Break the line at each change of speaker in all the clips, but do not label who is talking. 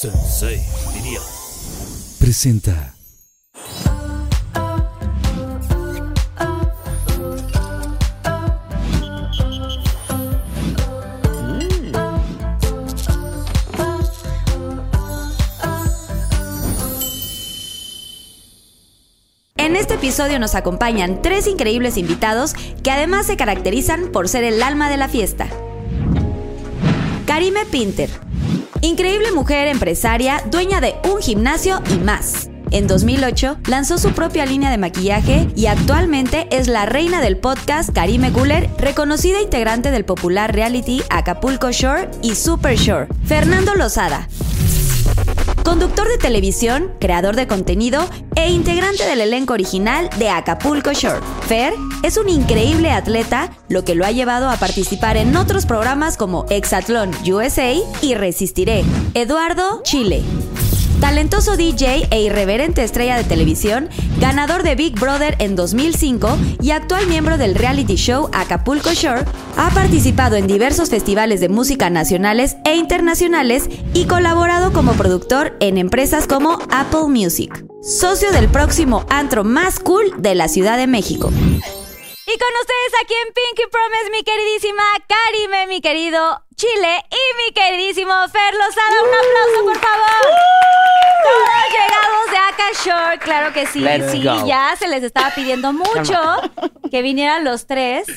Sensei, diría.
presenta
En este episodio nos acompañan tres increíbles invitados que además se caracterizan por ser el alma de la fiesta. Karime Pinter, increíble mujer empresaria, dueña de un gimnasio y más. En 2008 lanzó su propia línea de maquillaje y actualmente es la reina del podcast Karime Cooler, reconocida integrante del popular reality Acapulco Shore y Super Shore. Fernando Lozada, conductor de televisión, creador de contenido e integrante del elenco original de Acapulco Shore. Fer es un increíble atleta, lo que lo ha llevado a participar en otros programas como Exatlón USA y Resistiré. Eduardo, Chile. Talentoso DJ e irreverente estrella de televisión, ganador de Big Brother en 2005 y actual miembro del reality show Acapulco Shore, ha participado en diversos festivales de música nacionales e internacionales y colaborado como productor en empresas como Apple Music. Socio del próximo antro más cool de la Ciudad de México.
Y con ustedes aquí en Pinky Promise, mi queridísima Karime, mi querido Chile y mi queridísimo Fer Lozada. Un aplauso, por favor. Todos llegados de Aka Shore, claro que sí,
Let's
sí,
go.
ya se les estaba pidiendo mucho que vinieran los tres.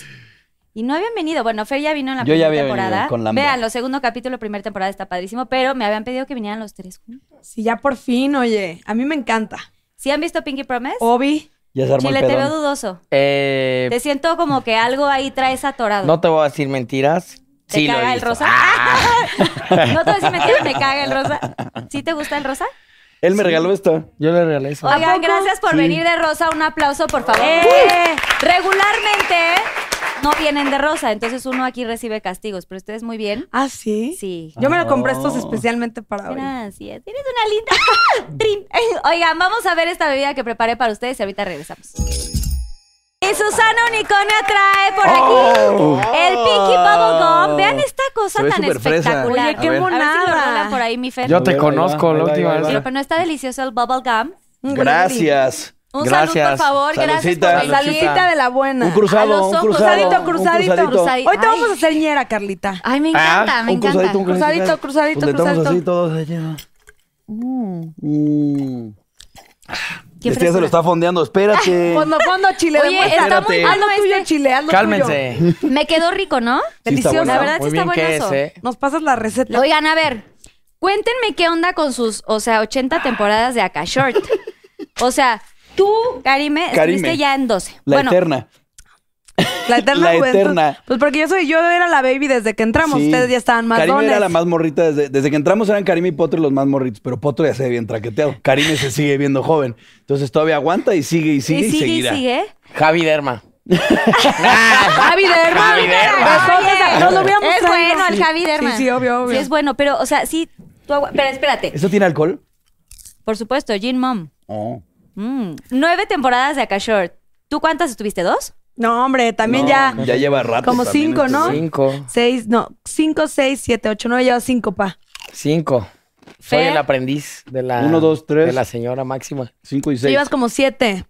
Y no habían venido. Bueno, Fer ya vino en la
Yo
primera
ya había
temporada.
venido con Lambda.
Vean, lo segundo capítulo, primera temporada está padrísimo, pero me habían pedido que vinieran los tres juntos.
Sí, ya por fin, oye. A mí me encanta.
¿Sí han visto Pinky Promise?
Obi,
Ya Oh, se armó
Chile,
el
te
pedón.
veo dudoso.
Eh,
Te siento como que algo ahí traes atorado.
no te voy a decir mentiras.
¿Te
Sí lo
caga el
hizo.
rosa?
¡Ah!
No te voy a decir mentiras, me caga el rosa. ¿Sí te gusta el rosa?
Él me regaló esto. Yo le regalé eso.
Oigan,
poco? ¡Eh!
gracias por
Sí.
venir de rosa. Un aplauso, por favor. Regularmente no vienen de rosa, entonces uno aquí recibe castigos, pero ustedes muy bien.
¿ah, sí?
Sí.
Yo me lo compré estos
Oh.
especialmente para hoy.
Gracias. Tienes una linda. Trin. Oigan, vamos a ver esta bebida que preparé para ustedes y ahorita regresamos. Y Susana Unicornio trae por aquí
Oh.
el Pinky Bubblegum. Vean esta cosa
Se ve
tan
súper fresa.
espectacular.
Oye, qué
A ver. A ver si lo
monada.
rolan por ahí, mi Fer.
Yo
Ahí
te
va,
conozco
ahí
la
va, ahí va,
última
ahí va.
vez.
Pero, pero no está delicioso el bubblegum.
Un
Gracias.
Un salud, por
Gracias.
favor. Gracias
Saludcita.
por
brindis.
venir.
Saludita de la buena.
Un cruzado,
A los
un
ojos.
cruzado.
Cruzadito,
un
cruzadito.
cruzadito.
Hoy te
Ay.
vamos a hacer ñera, Carlita.
Ay, me encanta,
Ah,
me
un
encanta.
cruzadito, un cruzadito.
Cruzadito, cruzadito,
Donde estamos
cruzadito.
Pues así todos allá. Mm.
Qué
Este ya se
frescura.
lo está fondeando. Espérate.
Fondo, fondo, chile.
Oye,
demuestra.
está muy
Haz
bueno
lo tuyo,
este.
chile, haz lo
Cálmense.
Me quedó rico, ¿no?
Sí está
Delicioso.
bueno.
La verdad sí
Muy
está
bien que es,
buenazo.
¿eh?
tuyo. Nos pasas la receta.
Oigan, a ver, cuéntenme qué onda con sus, o sea, 80 temporadas de Aka Short. O sea, tú, Karime,
Karime.
estuviste ya en 12.
La
bueno,
eterna.
La eterna
La
juventud.
eterna.
Pues porque yo soy, yo era la baby desde que entramos.
Sí.
Ustedes ya estaban más
Karime
dones.
era la más morrita. Desde, desde que entramos eran Karime y Potro los más morritos, pero Potro ya se ve bien traqueteado. Karime se sigue viendo joven. Entonces todavía aguanta y sigue y
y
sigue y,
sigue y
seguirá.
sigue.
Javi Derma.
Javi Derma.
Javi Derma.
Besotes a- Nos lo hubiéramos
es
traído.
bueno el
Sí.
Javi Derman.
Sí, sí, obvio, obvio.
Sí, es bueno, pero, o sea, sí, tú agua- Pero espérate,
¿Eso tiene alcohol?
por supuesto, Gin Mom.
Oh.
Mm, Nueve temporadas de Aka Short. ¿Tú cuántas estuviste? ¿Dos?
No, hombre, también ya.
Ya lleva rato.
Como
también
cinco,
este
¿no?
güey.
Cinco.
Seis, no, cinco, seis, siete, ocho, nueve, lleva cinco, pa.
Cinco. Soy
Fer.
el aprendiz de la.
Uno, dos, tres.
De la señora máxima.
Cinco y
Tú
seis.
llevas como siete,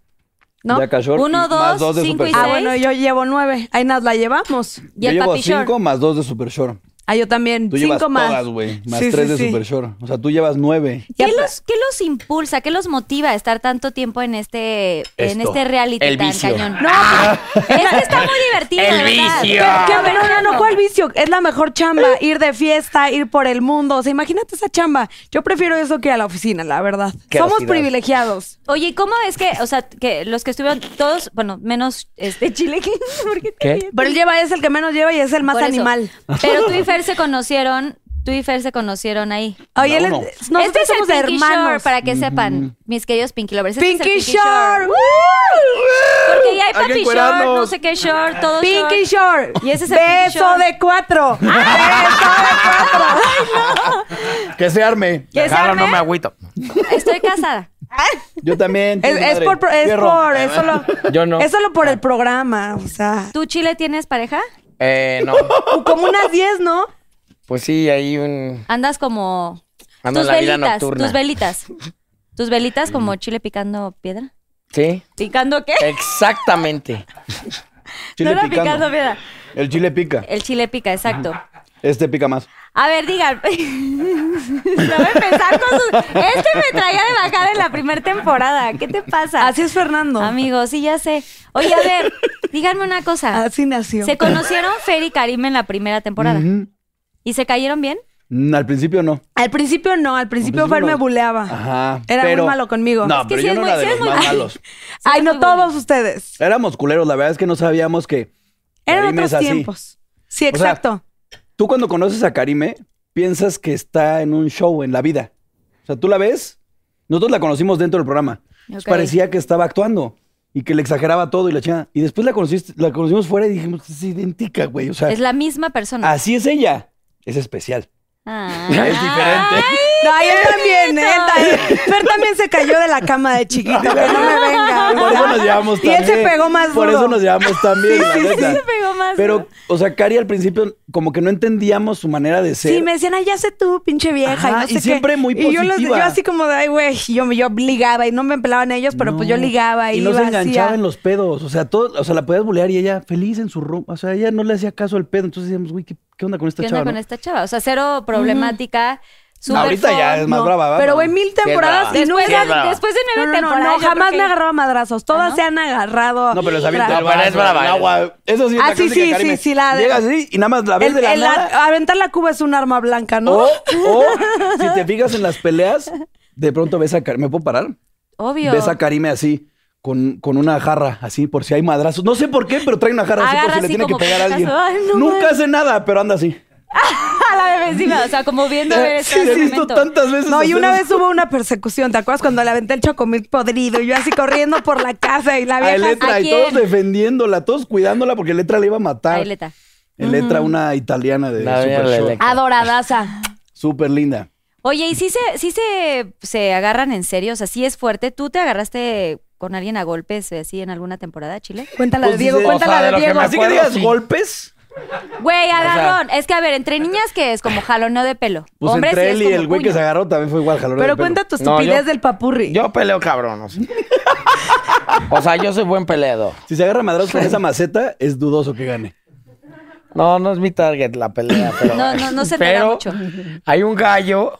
¿no?
De Acashort
Uno,
y más
dos, cinco y
Super
Ah,
Shore.
seis.
bueno, yo llevo nueve. Ahí nos la llevamos.
Y el
yo llevo
Papi Shore.
cinco más dos de Super Shore.
Ah, yo también.
Tú llevas
cinco más.
todas, güey. Más
Sí,
tres
sí,
de
sí.
Super Shore. O sea, tú llevas nueve.
¿Qué
Ya,
los, qué los impulsa? ¿Qué los motiva a estar tanto tiempo en este, en
Esto,
este reality
el
tan
vicio.
cañón? No, es que está muy divertido.
El
de verdad.
vicio.
¿Qué? no, no, no, ¿cuál vicio? Es la mejor chamba, ir de fiesta, ir por el mundo. O sea, imagínate esa chamba. Yo prefiero eso que a la oficina, la verdad.
Qué
Somos
obesidad.
privilegiados.
Oye, ¿y ¿cómo es que, o sea, que los que estuvieron todos, bueno, menos este Chile, que- ¿por qué te
¿Qué?
ríes?
Pero él lleva, es el que menos lleva y es el más
Por eso.
animal.
Pero tú y Fer se conocieron, tú y Fer se conocieron ahí.
Oye, él es,
uno.
nosotros
este es el
somos
Pinky Shore,
hermanos.
para que sepan, mis queridos Pinky Lovers. Este es el
Pinky, Shore.
Shore. Porque ya hay Papi Shore, no sé qué Shore, todo
Pinky
Shore.
Shore.
Y ese es el Pinky
Beso
Shore.
de cuatro. Beso de cuatro.
Que se arme.
¿Quieres
Claro,
saber?
no me agüito.
Estoy casada.
Yo también.
Es,
chingue
es
madre. ¿eh?
por, pro- es
Fierro.
por, es solo,
Yo no.
es solo por el programa, o sea,
¿Tú, Chile, tienes pareja?
Eh, no.
como unas 10, ¿no?
Pues sí, ahí un.
Andas como
Ando
Tus
en la vida
velitas,
nocturna.
tus velitas. Tus velitas como chile picando piedra.
Sí,
¿Picando qué?
Eh, exactamente.
Chile
no era
picando.
picando piedra.
El chile pica.
El chile pica, exacto.
Este pica más.
A ver, digan. Se va a empezar con sus... Este me traía de bajar en la primera temporada. ¿Qué te pasa?
Así es Fernando.
Amigos, sí, ya sé. Oye, a ver, díganme una cosa.
Así nació.
Ah. ¿Se conocieron Fer y Karim en la primera temporada?
Ujú.
¿Y se cayeron bien?
Mm, Al principio no.
Al principio no, al principio
Al principio
Fer me
no.
buleaba.
Pues Ajá.
Era
pero-
muy malo conmigo.
No,
Es que
pero
sí
yo
es
no
muy-
era de
sí es
los
muy-
más malos.
Ay, no
muy bullying.
todos ustedes.
Éramos culeros, la verdad es que no sabíamos que.
Eran
Karime es
otros
así.
tiempos. Sí,
O sea,
exacto.
Tú cuando conoces a Karime, piensas que está en un show en la vida. O sea, tú la ves. Nosotros la conocimos dentro del programa. Nos
Ok.
Parecía que estaba actuando y que le exageraba todo y la chingada. Y después la, conociste- la conocimos fuera y dijimos, es idéntica, güey. O sea,
Es la misma persona.
así es ella. Es especial.
Ah.
Es diferente.
No, él también, él también. Fer también se cayó de la cama de chiquito, que no me venga.
Por eso nos llevamos
Y
tan
él se
bien.
pegó más
Por
duro.
eso nos llevamos tan bien, la neta.
se pegó más
Pero,
duro.
o sea, Cari al principio como que no entendíamos su manera de ser.
Sí, me decían, ay, ya sé tú, pinche vieja. y
Ajá,
no
y
sé qué.
siempre muy
Y yo, los-
positiva.
yo así como de, ay, güey, y yo, yo ligaba y no me pelaban ellos, pero pues yo
No.
ligaba y,
Y no
iba,
se enganchaba
hacía-
en los pedos. O sea, todo, o sea, la podías bulear y ella feliz en su ropa. O sea, ella no le hacía caso al pedo. Entonces decíamos, güey, ¿qué, qué onda con esta
¿Qué
chava?
onda con
no?
esta chava? O sea, cero problemática. súper
Ahorita ya
fun.
es más
No,
brava, ¿verdad?
Pero, güey, mil temporadas
brava.
y no
Después,
era...
Sí, brava.
de, después de
No,
nueve
no, no,
temporadas.
no,
yo
jamás
creo
me
que-
agarraba madrazos. Todas
¿Ah, no?
se han agarrado.
No, pero se avienta
Tra-
el
No, pero es
vaso,
brava,
el
eres.
agua. Eso sí es
Ah,
la
sí,
clásica
sí,
Karime.
sí, sí, la de-
Llegas así y nada más la ves
el-
de la
el-
nada. Oh,
la- aventar la cuba es un arma blanca, ¿no?
O, o, si te fijas en las peleas, de pronto ves a Karime. ¿Me puedo parar?
Obvio.
Ves a Karime así, con, con una jarra, así, por si hay madrazos. No sé por qué, pero trae una jarra así por
Agarra
si le
así
tiene que
como
pegar a
por si
alguien.
acaso. Ay, no
Nunca
mames.
hace nada, pero anda así.
a la bebé encima. O sea, como viendo a ver este
Eh, Sí, te he visto
momento.
tantas veces.
No, y
hacer
una
eso.
vez hubo una persecución, ¿te acuerdas? Cuando le aventé el chocomil podrido y yo así corriendo por la casa y la
A
vieja...
Eletra
¿a
y
quién?
todos defendiéndola, todos cuidándola porque Eletra le iba a matar.
Ay, Leta.
Eletra, una italiana de
La
super
mía, la
show.
Eletra.
Adoradaza.
Súper linda.
Oye, ¿y si se, sí se, se agarran en serio? O sea, ¿sí es fuerte? ¿Tú te agarraste con alguien a golpes eh, así en alguna temporada, Chile?
Cuéntala de
Pues,
Diego,
sí,
cuéntala
o sea, de
de
lo que
Diego.
me
Así que
acuerdo,
digas
sí.
golpes,
Güey, agarrón. es que, a ver, entre niñas, ¿qué es? Como jaloneo de pelo.
pues
Hombres, sí
entre
es
él y
como
el güey que
puño.
se agarró también fue igual, jalón.
Pero cuenta tu
No,
estupidez
yo-
del papurri.
Yo peleo cabrón, o sea. O sea, yo soy buen peleador.
Si se agarra madrazos con esa maceta, es dudoso que gane.
No, no es mi target la pelea, pero.
No, no, no se te da
pero
mucho.
Hay un gallo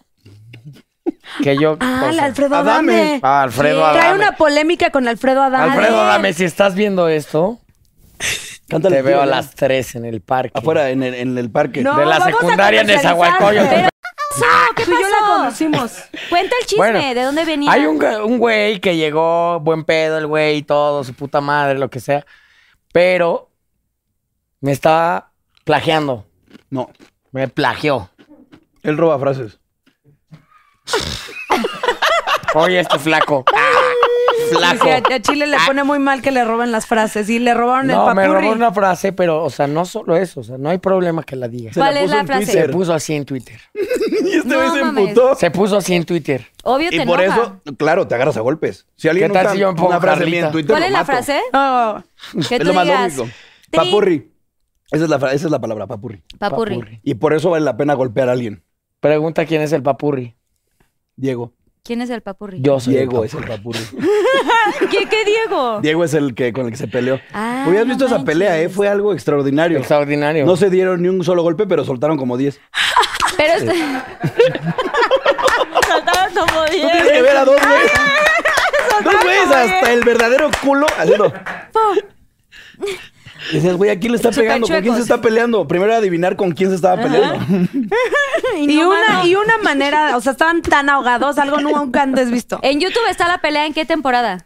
que yo.
Ah,
o
el
sea,
Alfredo
Adame.
Adame.
Ah, Alfredo Adame.
Trae una polémica con Alfredo Adame.
Alfredo Adame, si estás viendo esto,
Cántale.
te veo
tío,
a
ya.
las 3 en el parque.
Afuera, en el, en el parque.
No,
De la
vamos a
secundaria en Nezahualcóyotl.
comercializar.
¿Qué
Tú y yo la
pasó?
conocimos.
Cuenta el chisme, ¿de dónde venía?
Hay un, ga- un güey que llegó, buen pedo el güey y todo, su puta madre, lo que sea. Pero me estaba plagiando.
No,
Me plagió.
él roba frases.
Oye, este flaco. Ah,
Dice,
flaco.
a, a Chile le pone muy mal que le roban las frases y le robaron el
No,
papurri.
me robó una frase, pero, o sea, no solo eso, o sea, no hay problema que la diga.
Se
¿Cuál
la
es
puso
la
en
frase?
Se
Twitter.
puso así en Twitter.
Y este
No
güey se
mames.
emputó.
Se puso así en Twitter.
Obvio te
Y por
enoja.
eso, claro, te agarras a golpes. Si alguien
¿Qué tal
usa
si yo me pongo
una frase
Carlita?
mía en Twitter,
¿Cuál
lo
es la
mato.
frase?
No,
Que
es
tú
lo más
digas,
lógico.
"Trin".
Papurri. Esa es, la, fra- esa es la palabra, papurri.
Papurri.
Y por eso vale la pena golpear a alguien.
Pregunta quién es el papurri.
Diego.
¿Quién es el papurri?
Yo soy. el
Diego
papurri.
es el papurri.
¿Qué, qué Diego?
Diego es el que con el que se peleó.
Ah,
Hubieras
no
visto esa
manches.
pelea, ¿eh? Fue algo extraordinario.
Extraordinario.
No se dieron ni un solo golpe, pero soltaron como 10.
Pero es... Saltaron como
Tú
bien.
tienes que ver a dos güeyes. Dos güeyes hasta el verdadero culo haciendo. Y Dices, güey, ¿a quién le está
Súper
pegando? ¿Con quién se
chuecos.
está peleando? Primero era adivinar con quién se estaba peleando.
y, una, y una manera, o sea, estaban tan ahogados, algo nunca antes visto.
En YouTube está la pelea, ¿en qué temporada?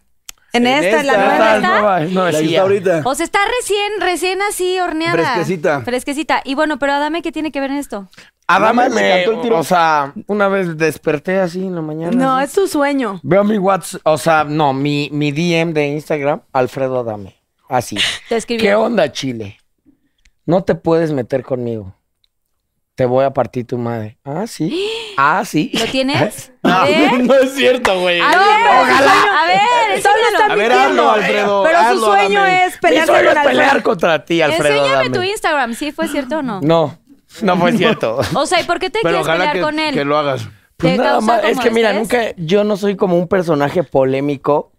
En,
En
esta, en la
esta.
nueva.
Ah,
¿Verdad?
no, ay, no, sí,
La que
ya.
está ahorita.
O sea, está recién, recién así horneada.
Fresquecita.
Fresquecita. Y bueno, pero Adame, ¿qué tiene que ver en esto?
Adame
Nada más le
me,
cantó el tiro.
o sea, una vez desperté así en la mañana.
No,
así.
es tu sueño.
Veo mi WhatsApp, o sea, no, mi, mi DM de Instagram, Alfredo Adame. Así.
Te escribió.
¿Qué onda, Chile? No te puedes meter conmigo. Te voy a partir tu madre. Ah, sí. Ah, sí.
¿Lo tienes? A ver.
No, no es cierto, güey.
A ver, a ver,
Solo está
A ver,
mintiendo.
hazlo, Alfredo,
Pero
hazlo,
su sueño
dame.
es
Mi
pelearse
sueño
con
es pelear
Alfredo.
contra ti, Alfredo
Enséñame tu
Adame.
Instagram, ¿sí fue cierto o no?
No, no fue cierto.
O sea, ¿y por qué te quieres pelear con él?
lo hagas.
¿Te
Pues nada
causa
más,
como
es que mira,
estrés?
nunca, yo no soy como un personaje polémico,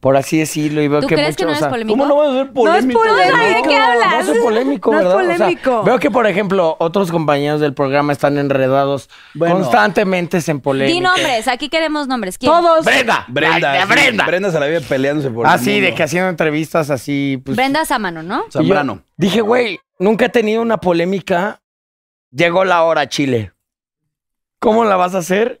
por así decirlo, y veo
¿Tú
que
crees
mucho,
que no
o
eres
sea,
polémico?
¿Cómo no vas a ser polémico?
polémico.
Ay, ¿de qué hablas?
No soy polémico,
No es
¿verdad? O sea,
polémico.
veo que, por ejemplo, otros compañeros del programa están enredados
Bueno.
constantemente en polémica.
Di nombres, aquí queremos nombres. ¿Quién?
Todos.
¡Brenda!
Brenda.
Ay, de
sí,
¡Brenda!
Brenda se la vive peleándose por el
Así, de
mundo.
que haciendo entrevistas así, pues...
Brenda Samano, ¿no?
y yo
Zambrano.
Dije, güey, nunca he tenido una polémica. Llegó la hora, Chile. ¿Cómo la vas a hacer?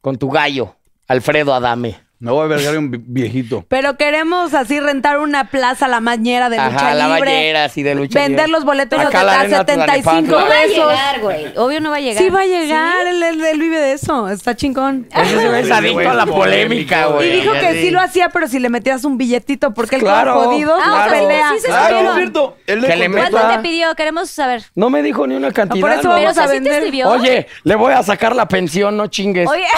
Con tu gallo, Alfredo Adame.
Me voy a vergar un vi- viejito.
Pero queremos así rentar una plaza, la mañera de lucha
Ajá, la
libre.
ballera, así de lucha
Vender
libre.
los boletos
Acá
a
la arena
75
Tlalnepantla.
No va a
pesos.
llegar, güey. Obvio no va a llegar.
Sí va a llegar, él, él- él vive de eso, está chingón.
Ese se ve
Ese güey
adicto a
es
la
polémico,
polémica,
güey.
güey.
Y dijo
Ya
que
sé.
sí lo hacía, pero si le metías un billetito, porque él
Claro,
estaba jodido,
Ah,
o sea,
pelea.
sí, sí se
Ah,
escribió.
es cierto. Él le
Que le
contó-
meto-
¿Cuánto
Neta.
te pidió? Queremos saber.
No me dijo ni una cantidad.
por eso
no.
vamos
Pero o sea,
a
¿sí te
vender.
escribió?
Oye, le voy a sacar la pensión, no chingues.
Oye,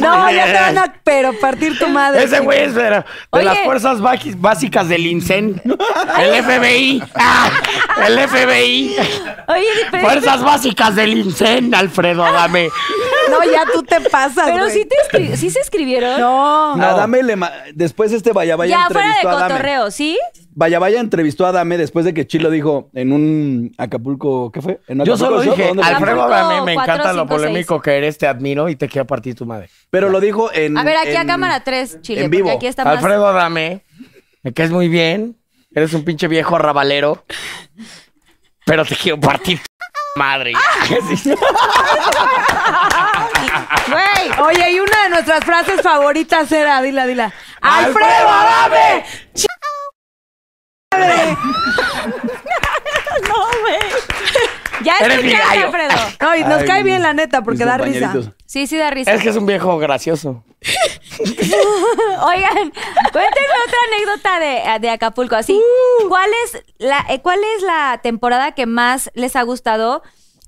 No, ya te van a pero partir tu madre.
Ese güey es de, de
Oye.
las fuerzas ba- básicas del INSEN. El FBI. Ah, el FBI.
oye, pero,
Fuerzas básicas del INSEN, Alfredo Adame.
No, ya tú te pasas,
Ah,
pero
güey.
sí, te escri- sí se escribieron.
No.
Adame le ma- después este Vaya Vaya
ya, fuera de
entrevistó a Adame.
cotorreo, ¿sí?
Vaya Vaya entrevistó a Adame después de que Chilo dijo en un Acapulco, ¿qué fue? En
Yo
Acapulco
solo
Shop, ¿o
dije,
dónde fue?
Alfredo
Acapulco
Adame, me
cuatro,
encanta lo
cinco, seis.
polémico que eres, te admiro y te quiero partir tu madre.
Pero lo dijo en
A ver, aquí a
Mm, en-
cámara 3, Chile,
en vivo.
porque aquí está más.
Alfredo Adame, me caes muy bien. Eres un pinche viejo rabalero. Pero te quiero partir tu madre.
Ah. Güey,
Oye, y una de nuestras frases favoritas era, dila, dila.
¡Alfredo
¡Alfredo
Adame!
Adame!
ya
Eres mi
escuchaste,
gallo.
Alfredo.
No, y nos
Ay,
cae bien la neta, porque
mis
da risa.
compañeritos.
Sí, sí da risa.
Es que es un viejo gracioso.
Oigan, cuéntenme otra anécdota de, de Acapulco. Así,
Uh.
¿cuál, es la, eh, ¿cuál es la temporada que más les ha gustado?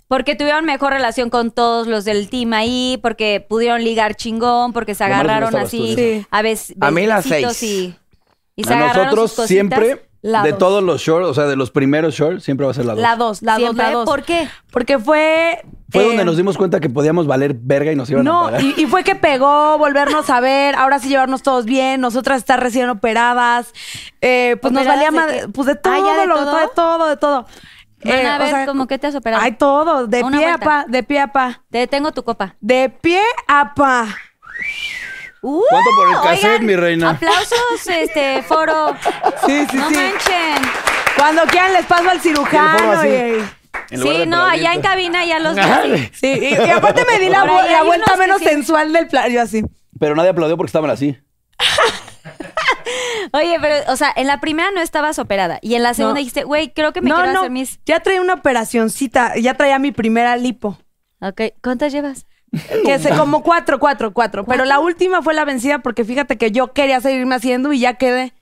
Porque tuvieron mejor relación con todos los del team ahí, porque pudieron ligar chingón, porque se
Lo malo es que no
agarraron
estabas tú
así
en
eso.
a veces.
A mí las seis.
Y, y se
A
agarraron
nosotros
sus cositas,
siempre,
la
de
dos.
todos los shorts, o sea, de los primeros shorts, siempre va a ser la dos.
La dos, la dos,
Siempre,
la dos.
¿por qué?
Porque fue...
Fue
eh,
donde nos dimos cuenta que podíamos valer verga y nos iban a
No,
pagar.
y, y fue que pegó, volvernos a ver, ahora sí llevarnos todos bien, nosotras estar recién operadas, eh, pues nos
¿Operadas
valía
de
madre,
qué?
pues de
Ah,
todo,
¿ya de
lo-
todo?
de todo, de todo. Eh,
Van a
o
ver, ¿cómo qué te has operado?
Ay, todo, de
Una
pie
vuelta.
a pa, de pie a pa,
Te detengo tu copa.
de pie a pa.
¡Uh!
¿Cuánto por el cassette,
Oigan,
mi reina?
Aplausos, este, foro.
Sí, sí,
no
sí.
manchen.
Cuando quieran les paso al cirujano.
así.
y-
En lugar
Sí,
de
no, allá en
aplaudirte.
cabina ya los
sí, y, y aparte me di la,
Por
vu-
ahí
la
hay unos
vuelta
que
menos
sí.
sensual del plan, yo así.
Pero nadie aplaudió porque estaban así.
Oye, pero, o sea, en la primera no estabas operada. Y en la segunda
No.
dijiste, güey, creo que me
No,
quiero
no,
hacer mis.
ya traía una operacioncita, ya traía mi primera lipo.
Ok, ¿cuántas llevas?
Que se como cuatro, cuatro, cuatro. Pero la última fue la vencida porque fíjate que yo quería seguirme haciendo y ya quedé.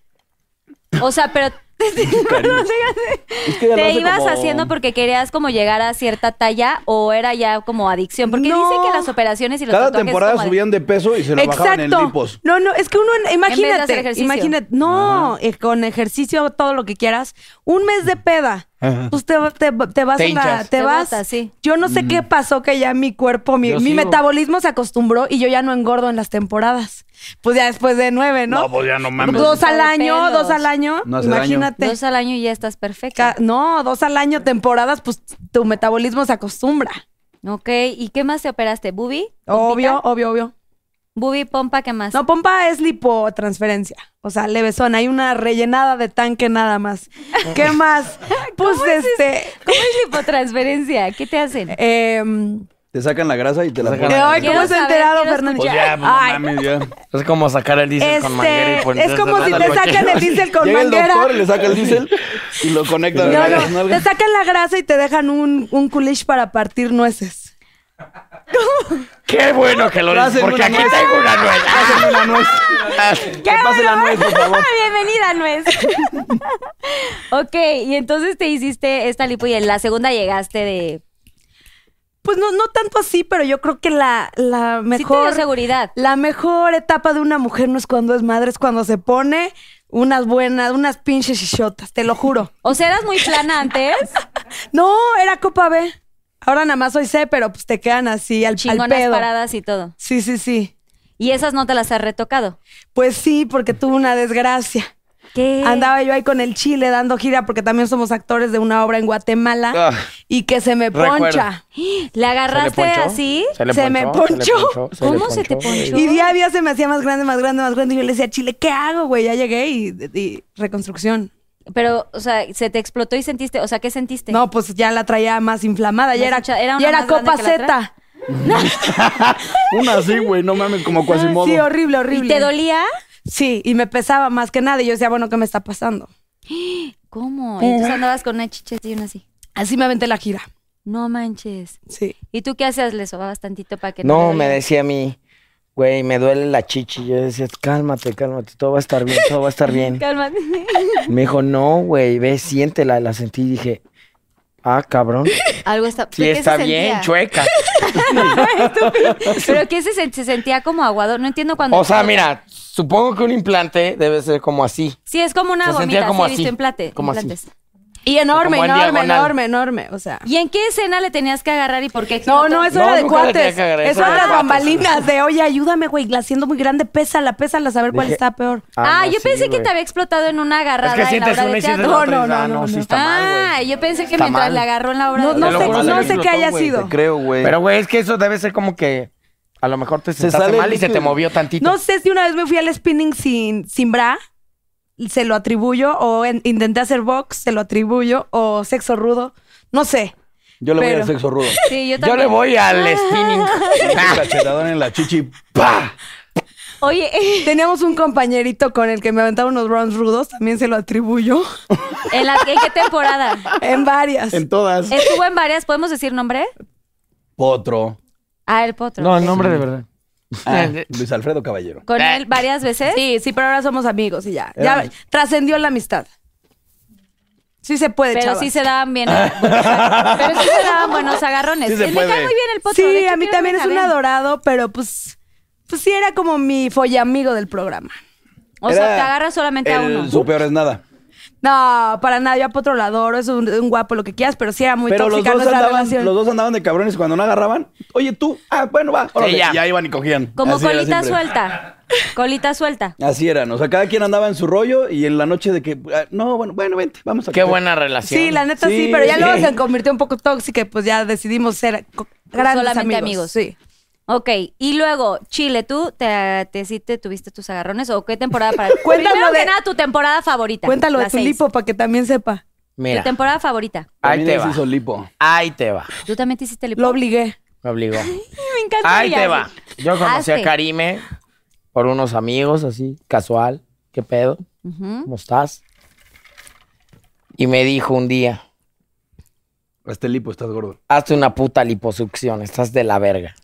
O sea, pero.
Es que ya lo
¿Te
hace
ibas
como-
haciendo porque querías como llegar a cierta talla o era ya como adicción? Porque
No.
dice que las operaciones y los
Cada
tatuajes es
temporada
como adic-
subían de peso y se lo bajaban en lipos.
No, no, es que uno,
En vez de hacer
imagínate,
ejercicio.
imagínate, no, eh, con ejercicio, todo lo que quieras, un mes de peda, pues te, te- te vas,
Te
a la-
hinchas.
te
Te
vas.
botas, sí.
Yo no sé qué pasó que ya mi cuerpo, mi,
Yo
mi
sigo.
metabolismo se acostumbró y yo ya no engordo en las temporadas. Pues ya después de nueve, ¿no?
No, pues ya no mames.
Dos al
De
año,
pelos.
dos al año,
No hace daño.
imagínate.
Dos al año y ya estás perfecta.
Ca- No, dos al año, temporadas, pues tu metabolismo se acostumbra.
ok, ¿y qué más te operaste? ¿Bubi?
Obvio, obvio, obvio.
¿Bubi, pompa, qué más?
No, pompa es lipotransferencia. O sea, levesón. Hay una rellenada de tanque nada más. ¿Qué más? Pues este.
¿Cómo es lipotransferencia? ¿Qué te hacen?
em,
Te sacan la grasa y te la
sacan
ponen.
la-
ay,
Quiero
¿cómo se ha
saber,
enterado,
quiero
Fernando?
Pues ya, pues no
Ay,
mames, ya.
Es como sacar el diésel con manguera y
pues
este,
ponerse
es como si
la
te
noche.
sacan el diésel con
Llega el
manguera.
doctor y le saca el diésel y lo conecta a
No,
la
no,
nalga.
te sacan la grasa y te dejan un, un culish para partir nueces.
Qué bueno que lo dices,
Pásenme
porque
una
aquí
nuez.
tengo una
Pásenme
nueva.
una nuez. Que pase la nuez, por favor.
Ah, Bienvenida, Nuez. ok, y entonces te hiciste esta lipo y en la segunda llegaste de...
Pues no, no tanto así, pero yo creo que la, la
Sí te dio
mejor.
seguridad.
La mejor etapa de una mujer no es cuando es madre, es cuando se pone unas buenas, unas pinches chichotas, te lo juro.
O sea, eras muy plana antes.
No, era Copa B. Ahora nada más soy C, pero pues te quedan así al, al
Chingonas
pedo.
paradas y todo.
Sí, sí, sí.
Y esas no te las has retocado.
Pues sí, porque tuve una desgracia.
¿Qué?
Andaba yo ahí con el chile dando gira porque también somos actores de una obra en Guatemala
Ah.
y que se me
Recuerdo.
poncha.
¿Le agarraste
ponchó?
así?
le
Se me
se le
ponchó.
le
¿Cómo se te ponchó?
Y día a día se me hacía más grande, más grande, más grande. Y yo le decía, Chile, ¿qué hago, güey? Ya llegué y, y reconstrucción.
Pero, o sea, se te explotó y sentiste, o sea, ¿qué sentiste?
No, pues ya la traía más inflamada. Ya
Más
era,
hincha- era una
ya era
más grande que
copa
la otra.
Z.
Una así, güey, no mames, como
Ah,
Quasimodo.
Sí, horrible, horrible.
¿Y te dolía?
Sí, y me pesaba más que nada. Y yo decía, bueno, ¿qué me está pasando?
¿Cómo? Y
Eh.
entonces andabas con una chicha y una así.
Así me aventé la gira.
No manches.
Sí.
¿Y tú qué hacías? ¿Le sobabas tantito para que no
No,
le
me
doliera?
decía a mí, güey, me duele la chichi. Yo decía, cálmate, cálmate, todo va a estar bien, todo va a estar bien.
Cálmate.
Me dijo, no, güey, ve, siéntela. La sentí y dije, ah, cabrón.
Algo está...
Sí,
¿Pero qué
está
se
bien,
sentía?
chueca.
¿Pero qué se, sen- se sentía como aguado? No entiendo cuando...
O sea, mira, supongo que un implante debe ser como así.
Sí, es como una
se sentía
gomita,
como
sí, he visto
así,
en plate,
como así.
implantes.
Y enorme,
Como en
enorme,
diagonal.
enorme, enorme. O sea.
¿Y en qué escena le tenías que agarrar y por qué?
No, no, eso
No,
era de
nunca le tenía
cuates.
que agarrar,
Eso
eso era
era
de
de
cuates.
bambalinas. De, oye, ayúdame, güey, la siento muy grande, pésala, pésala, saber cuál
Dije,
está peor.
Ah,
no,
yo
sí,
pensé que
güey.
te había explotado en una agarrada
Es que
en la
sientes
obra
una
de
y sientes
teatro.
la otra. y dices, ah,
No, no, no,
no, sí
no.
está mal,
ah,
güey.
yo pensé que
Está
mientras
mal.
le agarró en la obra
No,
de
no
Te lo
teatro.
sé,
juro,
no
le
sé qué
explotó,
haya
güey,
sido.
Te creo, güey.
Pero, güey, es que eso debe ser como que a lo mejor te sentaste
sale el
mal y se te
líquido.
movió tantito.
No sé si una vez me fui al spinning sin, sin bra, se lo atribuyo, o en- intenté hacer box, se lo atribuyo, o sexo rudo, no sé.
Yo le voy
Pero-
al sexo rudo.
Sí, yo
yo
también. Ah.
le voy al spinning.
Un cachetadón en la chichi. ¡Pah!
Oye,
Teníamos un compañerito con el que me aventaba unos rounds rudos, también se lo atribuyo,
¿en, la, ¿en qué temporada?
en varias.
En todas.
Estuvo en varias, ¿podemos decir nombre?
Potro.
Ah, el potro.
No, el nombre de verdad.
Ah, Luis Alfredo Caballero.
¿Con él varias veces?
Sí, sí, pero ahora somos amigos y ya. Ya
Éramos-
trascendió la amistad. Sí se puede,
Pero
chavas.
sí se daban bien. ¿eh? pero sí se daban buenos agarrones.
Sí se
Le
puede.
cae muy bien el potro. de
Sí,
hecho,
a mí
quiero
también
que
es
me
un
la den.
adorado, pero pues, pues sí era como mi follamigo del programa.
O sea,
Era
te agarras solamente a
el
uno.
Su peor es nada.
No, para nada, yo a Potro lo adoro, es un, un guapo, lo que quieras, pero sí era muy
Pero los
tóxica
dos,
nuestra
andaban,
relación.
los dos andaban de cabrones y cuando no agarraban. Oye, tú. Ah, bueno, va. órale.
ya.
Y ya iban y cogían.
Como
Así era
colita
siempre.
suelta. Colita suelta.
Así eran. O sea, cada quien andaba en su rollo y en la noche de que. ah, No, bueno, bueno, vente, vamos a
Qué
coger.
buena relación.
Sí, la neta sí,
Sí,
pero ya luego
sí.
se convirtió un poco tóxica y pues ya decidimos ser co- grandes
Solamente amigos.
amigos. Sí.
Ok, y luego, Chile, ¿tú te, te, sí te tuviste tus agarrones o qué temporada para ti?
Cuéntalo
Primero que
de-
nada, tu temporada favorita.
Cuéntalo de
la
tu
seis.
lipo para que también sepa.
Mira,
Tu temporada favorita.
ahí
También
te
les
va.
hizo lipo.
Ahí te va.
¿Tú también te hiciste lipo?
Lo obligué.
Me obligó.
Me encanta.
Ahí
que
te
ya-
va. Yo conocí
Hazte.
a Karime por unos amigos así, casual. ¿Qué pedo?
Ujú.
¿Cómo estás? Y me dijo un día,
Este lipo estás gordo.
hazte una puta liposucción, estás de la verga.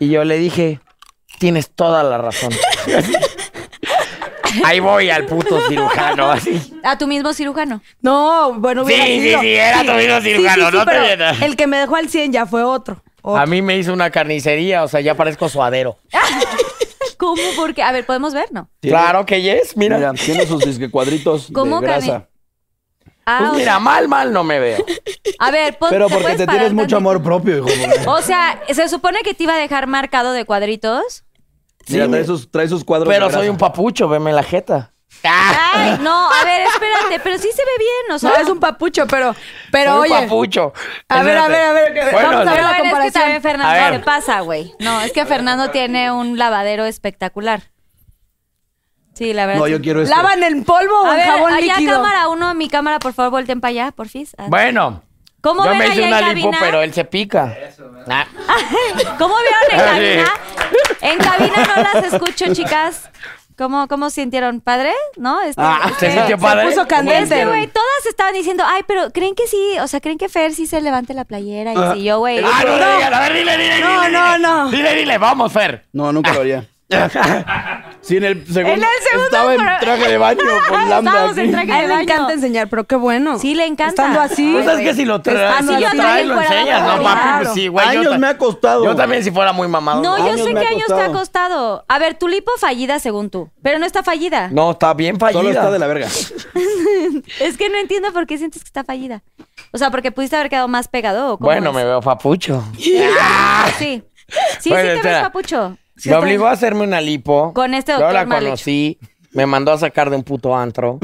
Y yo le dije, tienes toda la razón. Ahí voy al puto cirujano, así.
A tu mismo cirujano.
No, bueno, hubiera
Sí, sí,
sido.
sí, era tu mismo cirujano, no te
pero
vienes.
El que me dejó al 100 ya fue otro.
A mí me hizo una carnicería, o sea, ya parezco suadero.
¿Cómo? Porque, a ver, ¿podemos ver? No.
Claro que yes, mira.
Mira, tiene sus disque cuadritos
¿Cómo,
de grasa.
Cami? Ah,
Pues
o
mira, mal, mal no me veo.
sea, a ver, pon-
Pero porque
puedes
te
parar
tienes
tantito?
mucho amor propio, hijo. güey.
O sea, se supone que te iba a dejar marcado de cuadritos.
Mira,
Sí,
trae sus, trae sus cuadros de
Pero
grasa.
soy un papucho, veme la jeta.
Ah,
Ah,
Ay, no, a ver, espérate, pero sí se ve bien, o sea.
No, es un papucho, pero, pero
soy
oye.
un papucho.
A ver, a ver, a ver, que-
Bueno,
vamos a ver
Pero
la
a ver, es que
comparación.
también
A
Fernando
ver.
le pasa, güey. No, es que Fernando tiene un lavadero espectacular. Sí, la verdad.
No,
sí.
yo quiero este. esto.
¿Lavan en polvo o
A
en
ver,
jabón
allá
líquido?
cámara uno, mi cámara, por favor, volten para allá, por fin. Ah.
Bueno.
¿Cómo
Yo
ven
me
allá
hice
en
una lipo,
cabina?
pero él se pica. Ah,
¿Cómo vieron en
Ah, sí.
cabina? En cabina no las escucho, chicas. ¿Cómo, cómo sintieron? ¿Padre? ¿No? Este,
Ah, ¿se
este-
sintió padre?
puso
¿Cómo
candente.
Este,
vieron?
güey, todas estaban diciendo, ay, pero ¿creen que sí? O sea, ¿creen que Fer sí se levante la playera? Y si yo, güey...
Ah, no, le digan, a ver, dile, dile,
No,
dile,
no,
dile.
no.
Dile, dile, vamos, Fer.
No, nunca lo haría. Sí, en el segundo.
En el segundo,
Estaba en
pero-
traje de baño con lambda.
Estábamos en
aquí.
traje
A
de
él le
baño.
encanta enseñar, pero qué bueno.
Sí, le encanta.
Estando así.
Pues es que si lo traes,
Estando
si lo
así.
traes, lo
Claro.
enseñas, no papi, pues sí, güey. yo
Años
ta-
me ha costado.
Yo también si fuera muy mamado.
No, yo
Años
sé
me
que
ha
años te ha
costado.
costado. A ver, tu lipo fallida según tú, pero no está fallida.
No, está bien fallida.
Solo está de la verga.
Es que no entiendo por qué sientes que está fallida. O sea, porque pudiste haber quedado más pegado. ¿o cómo
Bueno,
es?
me veo papucho.
Sí. Sí,
Bueno,
sí te
espera.
ves papucho. Sí
me
te-
obligó a hacerme una lipo.
Con este
Yo
doctor
la
mal hecho.
conocí. Me mandó a sacar de un puto antro.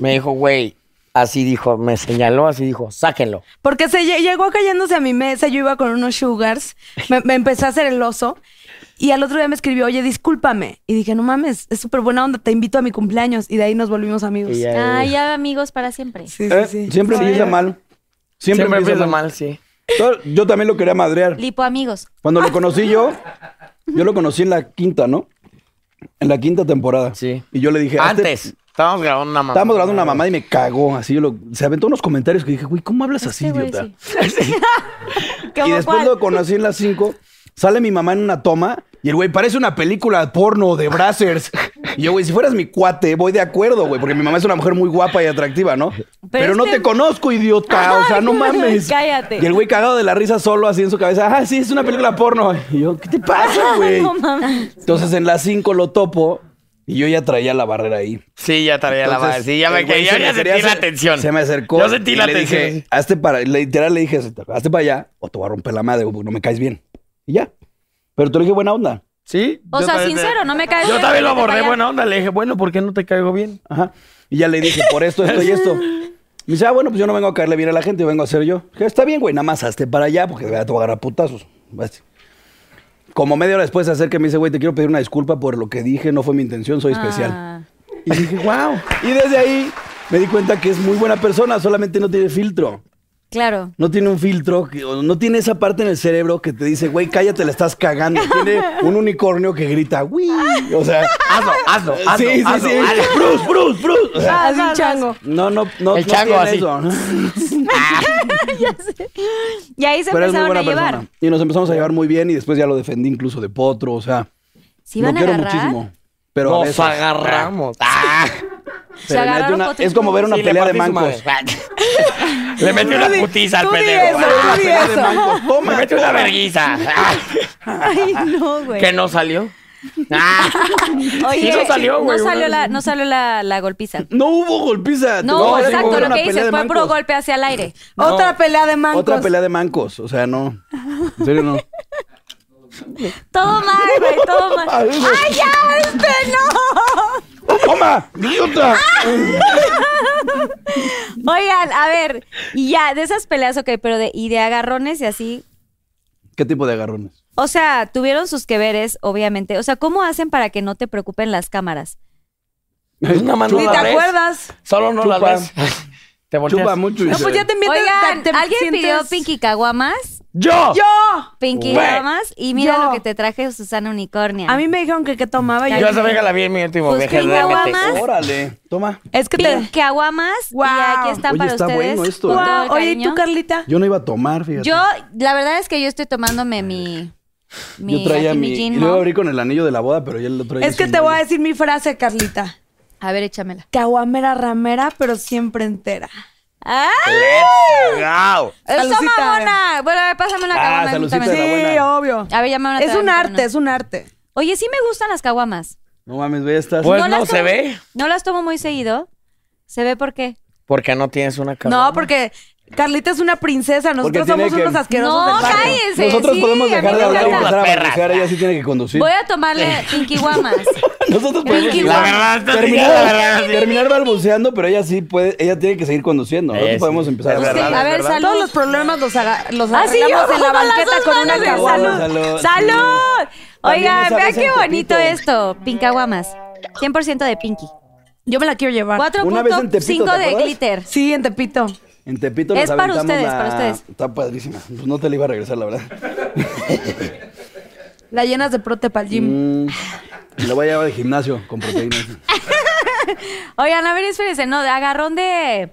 me dijo, güey, así dijo, me señaló, así dijo, sáquenlo.
Porque se lle- llegó cayéndose a mi mesa, yo iba con unos sugars, me, me empecé a hacer el oso y al otro día me escribió, oye, discúlpame. Y dije, no mames, es súper buena onda, te invito a mi cumpleaños. Y de ahí nos volvimos amigos.
Y ya-
Ah, ya amigos para siempre.
Sí, sí,
Eh,
sí.
Siempre
Sí.
empieza mal. Siempre,
Siempre
empieza mal.
sí.
Todo- Yo también lo quería madrear.
Lipo amigos.
Cuando lo conocí yo, yo lo conocí en la quinta, ¿no? En la quinta temporada.
Sí.
Y yo le dije... "Hazte-
Antes, estábamos grabando una mamá.
Estábamos grabando una mamá y me cagó. Así yo lo- se aventó unos comentarios que dije, güey, ¿cómo hablas así,
Este güey,
idiota?
sí. ¿Cómo
Y después
cuál?
lo conocí en las 5. Sale mi mamá en una toma y el güey parece una película porno de Brazzers. Y yo, güey, si fueras mi cuate, voy de acuerdo, güey, porque mi mamá es una mujer muy guapa y atractiva, ¿no? Pero, no
este-
te conozco, idiota. O sea, no mames.
Cállate.
Y el güey cagado de la risa solo así en su cabeza. Ah, sí, es una película porno. Y yo, ¿qué te pasa, güey?
No mames.
Entonces en las 5 lo topo y yo ya traía la barrera ahí.
Sí, ya traía la madre.
Entonces,
Sí, ya me
el güey
quería.
se
Yo
me
ya
quería
sentí la
hacer-
tensión.
Se me acercó.
Yo sentí
y
la
le
tensión.
Dije, hazte para, le- literal le dije, hazte para allá o te voy a romper la madre, porque no me caes bien. Y ya. Pero te lo dije buena onda.
sí.
O
yo
sea,
también te-
sincero, no me caes
Yo
bien,
también lo
vete para
abordé
allá.
buena onda. Le dije, bueno, ¿por qué no te caigo bien?
Ajá. Y ya le dije, por esto, esto y esto. Me dice, ah, bueno, pues yo no vengo a caerle bien a la gente, yo vengo a ser yo. Dije, está bien, güey, nada más hazte para allá, porque de verdad te voy a agarrar a putazos. Vas. Como media hora después se acerca y me dice, güey, te quiero pedir una disculpa por lo que dije, no fue mi intención, soy especial.
Ah.
Y dije, wow. Y desde ahí me di cuenta que es muy buena persona, solamente no tiene filtro.
Claro.
No tiene un filtro, que- o no tiene esa parte en el cerebro que te dice, güey, cállate, la estás cagando. Tiene un unicornio que grita, ¡Wii! O sea,
Hazlo, hazlo,
Ah,
hazlo.
sí, sí,
hazlo,
sí.
hazlo.
¡Bruce, Bruce, Bruce! O sea,
Ah, es un chango.
no, no, no,
El
no
chango
tiene
así.
eso.
Y ahí se
Pero es muy
empezaron
buena
a llevar.
persona. Y nos empezamos a llevar muy bien y después ya lo defendí incluso de potro, o sea,
Sí, van
lo
a
quiero
agarrar.
muchísimo. Pero a
Nos
veces-
agarramos. Ah.
Pero neta,
agarraron
una-
potro y
es como ver
potro.
una
Sí, le
pelea de
partí su
mancos.
madre. le metí una putiza al
tú di
pendejo.
eso,
Ah,
tú di
Pelea de
eso.
mancos. Toma,
Me metí una verguiza. Ah,
Ay, no, güey.
que no salió. Ah. sí, no salió, güey.
No salió,
una-
la, no salió la, la golpiza.
No hubo golpiza. te
No,
voy a decir,
exacto,
fue
lo
una
que
pelea
dices
de
fue puro
mancos.
golpe hacia el aire.
Otra pelea de mancos.
Otra pelea de mancos, o sea, no. En serio, no.
Todo mal, güey, todo mal.
Ay, güey.
¡Ay, ya! ¡Este no!
¡Toma! ¡Idiota!
Oigan, a ver, y ya, de esas peleas, ok, pero de, y de agarrones y así.
¿Qué tipo de agarrones?
O sea, tuvieron sus que veres, obviamente. O sea, ¿cómo hacen para que no te preocupen las cámaras?
Pues nada más no
Ni
la
te
ves.
acuerdas.
Solo no
Chupa.
las ves. Te volteas.
Chupa mucho y
No,
se-
pues ya te invitas.
Oigan,
te- te
¿alguien
sientes-
pidió Pinky Caguamas?
¡Yo!
¡Yo!
Pinky
Güey.
Caguamas. Y mira
Yo.
lo que te traje Susana Unicornia.
A mí me dijeron que qué tomaba. y
Yo esa vieja la vi en mi último
Pues
viaje
que
de DMT.
guamas.
Órale, toma.
Es que te...
Pinky Caguamas.
Wow.
Y aquí están
Oye,
para
está
ustedes.
bueno esto,
con
¿eh?
todo el
Guau, Oye, ¿y
cariño.
tú, Carlita?
Yo no iba a tomar, fíjate.
Yo, la verdad es que yo estoy tomándome mi. mi
Yo traía
aquí mi
mi.
gin,
Y
¿no?
luego abrí con el anillo de la boda, pero ya lo traía.
Es que
sin
te voy a
anillo.
decir mi frase, Carlita.
A ver, échamela.
Caguamera ramera, pero siempre entera.
¡Ah!
Ah.
¡Let's go!
¡Eso,
Salucita.
mamona! Bueno, a ver, pásame una
Ah,
caguama. a mí
salucita.
también.
Sí,
obvio.
A ver, ya me van a
Es
traer
un
una.
arte, es un arte.
Oye, sí me gustan las caguamas.
No mames, ve estas.
Pues
No
no,
las
se
tomo-
ve.
No las tomo muy seguido. ¿Se ve por qué?
Porque no tienes una cara.
No, porque Carlita es una princesa, nosotros
Porque tiene
somos
que-
unos asquerosos
No,
del barrio.
cállate. Fíjense,
Nosotros
sí,
podemos
a mí
dejar
me
de hablar y
encantan.
empezar a
Perras.
manejar. Ella sí tiene que conducir.
Voy a tomarle Pinky Guamas.
Nosotros podemos
Pinky
dejar-
Guamas.
La verdad, la verdad,
terminar,
sí.
terminar balbuceando, pero ella sí puede. Ella tiene que seguir conduciendo.
Eh,
Nosotros
sí.
podemos empezar a
Es
hablar.
que-
a ver, salud.
Todos los problemas los, aga- los
Ah, sí,
arreglamos
yo
en la
con las
banqueta
dos
con una
manos de
caguama.
caguama.
Salud.
Salud.
¡Salud! Oigan,
esa
vean
vez
qué
en
bonito
Tepito.
esto. Pincaguamas. 100% de Pinky.
Yo me la quiero
Ah,
llevar.
4.5
Tepito, ¿te
de
acuerdas?
glitter.
Sí, en Tepito.
En Tepito
Es
nos
para
aventamos
ustedes,
la-
para ustedes.
Está padrísima. Pues no te la iba a regresar, la verdad.
La llenas de prote para el gym.
Mm, la voy a llevar de gimnasio con proteínas.
Oigan, a ver, espérense, no, de agarrón de.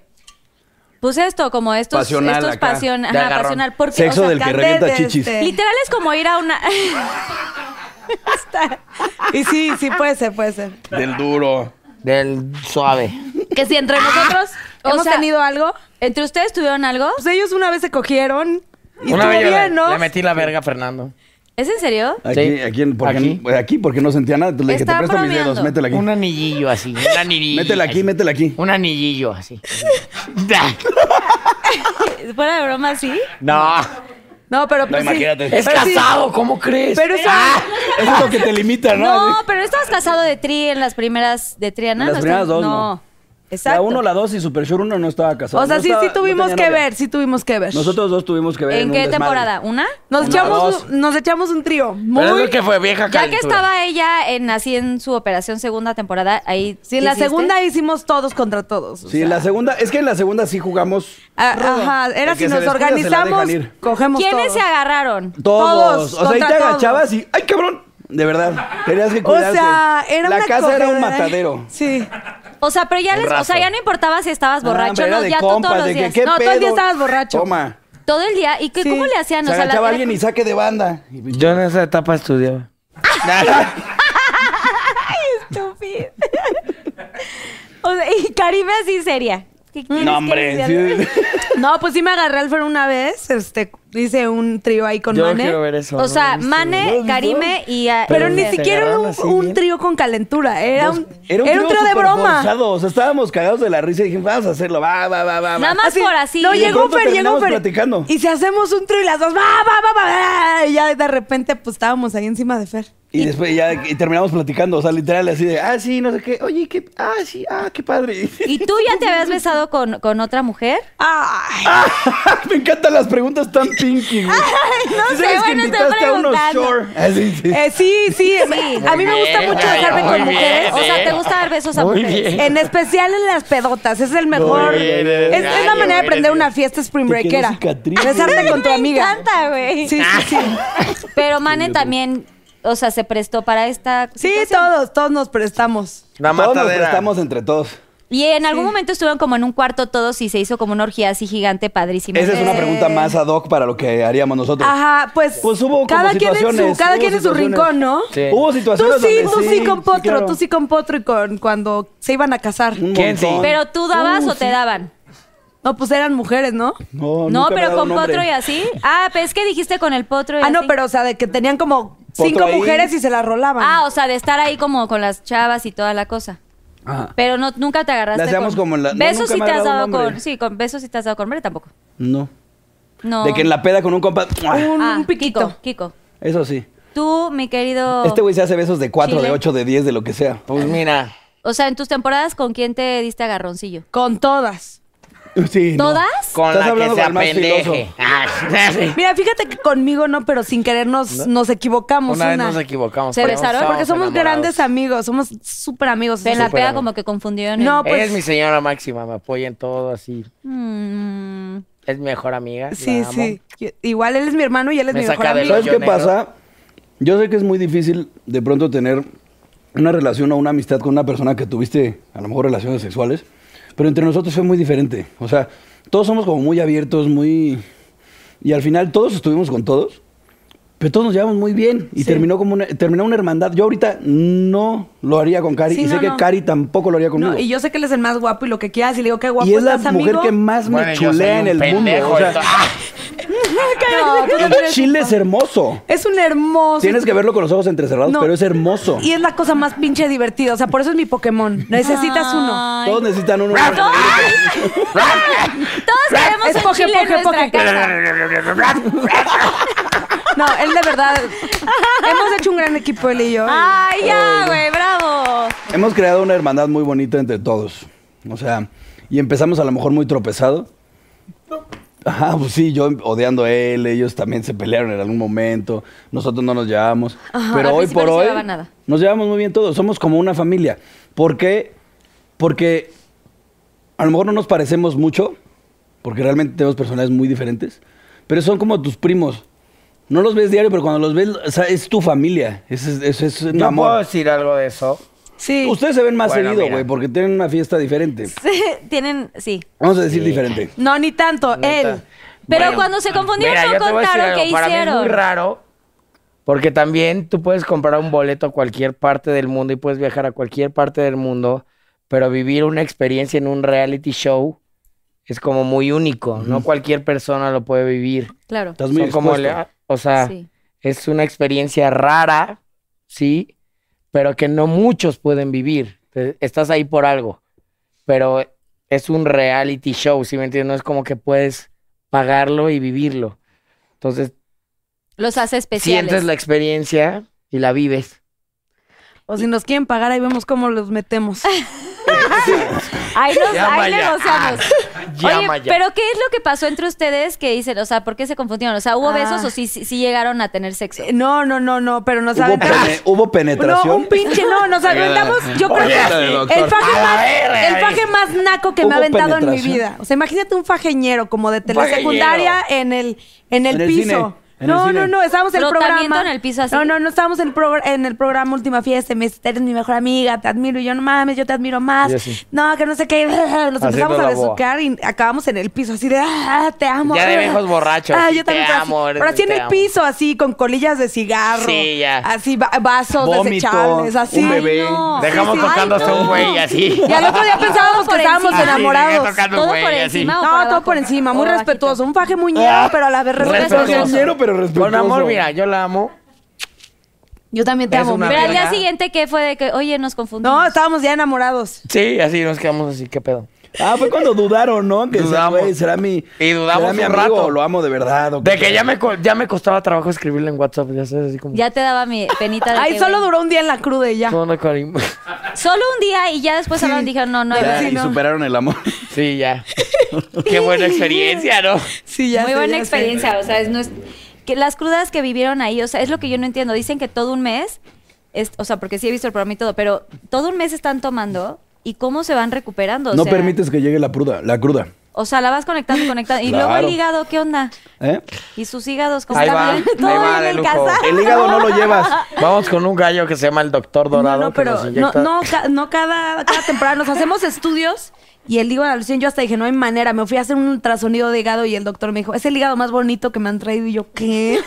Pues esto, como estos.
Pasional
estos
acá,
pasión,
de
ajá,
agarrón.
pasional. Porque,
Sexo
o sea, este,
del que
candé
revienta
de
chichis.
este.
Literal es como ir a una. Está-
Y sí, sí puede ser, puede ser.
Del duro.
Del suave.
Que si entre nosotros o
¿Hemos
sea,
tenido algo?
¿Entre ustedes tuvieron algo?
Pues ellos una vez se cogieron. Y
Una vez
estuvo
yo le-
bien, ¿no?
le metí la verga a Fernando.
¿Es en serio?
Aquí,
Sí.
aquí, en- porque,
Aquí.
aquí. porque no sentía nada. Entonces le dije, te
Está
presto mis
bromeando.
dedos, métela aquí.
Un anillillo así, un anillillo.
Métela aquí,
así.
métela aquí.
Un anillillo así.
Fuera de broma, sí.
no.
No, pero
No,
pues sí.
imagínate.
Es
Pero sí.
casado, ¿cómo crees?
Pero eso-
Eso es lo que te limita, ¿no?
No, pero estabas casado de Tri en las primeras de Triana.
En las primeras dos, no.
Exacto.
La 1, la 2 y Super Sure 1 no estaba casado.
O sea,
No
sí,
estaba-
sí
no
tuvimos
tenía
que
novia.
ver, sí tuvimos que ver.
Nosotros dos tuvimos que ver.
¿En
un
qué
desmadre.
temporada? ¿Una?
nos,
Una,
echamos,
dos.
un- nos echamos un trío.
Pero eso
Muy.
es que fue vieja
Ya que
calentura.
estaba ella en así en su operación segunda temporada, ahí.
Sí, en la
¿hiciste?
segunda hicimos todos contra todos. o
Sí, en la segunda. Es que en la segunda sí jugamos
Ah, ajá, era
El que
si
se
nos
descuida, se la
organizamos,
dejan ir.
cogemos
¿Quiénes
todos.
se agarraron?
todos.
Todos,
o sea, ahí te
contra todos.
agachabas y. ¡Ay, cabrón! De verdad. Tenías que
O
cuidarte.
sea, era
La
una Ah,
casa era un
cogedera. ¿eh?
matadero.
Sí.
O sea, pero ya
Un
les, o sea,
rato.
ya no importaba si estabas borracho
Ah,
o
era
no,
de
ya tú
compas,
todos los
de que,
días.
¿qué
No, todo el día
pedo?
estabas borracho.
Toma.
Todo el día. ¿Y qué,
Sí.
cómo le hacían?
Se
O sea,
agachaba
la-
alguien y saque de banda. Y-
Yo en esa etapa estudiaba.
Estúpido. o sea, y Karime así seria. ¿Qué quieres que
No, hombre.
sea?
sí.
No, pues sí me agarré al Fer una vez. Este, hice un trío ahí con
Yo
Mane.
quiero ver eso.
O sea,
¿no?
Mane, Karime y... ah,
Pero
y
ni
Fer.
se
siquiera era
agarraron
un,
así,
un
bien.
trío con calentura. Era un, era un, trío, de
súper
broma.
forzado, O sea, estábamos cagados de la risa y dijimos, vamos a hacerlo, va, va, va, va.
Nada
va.
más por así.
Ah, No,
Y de
llegó
pronto
Fer, llegó
terminamos
Fer.
platicando.
Y si hacemos un trío y las dos, va, va, va, va, va, Y ya de repente, pues estábamos ahí encima de Fer.
Y después ya y terminamos platicando, o sea, literal así de, ah, sí, no sé qué, oye, qué, ah, sí, ah, qué padre.
¿Y tú ya te habías besado con, con otra mujer?
Ay,
Me encantan las preguntas tan pinky, güey.
no
¿Sí sabes
sé, bueno,
que
estoy
invitaste a unos
preguntando.
shore? Así, sí.
eh, sí, sí. A mí me gusta
bien,
mucho dejarme
muy
con
bien.
mujeres.
O sea, ¿te gusta dar besos a
Muy
mujeres?
bien.
En especial en las pedotas, es el mejor.
Muy bien,
es,
eres
es la
gallo,
manera de
eres
aprender
bien.
una fiesta spring
Te quedó
breakera.
cicatriz,
Besarte
güey.
con tu
Me
amiga.
encanta, güey.
Sí, sí, sí.
Pero Mane también, o sea, se prestó para esta
Sí,
situación.
todos, todos nos prestamos.
La
Todos nos
matadera.
prestamos entre todos.
Y en algún momento estuvieron como en un cuarto todos y se hizo como una orgía así gigante, padrísima.
Esa es una pregunta más ad hoc para lo que haríamos nosotros.
Ajá, pues.
Pues hubo como
cada quien en su,
situaciones,
cada
hubo
quien en su
situaciones.
rincón, ¿no?
Sí.
Hubo
Tú
situaciones
sí,
donde
tú sí con Potro,
claro.
tú sí con Potro y con cuando se iban a casar.
Un
¿Quién sí?
montón.
Pero tú dabas o te daban.
No, pues eran mujeres, ¿no?
No,
No, nunca me ha
pero
dado
con
un hombre.
potro y así. Ah, pero es que dijiste con el potro y
Ah, no,
así.
pero o sea, de que tenían como cinco
ahí.
mujeres y se las rolaban.
Ah, o sea, de estar ahí como con las chavas y toda la cosa.
Ajá.
Pero no, nunca te agarraste.
La hacíamos
con-
como en la- no,
Besos
nunca
sí
me
te
ha
has
dado
dado
un
con.
hombre.
Sí, con besos sí te has dado con hombre tampoco.
No.
No.
De que en la peda con un compa. ¡mua!
Un-
Ah,
un piquito.
Kiko, Kiko.
Eso sí.
Tú, mi
Oh.
querido.
Este güey se hace besos de 4,
Chile.
de 8, de 10, de lo que sea.
Pues mira,
O sea, en tus temporadas, ¿con quién te diste agarroncillo?
Con todas.
Sí. no.
¿Todas?
con
Estás
la que
hablando
se
con el más
apendeje.
filoso.
Ah, sí.
Mira, fíjate que conmigo no, pero sin querer nos, nos equivocamos.
Una
Una,
vez nos equivocamos.
¿Se
pero
besaron?
estábamos
Porque somos
enamorados.
grandes amigos, somos súper amigos.
Pero en la
Súper
peda
amigo.
como que confundieron. el-
No,
Ella
pues-
es mi señora máxima, me apoya en todo así.
Mm,
Es mi mejor amiga. la
Sí,
amo.
sí. Yo- Igual él es mi hermano y él es
Me
mi mejor
saca de
amigo.
¿Sabes
Yo
qué
negro.
pasa? Yo sé que es muy difícil de pronto tener una relación o una amistad con una persona que tuviste a lo mejor relaciones sexuales, pero entre nosotros fue muy diferente. O sea, todos somos como muy abiertos, muy... Y al final todos estuvimos con todos, pero todos nos llevamos muy bien y terminó como una, terminó una hermandad. Yo ahorita no lo haría con Cari
Sí,
y sé
no,
que
no.
Cari tampoco lo haría conmigo.
No, y yo sé que él es el más guapo y lo que quieras. Y le digo, qué guapo
Y es la
estás,
mujer
amigo.
que más me
Bueno, yo
chulea
soy
en
un
el
pendejo,
mundo. O sea,
esto- ¡Ah!
No, tú no
el
eres-
chile es hermoso.
Es un hermoso.
Tienes que verlo con los ojos entrecerrados,
No.
pero es hermoso.
Y es la cosa más pinche divertida. O sea, por eso es mi Pokémon. Necesitas
Ah.
uno.
Todos necesitan uno.
Todos queremos
Es
un
poke,
chile en
poke,
nuestra
poke.
casa.
No, él de verdad. hemos hecho un gran equipo, él y yo.
Ay, ya, güey, bravo.
Hemos creado una hermandad muy bonita entre todos. O sea, y empezamos a lo mejor muy tropezado. Ajá, pues sí, yo odiando a él, ellos también se pelearon en algún momento, nosotros no nos llevamos.
Ajá,
pero
al
hoy
principio
por
no se
hoy
llevaba nada.
nos llevamos muy bien todos, somos como una familia. ¿Por qué? Porque a lo mejor no nos parecemos mucho, porque realmente tenemos personalidades muy diferentes, pero son como tus primos. No los ves diario, pero cuando los ves, o sea, es tu familia, es, es, es un
Yo
amor.
puedo decir algo de eso.
Sí.
Ustedes se ven más
Bueno,
seguido,
mira.
güey, porque tienen una fiesta diferente.
Sí, Tienen, sí.
Vamos a decir diferente.
No, ni tanto. Él.
Eh, Pero cuando se confundieron
mira,
con
yo te voy a decir
Taro,
algo.
¿qué
Para mí es
hicieron?
muy raro Porque también tú puedes comprar un boleto a cualquier parte del mundo y puedes viajar a cualquier parte del mundo, pero vivir una experiencia en un reality show es como muy único. No cualquier persona lo puede vivir.
Claro.
Estás muy
Son como
expuesto.
la- o sea,
Sí.
es una experiencia rara, sí, pero que no muchos pueden vivir. Te- Estás ahí por algo, pero es un reality show, ¿sí me entiendes? No es como que puedes pagarlo y vivirlo. Entonces,
Los hace especiales.
sientes la experiencia y la vives.
O si nos quieren pagar, ahí vemos cómo los metemos.
Ahí, nos,
Llama
ahí
ya.
negociamos.
Llama
Oye,
ya.
pero ¿qué es lo que pasó entre ustedes que dicen? O sea, ¿por qué se confundieron? O sea, ¿hubo
Ah.
besos o sí, sí, sí llegaron a tener sexo?
No, no, no, no, pero nos
¿Hubo,
aventamos.
pene- hubo penetración.
No, un pinche, no, nos aventamos. Yo creo
Oye,
que el
doctor.
faje,
A la
más,
verga,
el faje
dice.
más naco que me ha
¿Hubo
aventado en mi
penetración?
vida. O sea, imagínate un fajeñero como de
fajeñero.
telesecundaria en el, en el
En el
piso.
cine, en
no,
el cine.
no, no, estábamos en el
Frotamiento
programa.
en el piso así.
No, no, no, estábamos en el, progr- en el programa Última Fiesta. y Me dice, eres mi mejor amiga, te admiro. Y yo, no mames, yo te admiro más.
Y así.
No, que no sé qué. Nos
Haciendo
empezamos a
la boa.
besucar y acabamos en el piso así de, ah, te amo.
Ya de
ah".
viejos borrachos,
Ah,
sí,
yo también.
te
así.
amo, eres
Pero
un
así en
te
el
amo.
piso, así, con colillas de cigarro.
Sí, ya.
Así, va- vasos
Vómito,
desechables, así.
un bebé.
Ay,
no.
Dejamos
Sí, sí.
tocándose
Ay,
un
no.
güey así.
Y al otro día pensábamos que
por
estábamos
encima.
enamorados.
Sí, tocando
¿Todo
güey
por
así.
encima o por
No, todo
abajo?
por encima, muy
O bajito.
respetuoso. Un faje muñero,
Ah.
pero a la vez
Respetuoso.
respetuoso.
Ingeniero, pero respetuoso.
Con amor, mira, yo la amo.
Yo también te
Es
amo.
una
mi
Pero al
vida.
día
Verga.
siguiente, ¿qué fue de que, oye, nos confundimos?
No, estábamos ya enamorados.
Sí, así nos quedamos así, qué pedo.
Ah, fue cuando dudaron, ¿no? Que ese
Dudamos.
güey será mi.
Y dudamos
será mi
un
amigo,
rato.
Lo amo de verdad. o
De
qué
que ya me, co- ya me costaba trabajo escribirle en WhatsApp, ya sabes, así como...
Ya te daba mi penita de
Ay,
que,
solo
güey,
duró un día en la cruda y ya.
¿Qué onda, Karim?
Solo un día y ya después hablaron y dijeron, no, no, hay
Ya,
besos.
y superaron el amor.
Sí, ya. Qué buena experiencia, ¿no?
Sí, ya.
Muy
sé,
buena
ya sé.
experiencia, o sea, es, no es- que las crudas que vivieron ahí, o sea, es lo que yo no entiendo. Dicen que todo un mes, es- o sea, porque sí he visto el programa y todo, pero todo un mes están tomando y cómo se van recuperando. o
no
sea,
permites que llegue la cruda. La cruda.
O sea, la vas conectando, conectando. Y
Claro.
luego el hígado, ¿qué onda?
¿eh?
Y sus hígados, ¿cómo
Ahí
está
va,
bien?
ahí
Todo
va
bien
de
en
lujo.
casa.
El hígado no lo llevas.
Vamos con un gallo que se llama el Doctor Dorado.
No, no,
que
pero
nos
no,
inyecta-
no, ca- no cada, cada temporada nos hacemos estudios y el hígado de alucinación yo hasta dije, no hay manera, me fui a hacer un ultrasonido de hígado y el doctor me dijo, es el hígado más bonito que me han traído y yo, ¿qué?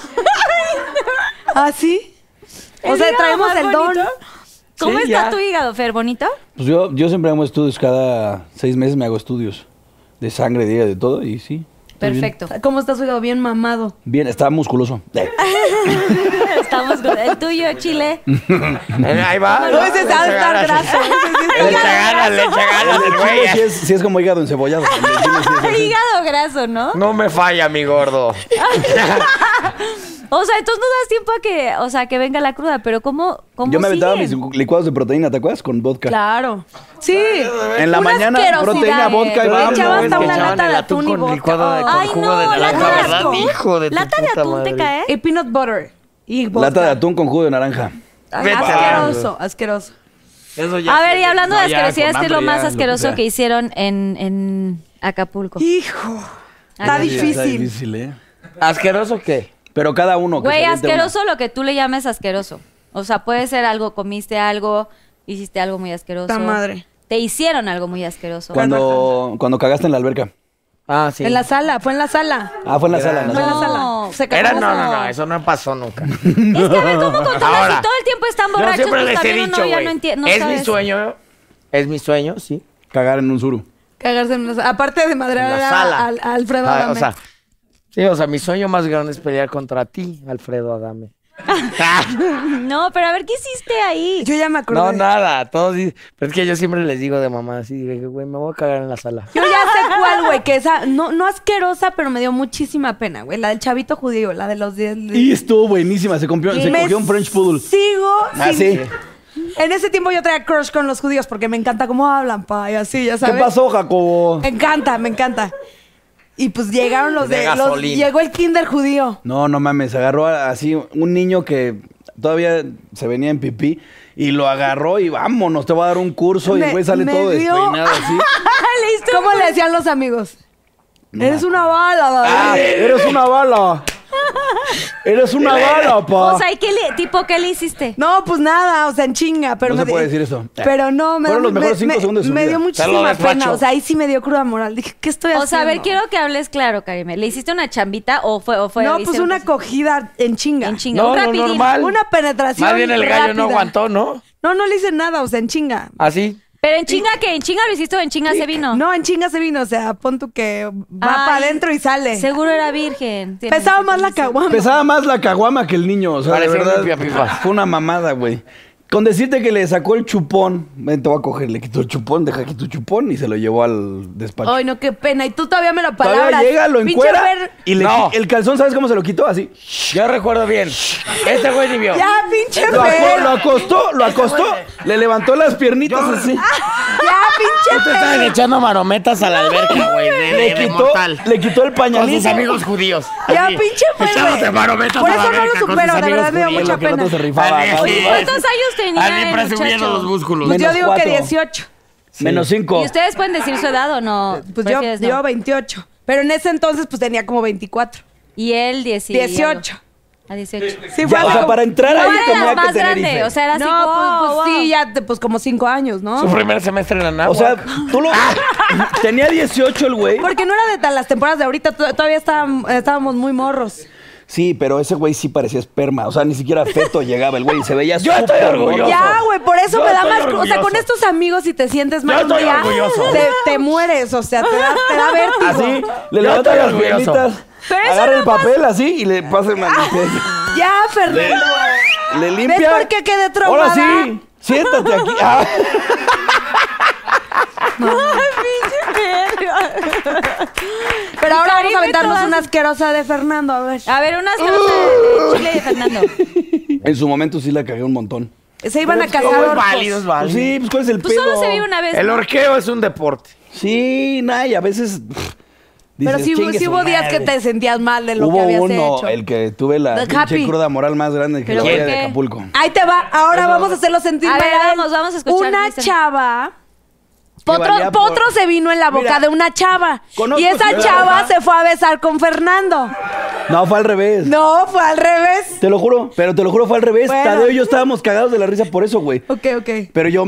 ¿Ah, sí? O
¿El
sea,
hígado
traemos
más
el don.
bonito? ¿Cómo
Sí,
está
ya.
tu hígado, Fer? ¿Bonito?
Pues yo, yo siempre hago estudios. Cada seis meses me hago estudios de sangre, de, hígado, de todo. Y sí. estoy bien.
Perfecto.
¿Cómo está su hígado? Bien mamado.
Bien, está musculoso. Eh.
Estamos con el tuyo, Chile.
Eh, Ahí va.
No, ese
Le
es
echa
estar
ganas.
graso.
Le echa ganas, le echa ganas el
Sí, sí
güey.
es, sí es como hígado encebollado. El chile sí es así.
Hígado graso, ¿no?
No me falla, mi gordo.
O sea, entonces no das tiempo a que, o sea, que venga la cruda, pero ¿cómo, cómo
Yo me aventaba mis
siguen?
licuados de proteína, ¿te acuerdas? Con vodka.
Claro. Sí.
En la
Una
mañana,
asquerosidad,
proteína,
eh.
vodka y
Pero
vamos.
echaba hasta
Que
una
echaban
lata
el
de
atún
atún y
con
vodka.
licuado de- con
Ay,
jugo
no,
de naranja,
lata de
¿verdad,
atún.
hijo de tu
Lata de
puta
atún te
madre?
cae.
¿Eh? Y peanut butter. Y vodka.
Lata de atún con jugo de naranja.
Ay,
Vete a la-
Asqueroso, asqueroso.
Eso ya
A
se-
ver, y hablando
No,
de
ya,
asquerosidades,
con
¿qué es lo
hambre,
más
ya,
asqueroso
sea.
que hicieron en, en Acapulco?
Hijo. Está
Ay,
Está
difícil.
difícil, ¿eh?
¿Asqueroso qué?
Pero cada uno. que
Güey,
se aviente
asqueroso lo que tú le llames asqueroso. O sea, puede ser algo, comiste algo, hiciste algo muy asqueroso.
Ta madre.
Te hicieron algo muy asqueroso.
una. Cuando, cuando cagaste en la alberca.
Ah, sí.
En la sala, fue en la sala.
Ah, fue en la
Era-
sala. en la
Fue en la
sala.
No.
sala. Se cagó
Era,
la
no, no,
sala.
no, eso no pasó nunca.
Es que a ver, ¿cómo controlas
Ahora,
si todo el tiempo están
Yo
borrachos?
siempre
Pues
les he
también uno
dicho,
ya
güey,
no entiende, no
es mi
sabes.
sueño, es mi sueño, sí.
Cagar en un suru.
Cagarse en la sala. Aparte de
En
madrear
la
a,
sala.
al- a Alfredo
Ah,
Adame.
o sea, sí, o sea, mi sueño más grande es pelear contra ti, Alfredo Adame.
No, pero a ver, ¿qué hiciste ahí?
yo ya me acordé.
no, nada, todos di- pero es que yo siempre les digo de mamá así, de que, güey, me voy a cagar en la sala.
Yo ya sé cuál, güey, que esa, no, no asquerosa, pero me dio muchísima pena, güey. La del chavito judío, la de los 10.
Y estuvo buenísima. Se, compió- se
Me
cogió un French Poodle.
Sigo.
Ah,
sin-
sí.
En ese tiempo yo traía crush con los judíos porque me encanta cómo hablan, pa, y así, ya
¿Qué
sabes.
pasó, Jacobo?
Me encanta, me encanta. Y pues llegaron los
De
de. los-
gasolina.
llegó el kinder judío.
No, no mames. Agarró a- así un niño que todavía se venía en pipí y lo agarró y vámonos, te voy a dar un curso. y
Me-
el güey sale
me
todo
dio-
despeinado así.
¿Cómo le decían los amigos? Eres una bala, David.
Ah,
¡Ah! ¡Eres una bala! Eres una bala,
Oh.
pa.
O sea, ¿y qué le, tipo, qué le hiciste?
No, pues nada, o sea, en chinga. Pero
No
me
se
di-
puede decir eso.
Pero no, me, da-
Fueron los mejores
me-
cinco
me-
segundos de su
me
vida.
Te
dio
lo
muchísima
despacho.
pena. O sea, ahí sí me dio cruda moral. Dije, ¿qué estoy haciendo?
O sea, a ver, quiero que hables claro, Karime. ¿Le hiciste una chambita o fue... O fue
No, pues
hicieron
una
cosas?
cogida en chinga.
En chinga.
No,
un
no,
rapidín.
normal.
Una penetración
Más bien el gallo no
rápida.
aguantó, ¿no?
No, no le hice nada, o sea, en chinga.
Así.
Pero en chinga, ¿qué? ¿En chinga lo hiciste o en chinga se vino?
No, en chinga se vino, o sea, pon tú que va
Ay,
para adentro y sale.
Seguro era virgen. Tiene-
Pesaba más la caguama.
Pesaba más la caguama que el niño. O sea, de
Parecía un
verdad,
limpiapipas.
fue una mamada, güey. Con decirte que le sacó el chupón. Ven, te voy a coger. Le quitó el chupón, deja aquí tu chupón y se lo llevó al despacho.
Ay, no, qué pena. Y tú todavía me lo
Todavía
palabras.
llega, lo
Pinche
encuera
Fer-
y le
No.
qui- el calzón, ¿sabes cómo se lo quitó? Así.
Yo recuerdo bien. Este güey ni vio.
Ya, pinche
Lo, aco-
Fer.
lo acostó, lo acostó, le levantó las piernitas así.
Ya, pinche
Te estaban echando marometas a la alberca, güey. De, de,
Le
de
quitó,
mortal.
le quitó el
Con sus
pañalito.
amigos judíos.
Ya,
Así,
pinche Fer,
echándote
güey.
marometas
Por
a la
eso no lo
alberca con sus
supero, de
amigos
verdad me dio
judíos.
mucha
Lo que el otro se
pena.
rifaba.
Así,
cabrón.
así.
¿Cuántos años tenía
Así
el
presumiendo
muchacho?
los músculos.
Pues yo
Menos
digo
cuatro.
que 18.
Menos cinco.
¿Y ustedes pueden decir su edad o no?
Pues yo,
Prefieres no.
yo 28. Pero en ese entonces, pues tenía como 24.
Y él 10 y algo.
18.
A 18.
Sí,
Ya, o
así
sea,
como-
para entrar
¿Cuál
ahí
era
tenía
la
que
más
tener
grande?
IFE.
O sea, era así,
No,
wow,
pues, pues,
wow.
sí, ya te- pues como 5 años,
Su
¿no?
primer semestre en la
O sea, tú lo.
Ah.
tenía 18 el güey.
Porque no era de tan las temporadas de ahorita, to- todavía estábamos, estábamos muy morros.
Sí, pero ese güey sí parecía esperma. O sea, ni siquiera feto llegaba el güey. y Se veía Yo
estoy orgulloso.
Ya, güey, por eso
Yo
me da
estoy
más. cru- O sea,
orgulloso.
con estos amigos, si te sientes mal, un
estoy
día,
orgulloso.
te, te mueres, o sea, te da, te da vértigo.
Así, le
Yo
levanta
estoy
las
orgulloso.
piernitas,
Pero eso
agarra
no
el papel así y le pasa el manifiesto.
Ya, Fernando.
Le limpia.
por qué quedé traumada?
Ahora sí, siéntate aquí. Ah,
Pero ahora vamos
Karime,
a aventarnos
todas-
una asquerosa de Fernando, a ver.
A ver, unas cosas de Chile y de Fernando.
en su momento sí la cagué un montón.
Se iban a casar.
Válidos, válidos.
orcos.
Pues sí, pues ¿cuál es el
Pues
pedo?
solo se vive una vez.
El
¿no?
orqueo es un deporte.
Sí, nada, y a veces. pff,
Pero
dices,
sí,
"Chingue
sí
su
hubo días que
madre".
te sentías mal de lo
Hubo
que habías
uno,
hecho.
el que tuve la
The
pinche
Happy.
cruda moral más grande que
¿Pero
la
por
playa de
qué?
Acapulco.
Ahí te va, ahora vamos a hacerlo sentir
A
mal.
ver,
él.
vamos, vamos a escuchar,
Una
dicen.
chava.
Que
Potro,
valía por-
Potro se vino en la boca
Mira,
de una chava.
conozco
Y esa
señora,
chava
ajá.
se fue a besar con Fernando.
No, fue al revés.
Ah. No, fue al revés.
Te lo juro, pero te lo juro, fue al revés.
Bueno.
Tadeo y yo estábamos cagados de la risa por eso, güey.
Ok, ok.
Pero yo,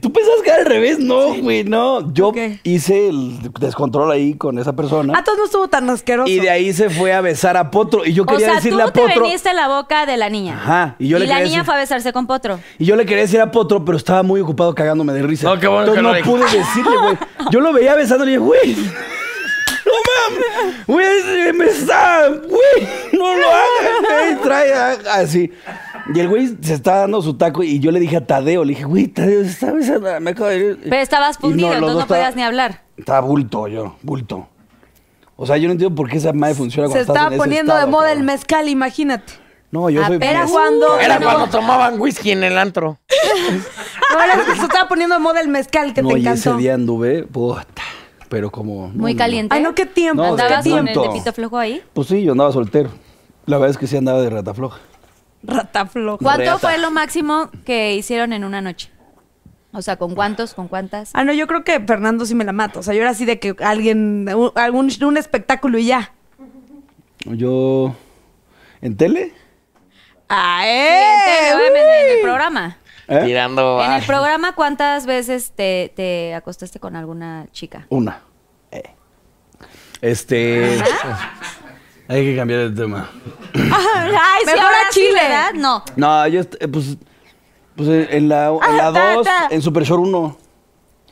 ¿tú pensabas que era al revés? No, güey, no. Yo
Ok.
hice el descontrol ahí con esa persona.
A todos Ah, no estuvo tan asqueroso.
Y de ahí se fue a besar a Potro. Y yo
O
quería
sea, tú
decirle a
te
Potro.
veniste a la boca de la niña.
Ajá, y yo le
la
quería
niña
decir-
fue a besarse con Potro.
Y yo le quería decir a Potro, pero estaba muy ocupado cagándome de risa.
No, qué bueno
Entonces
que
no
lo dije.
pude decirle, güey. Yo lo veía besando y dije, güey. No mames. Güey, eh, me está. Güey, no lo hagas, güey. Trae a- así. Y el güey se está dando su taco y yo le dije a Tadeo, le dije, güey, Tadeo se está besando. Me acabo de.
Pero estabas
Y no,
fundido,
los
entonces
dos
no podías
estaba-
ni hablar.
Estaba bulto yo, bulto. O sea, yo no entiendo por qué esa madre funciona
se
cuando estás
estaba
en ese
poniendo de
estado,
moda el
cabrón.
mezcal, imagínate.
No, yo
Ah,
soy.
pero
Era
mezcal.
cuando.
Era
no,
cuando tomaban whisky en el antro.
no, era que se estaba poniendo de moda el mezcal que
no,
te
y
encantó.
ese día anduve, puta, pero como... no,
Muy
no, no.
caliente.
Ay, no, qué tiempo. pues,
No,
qué
Andabas con el
tiempo.
punto.
tepito flojo ahí.
Pues sí, yo andaba soltero. La verdad es que sí andaba de rata floja.
Rataflo.
¿Cuánto
Reata.
fue lo máximo que hicieron en una noche? O sea, ¿con cuántos? ¿Con cuántas?
Ah, no, yo creo que Fernando sí me la mata. O sea, yo era así de que alguien, u- algún un espectáculo y ya.
Yo... ¿En tele?
¡Ah,
Gente,
eh!
obviamente, en el programa.
¿Eh?
Tirando.
En el
ay.
programa, ¿cuántas veces te, te acostaste con alguna chica?
Una. Eh. Este... Hay que cambiar el tema.
Ay,
Mejor a Chile.
¿verdad? No.
No, yo... est- eh, Pues, pues eh, en la 2, en, la
Ah,
ta,
dos,
ta.
en Super Shore 1.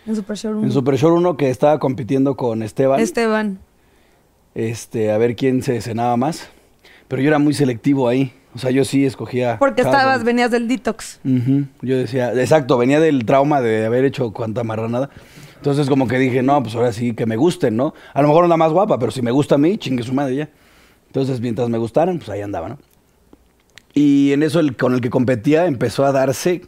En Super Showroom.
En Super Shore 1 que estaba compitiendo con Esteban.
Esteban.
Este, a ver quién se cenaba más. Pero yo era muy selectivo ahí. O sea, yo sí escogía...
Porque
cada
estabas,
familia.
venías del detox.
Ujú, Yo decía, exacto, venía del trauma de haber hecho cuanta marranada. Entonces como que dije, no, pues ahora sí que me gusten, ¿no? A lo mejor no la más guapa, pero si me gusta a mí, chingue su madre ya. Entonces mientras me gustaran, pues ahí andaba, ¿no? Y en eso el, con el que competía empezó a darse,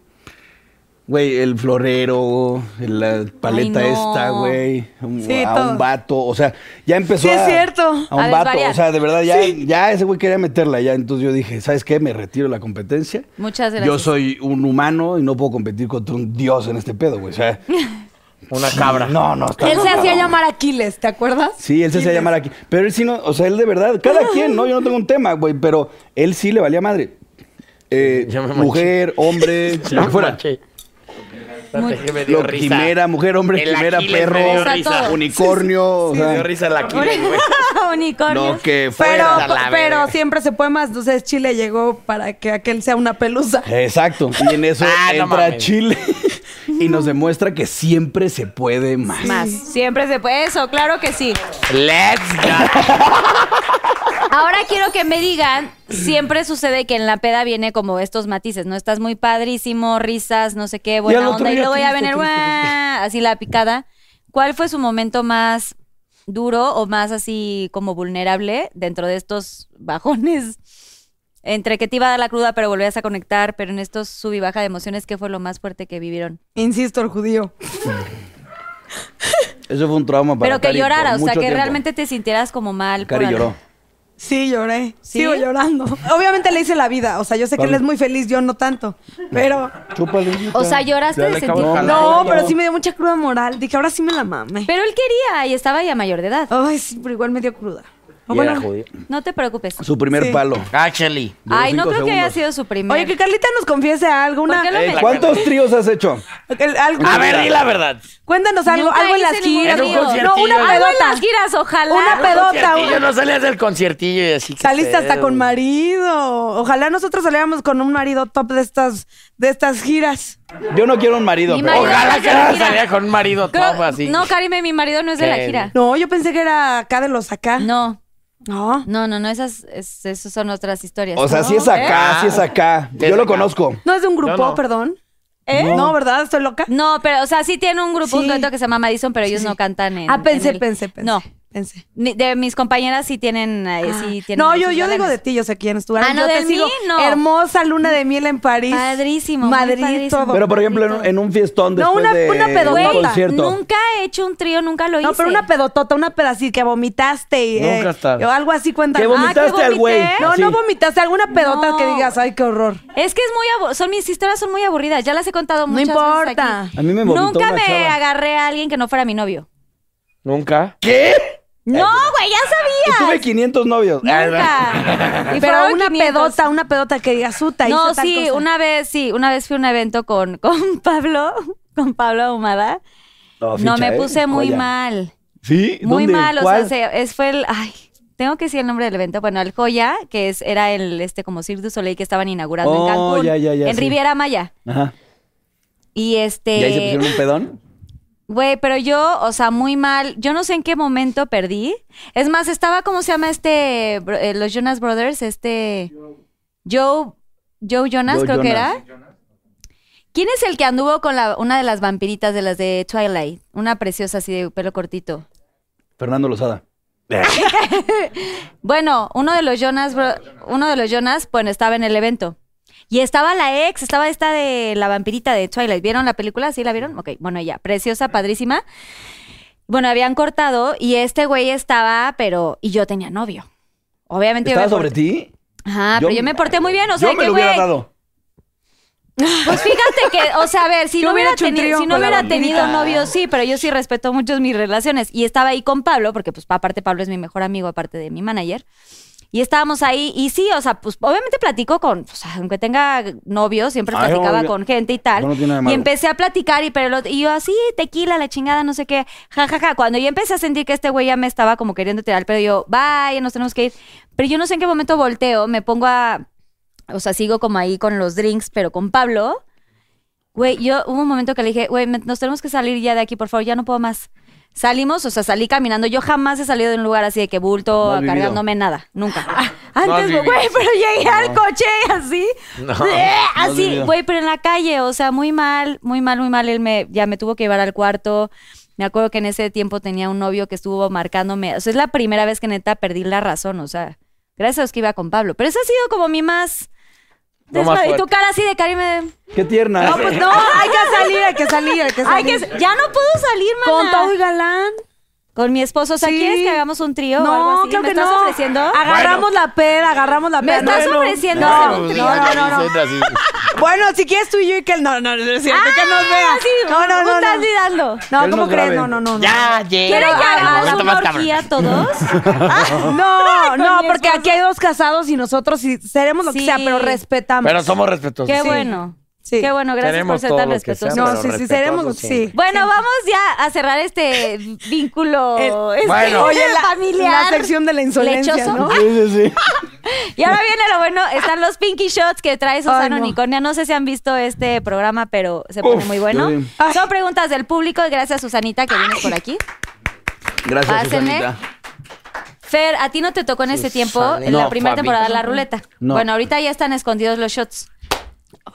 güey, el florero, la paleta
no.
esta, güey, un-
Sí,
a
todo.
un vato, o sea, ya
Sí,
empezó
es
a,
cierto.
a un
A
vato,
desvariar.
o sea, de verdad ya, ya ese güey quería meterla ya, entonces yo dije, ¿sabes qué? Me retiro de la competencia.
Muchas
Yo
gracias.
soy un humano y no puedo competir contra un dios en este pedo, güey. O sea,
Una cabra.
No, no, está
Él se
loco.
hacía llamar Aquiles, ¿te acuerdas?
Sí, él se hacía llamar aquí. Pero él sí no, o sea, él de verdad, cada quien, ¿no? Yo no tengo un tema, güey, pero él sí le valía madre. Eh,
Ya me manché.
mujer, hombre, lo que fuera.
Manche. Espérate, me dio
Lo,
risa.
quimera, mujer, hombre,
El
quimera,
Aquiles
perro,
Me dio
sea,
risa.
todo.
unicornio. o sea,
Me dio risa el Aquiles, güey.
Unicornio.
Lo que
Pero,
fuera.
a la
pero
verga.
siempre se puede más. Entonces Chile llegó para que aquel sea una pelusa.
Exacto. Y en eso
Ah, no
entra
mames.
Chile y nos demuestra que siempre se puede más.
Más. Siempre se puede. Eso, claro que sí.
Let's go.
Ahora quiero que me digan, siempre sucede que en la peda viene como estos matices, ¿no? Estás muy padrísimo, risas, no sé qué,
al
buena
otro
onda, y
día
luego ya
triste,
venir,
triste,
"Guau", así la picada. ¿Cuál fue su momento más duro o más así como vulnerable dentro de estos bajones? Entre que te iba a dar la cruda, pero volvías a conectar, pero en estos sub y baja de emociones, ¿qué fue lo más fuerte que vivieron?
Insisto, el judío.
Eso fue un trauma para
pero que
Cari por
llorara, o sea,
mucho
que
tiempo.
realmente te sintieras como mal. por
Cari
algo.
lloró.
Sí, lloré.
¿Sí?
Sigo llorando. Obviamente le hice la vida. O sea, yo sé que
Vale.
él es muy feliz, yo no tanto. Pero.
Chúpale.
O sea, lloraste
Ya
de
le
sentir.
acabo de jalar.
No, pero sí me dio mucha cruda moral. Dije, ahora sí me la mame.
Pero él quería y estaba ya mayor de edad.
Ay, sí, pero igual me dio cruda.
Y
Bueno,
era judío.
No te preocupes.
Su primer
Sí.
palo.
Ah, Actually.
Duró
Ay, no
cinco
creo que haya
segundos.
sido su primer.
Oye, que Carlita nos confiese algo.
¿Por
Una,
qué lo
Ey,
metí?
¿Cuántos tríos has hecho?
el- algo-
A ver, di la verdad.
Cuéntanos algo,
Nunca
algo en las
hice ningún
giras.
En un
algo- No, una
conciertillo.
Algo en
pedota.
las giras, ojalá.
Una pedota.
Conciertillo,
una-
no salías del conciertillo y así. ¿qué
Saliste hasta
pedo?
con marido. Ojalá nosotros saliéramos con un marido top de estas, de estas giras.
Yo no quiero un marido,
Mi
pero
marido.
Ojalá que no
Mira.
salía con un marido
Creo-
top así.
No, Karime, mi marido no es de la
¿Qué?
gira.
No, yo pensé que era acá de los acá.
No,
No.
no, no, no, esas, es- esas son otras historias.
O sea, si es acá,
¿Eh?
si es acá.
Sí es
Yo lo
acá.
conozco.
No es de un grupo,
No, no.
perdón. ¿Eh? No. ¿verdad? Estoy loca.
No, pero, o sea, sí tiene un grupo, un
Sí.
dueto que se llama Madison, pero ellos no cantan en.
ah, pensé,
en el-
pensé, pensé.
No.
Pensé.
Mi- De mis compañeras sí tienen. eh,
Ah.
sí tienen
no, yo,
sus
yo digo
galanes.
de ti, yo sé quién es tu galán.
Ah, no,
Yo te
de mí,
sigo.
no.
Hermosa luna de miel en París.
Padrísimo, muy
Madrid,
padrísimo.
todo.
Pero, por ejemplo, en un, en un fiestón
No,
después
una-
Pues de
una pedotota.
un
Güey,
concierto.
nunca he hecho un trío, nunca lo hice.
no, pero una pedotota, una pedacita que vomitaste y
Nunca
eh,
está.
o algo así cuenta.
Que vomitaste al güey.
No,
Así.
no vomitaste, alguna pedota
No.
que digas, ay, qué horror.
Es que es muy abu- son mis historias son muy aburridas, ya las he contado
No
muchas veces
importa.
aquí.
A mí me vomitó
Nunca
una
me
chava.
agarré a alguien que no fuera mi novio.
Nunca.
¿Qué?
No, güey, ya
Tuve
sabía.
500 novios.
Nunca. Y
Pero
fueron
una
500.
pedota, una pedota que digas, suta,
No,
hice tal
sí,
cosa".
una vez, sí, una vez fui a un evento con, con Pablo, con Pablo Ahumada.
No,
no,
ficha,
me
¿eh?
puse muy
Joya.
mal.
¿Sí?
Muy
¿Dónde?
mal, o
¿Cuál?
sea, se- es, fue el, ay, tengo que decir el nombre del evento, bueno, el Joya, que es, era el, este, como Cirque du Soleil que estaban inaugurando
Oh,
en Cancún,
ya, ya, ya,
en
sí.
Riviera Maya,
Ajá.
y este...
¿Y ahí se pusieron un pedón?
Güey, pero yo, o sea, muy mal. Yo no sé en qué momento perdí. Es más, estaba, ¿cómo se llama este? bro- eh, los Jonas Brothers, este. Joe. Joe Jonas,
Joe
creo que
Jonas.
era. ¿Quién es el que anduvo con la, una de las vampiritas de las de Twilight? Una preciosa así de pelo cortito.
Fernando Lozada.
Bueno, uno de los Jonas, bro- uno de los Jonas, bueno, estaba en el evento. Y estaba la ex, estaba esta de la vampirita de Twilight. ¿Vieron la película? ¿Sí la vieron? Ok, bueno, ya, preciosa, padrísima. Bueno, habían cortado y este güey estaba, pero. Y yo tenía novio. Obviamente yo.
¿Estaba
me
sobre
porté-
ti?
Ajá, pero yo me porté muy bien, o sea,
Yo me
que
lo hubiera
güey.
dado.
Pues fíjate que, o sea, a ver, si
Yo
no
hubiera
hubiera,
hecho un
tenido,
trío
si no
con la
hubiera
vampirita.
tenido novio, sí, pero yo sí respeto mucho mis relaciones. Y estaba ahí con Pablo, porque pues aparte Pablo es mi mejor amigo, aparte de mi manager. Y estábamos ahí, y sí, o sea, pues obviamente platico con, o sea, aunque tenga novio, siempre
Ay,
platicaba
obvio.
con gente y tal.
No, no tiene nada de
y
malo.
empecé a platicar, y, pero el otro- y yo así, tequila, la chingada, no sé qué, jajaja. Cuando yo empecé a sentir que este güey ya me estaba como queriendo tirar, pero yo, vaya, nos tenemos que ir. Pero yo no sé en qué momento volteo, me pongo a, o sea, sigo como ahí con los drinks, pero con Pablo. Güey, yo hubo un momento que le dije, güey, me- nos tenemos que salir ya de aquí, por favor, ya no puedo más. Salimos, o sea, salí caminando. Yo jamás he salido de un lugar así de que bulto,
No has vivido.
cargándome nada, nunca.
No has
Antes,
vivido.
güey, pero llegué al coche así,
No.
has
así,
vivido.
güey, pero en la calle, o sea, muy mal, muy mal, muy mal. Él me, ya me tuvo que llevar al cuarto. Me acuerdo que en ese tiempo tenía un novio que estuvo marcándome. O sea, es la primera vez que neta perdí la razón, o sea, gracias a Dios que iba con Pablo. Pero esa ha sido como mi más.
Lo más
desmadre. y tu
fuerte.
cara así de Karim. eh, de-
Qué tierna.
No, pues no, hay que salir, hay que salir, hay que salir.
Ay, que s- ya no puedo salir, mana.
Con todo y galán.
Con mi esposo. O sea,
Sí.
¿quieres que hagamos un trío o algo
No,
así?
claro
¿Me
que
estás
no.
ofreciendo?
Agarramos la peda, agarramos la
¿Me
peda.
estás
Bueno.
ofreciendo
No,
hacer un
pues,
trío?
no, no, no.
sí, entra así.
Bueno, si quieres tú y yo y que él. No, no, no es cierto, que nos vea.
Ah, sí,
no, no,
¿cómo
no.
estás
No,
lidando?
no
Que él
¿cómo
nos
crees?
grabe.
No, no, no. no.
Ya, llega.
¿Quieren que
el
hagamos
momento
una
más cabrón.
orgía todos?
No,
Con
no,
mi
porque
esposo.
aquí hay dos casados y nosotros sí, seremos lo que
Sí.
sea, pero respetamos.
Pero somos respetuosos.
Qué
Sí.
bueno.
Sí.
Qué bueno,
Pues
gracias
Tenemos
por ser
todo
tan
lo que sea,
respetuoso.
No,
pero
sí, sí,
respetuosos
seremos.
siempre.
Sí.
Bueno, vamos ya a cerrar este vínculo
El-
este,
Bueno.
Oye, la,
familiar.
la sección de la insolencia,
lechoso.
¿no?
Sí, sí, sí.
Y ahora viene lo bueno, están los Pinky Shots que trae Susana
Ay, no.
Unicornia. No sé si han visto este programa, pero se pone
Uf,
muy bueno.
sí.
Ay.
Son preguntas del público. Gracias, Susanita, que vienes por aquí.
Gracias,
Pásenle.
Susanita.
Fer, a ti no te tocó en ese tiempo, en la
No,
primera
Fabi.
temporada, la ruleta.
No.
Bueno, ahorita ya están escondidos los shots.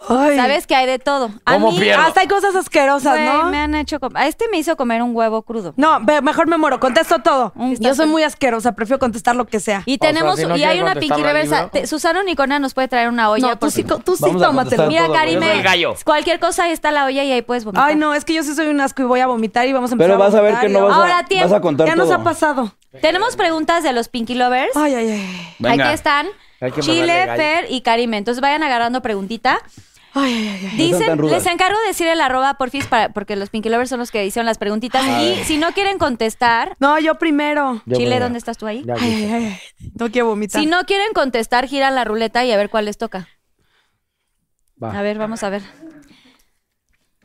Ay,
Sabes que hay de todo. A
¿Cómo
mí,
pierdo?
Hasta hay cosas asquerosas,
güey,
¿no?
me han hecho... com- A este me hizo comer un huevo crudo.
No, ve- mejor me muero, contesto todo.
Un-
Mm, Yo soy muy asquerosa, prefiero contestar lo que sea.
Y
sea,
tenemos,
si no
y
quiere
hay una Pinky
contestarla al
Reversa.
libro.
Te- Susana Unicornia nos puede traer una olla.
no, tú
por
sí,
si-
co- tú sí
Vamos a
tómatelo.
contestar
Mira,
todo,
Karime,
güey.
Yo soy gallo.
cualquier cosa ahí está la olla y ahí puedes vomitar.
Ay, no, es que yo sí soy un asco y voy a vomitar y vamos a empezar
Pero vas a ver
vomitar
que
y
no vas a,
vamos-
Ahora tiempo.
vas a contar
Ya nos
todo.
ha pasado.
Tenemos preguntas de los Pinky Lovers.
Ay, ay, ay.
Venga.
Aquí están
Hay que
Chile,
mandarle gallo.
Fer y Karime. Entonces vayan agarrando preguntita.
Ay, ay, ay, ay.
No sean
Dicen,
tan rudas.
les encargo de decir el arroba porfis para, porque los Pinky Lovers son los que hicieron las preguntitas. Y si no quieren contestar,
No, yo primero.
Yo
Chile,
primero.
¿dónde estás tú ahí?
Ya,
Ay, eh,
güey.
ay, ay. No quiero vomitar.
Si no quieren contestar, giran la ruleta y a ver cuál les toca.
Va.
A ver, vamos a ver.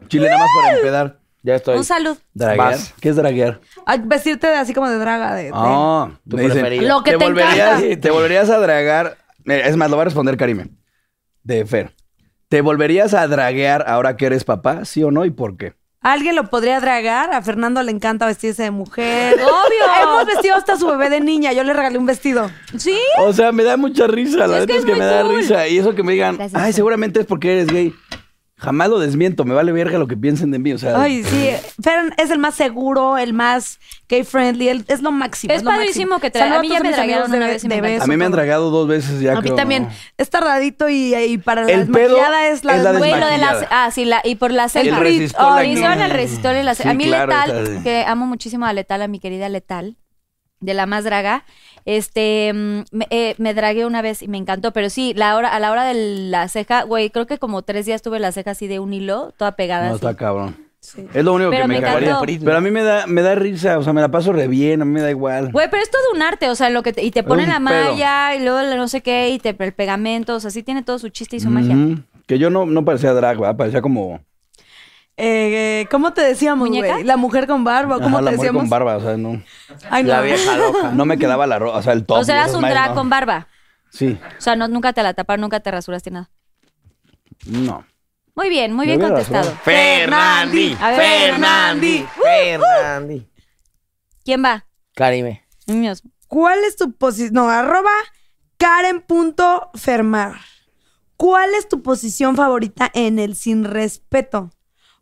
Chile, nada más para empedar.
Ya estoy.
Un salud.
Draguear.
Vas.
¿Qué es draguear?
Ay, vestirte de- así como de draga. De, de-
Ah,
Tu
me dicen,
preferido.
Lo que te
volverías,
encanta.
Te volverías a dragar. Eh, Es más, lo va a responder Karime. De Fer. ¿Te volverías a draguear ahora que eres papá? ¿Sí o no? ¿Y por qué?
Alguien lo podría dragar. A Fernando le encanta vestirse de mujer.
Obvio.
Hemos vestido hasta su bebé de niña. Yo le regalé un vestido.
Sí.
O sea, me da mucha risa. La
Es que
neta
es
es que
muy
me da
cool.
risa. Y eso que me digan,
Gracias,
ay,
Fer.
seguramente es porque eres gay. Jamás lo desmiento. Me vale verga lo que piensen de mí. O sea,
Ay, sí. Fern es el más seguro, el más gay friendly. el- es lo máximo.
Es
lo
padrísimo
máximo.
que tra- a
Saluda
mí
todos
ya me
mis
draguearon
amigos de-
una vez y me
de
encanta.
a mí me
beso,
han
todo.
dragado dos veces ya.
A mí
creo,
también.
¿no?
Es tardadito y, y para la
El pedo
desmaquillada es la
es la
Güey, lo de las.
Desmaquillada.
Ah, sí, la, y por la ceja.
El resistol
Ay,
aquí.
hicieron el resistol y la ceja.
Sí,
a mí,
claro,
Letal,
esa sí.
que amo muchísimo a Letal, a mi querida Letal, de la más draga. Este, mm, me, eh, me dragué una vez y me encantó, pero sí, la hora, a la hora de la ceja, güey, creo que como tres días tuve la ceja así de un hilo, toda pegada.
No,
así.
está cabrón. Es lo único
Ah, Pero
que me,
me
cagaría.
encantó.
Pero a mí me da, me da risa. O sea, me la paso re bien. A mí me da igual.
Güey, pero es todo un arte, o sea, lo que te- y te ponen
un
la
pedo.
malla y luego la no sé qué y te, el pegamento, o sea, sí tiene todo su chiste y su magia.
Ujú. Que yo no, no parecía drag, ¿verdad? Parecía como...
Eh, ¿Cómo te decíamos,
¿Muñeca?
güey? La mujer con barba. ¿Cómo
Ajá,
te
la mujer
decíamos?
con barba, o sea, no.
Ay, no.
La vieja loca.
No me quedaba la ropa, o sea, el top.
O sea,
y
eras
esas
un
madres,
drag
no.
con barba.
Sí,
O sea, no, nunca te la taparon, nunca te rasuraste nada.
no.
Muy bien, muy
Me
bien
hubiera
contestado.
rasurado.
Fernandi.
A ver,
Fernandi. Fernandi.
¿Quién va?
Karime.
Niños.
¿Cuál es tu posición? No, arroba Karen.fermar. ¿Cuál es tu posición favorita en el sin respeto?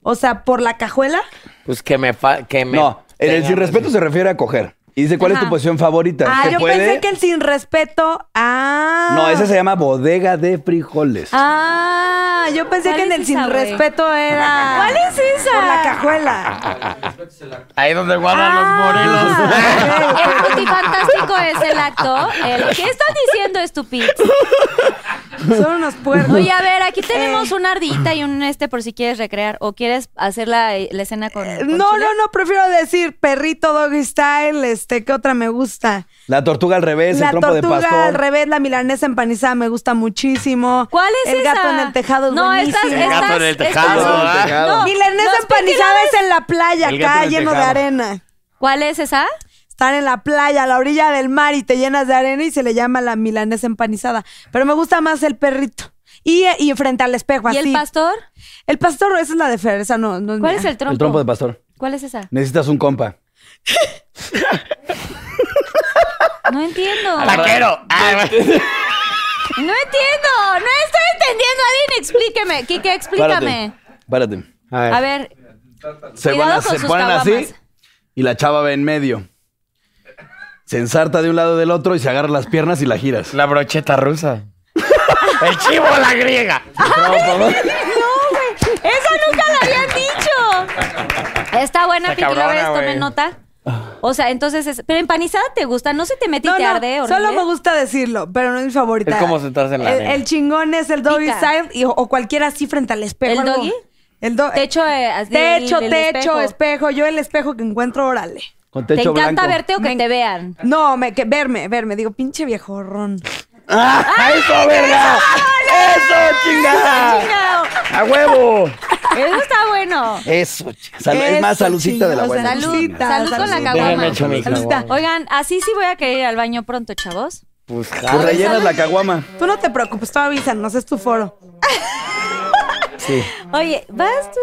O sea, por la cajuela.
Pues que me. fa- Que me
No, en el
tengan
sin respeto
así.
se refiere a coger. Y dice, ¿cuál es
Ajá.
tu posición favorita?
Ah,
¿Se
yo
puede?
pensé que el sin respeto. Ah.
No, esa se llama bodega de frijoles.
Ah, yo pensé
¿Cuál
que en
es
el sin
esa, güey?
respeto era.
¿Cuál es esa?
Por la cajuela.
Ahí donde guardan
Ah.
los morelos.
El putifantástico es el acto. El, ¿Qué estás diciendo, estúpido?
Son unos puercos.
Oye, a ver, aquí
Eh.
tenemos una ardillita y un este por si quieres recrear o quieres hacer la, la escena con. con
Eh, No,
chile.
no, no, prefiero decir perrito doggy style, este, ¿qué otra me gusta?
La tortuga al revés,
la
el trompo de
tortuga al
pastor.
revés, la milanesa empanizada me gusta muchísimo.
¿Cuál es
El gato
esa?
en el tejado es
No,
buenísimo.
estas,
El gato
estas-
en el
estas-
tejado,
El gato en el
no,
tejado.
milanesa
los
empanizada es
piquilares-
en la playa,
El gato
acá
en el
lleno de
tejado.
arena.
¿Cuál es esa?
Están en la playa, a la orilla del mar y te llenas de arena y se le llama la milanesa empanizada. Pero me gusta más el perrito. Y, y frente al espejo,
¿Y
así.
el pastor?
El pastor, esa es la de Fer, esa no, no
¿Cuál
mía.
es el trompo?
El trompo de pastor.
¿Cuál es esa?
Necesitas un compa.
No entiendo. No
Taquero. Ah, güey.
entiendo. No estoy entendiendo. Alguien explíqueme. Kike, explícame.
Párate.
A
Ah.
ver,
Se,
Cuidado
van-
con
se
sus
ponen así
caguamas.
y la chava va en medio. Se ensarta de un lado del otro y se agarra las piernas y la giras.
La brocheta rusa. El chivo a la griega.
Esa nunca la habían dicho. Está buena,
Está
Pinky
cabrona,
Lovers,
güey.
tomen nota. O sea, entonces es. Pero empanizada te gusta, no se te mete y
No,
te
no,
arde, horrible?
solo me gusta decirlo, pero no es mi favorita.
Es como sentarse en la
El,
arena.
el chingón es el doggy
Pica.
style y- o cualquiera así frente al espejo.
¿El
algo.
doggy?
El do-
Techo, eh, así,
techo,
del
techo,
espejo.
espejo. Yo el espejo que encuentro, órale.
Con
¿Te
techo
encanta
blanco.
verte o que te vean?
No, me, que, verme, verme. Digo, pinche viejorrón.
¡Ah, eso, verga! ¡Eso, chingada!
¡Chingado!
¡A huevo!
Eso está bueno.
Eso, chingada. Sal- Es más,
Eso,
salucita de la
chingados,
buena.
Salud, salud con la
saludcita.
caguama.
Déjame echar mi
Saludcita.
caguama.
Oigan, así sí voy a querer ir al baño pronto, chavos.
Pues
Tú
jala.
rellenas la caguama.
Tú no te preocupes, tú avísanos, es tu foro.
Sí.
Oye, ¿vas tú,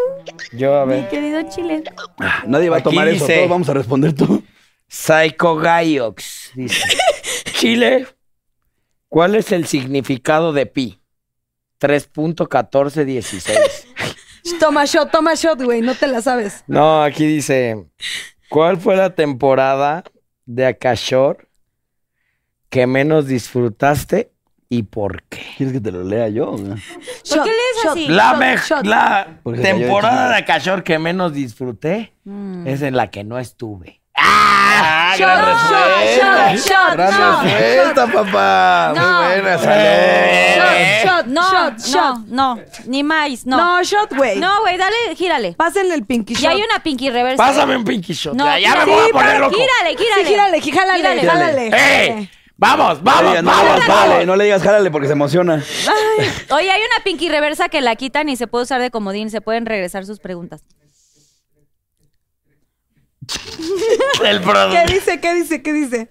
Yo a
mi
ver.
querido chile?
Ah, Nadie va a
Aquí
tomar eso.
dice-
Todos vamos a responder tú.
Psycho Gaiox dice. Chile, ¿cuál es el significado de pi? 3.1416.
Toma shot, toma shot, güey, no te la sabes.
No, aquí dice, ¿cuál fue la temporada de Akashor que menos disfrutaste y por qué?
¿Quieres que te lo lea yo?
¿Por qué lees
shot.
así?
La, mej- la
Porque se cayó de
temporada
chingada.
de Akashor que menos disfruté es en la que no estuve. ¡Ah!
Mm. Shot, shot, shot, shot,
¡Gran
shot,
respuesta, papá!
No.
¡Muy buena, salud!
Eh.
shot, no,
Shot, shot.
no, no, ni más,
No,
no.
shot,
Eh,
güey.
No, güey, dale, gírale.
Pásenle el pinky shot.
Ya hay una pinky reversa.
Pásame un pinky shot.
No,
ya
gírale.
me voy
Sí,
a poner
pero
loco.
Gírale, gírale.
Sí, gírale, gí- jálale,
Gírale.
jálale.
¡Ey! ¡Vamos, vamos,
Oiga, no, le
vamos,
digas,
vamos!
jálale, no le digas jálale porque se emociona.
Oye, hay una pinky reversa que la quitan y se puede usar de comodín. Se pueden regresar sus preguntas.
El produ-
¿Qué dice, qué dice, qué dice?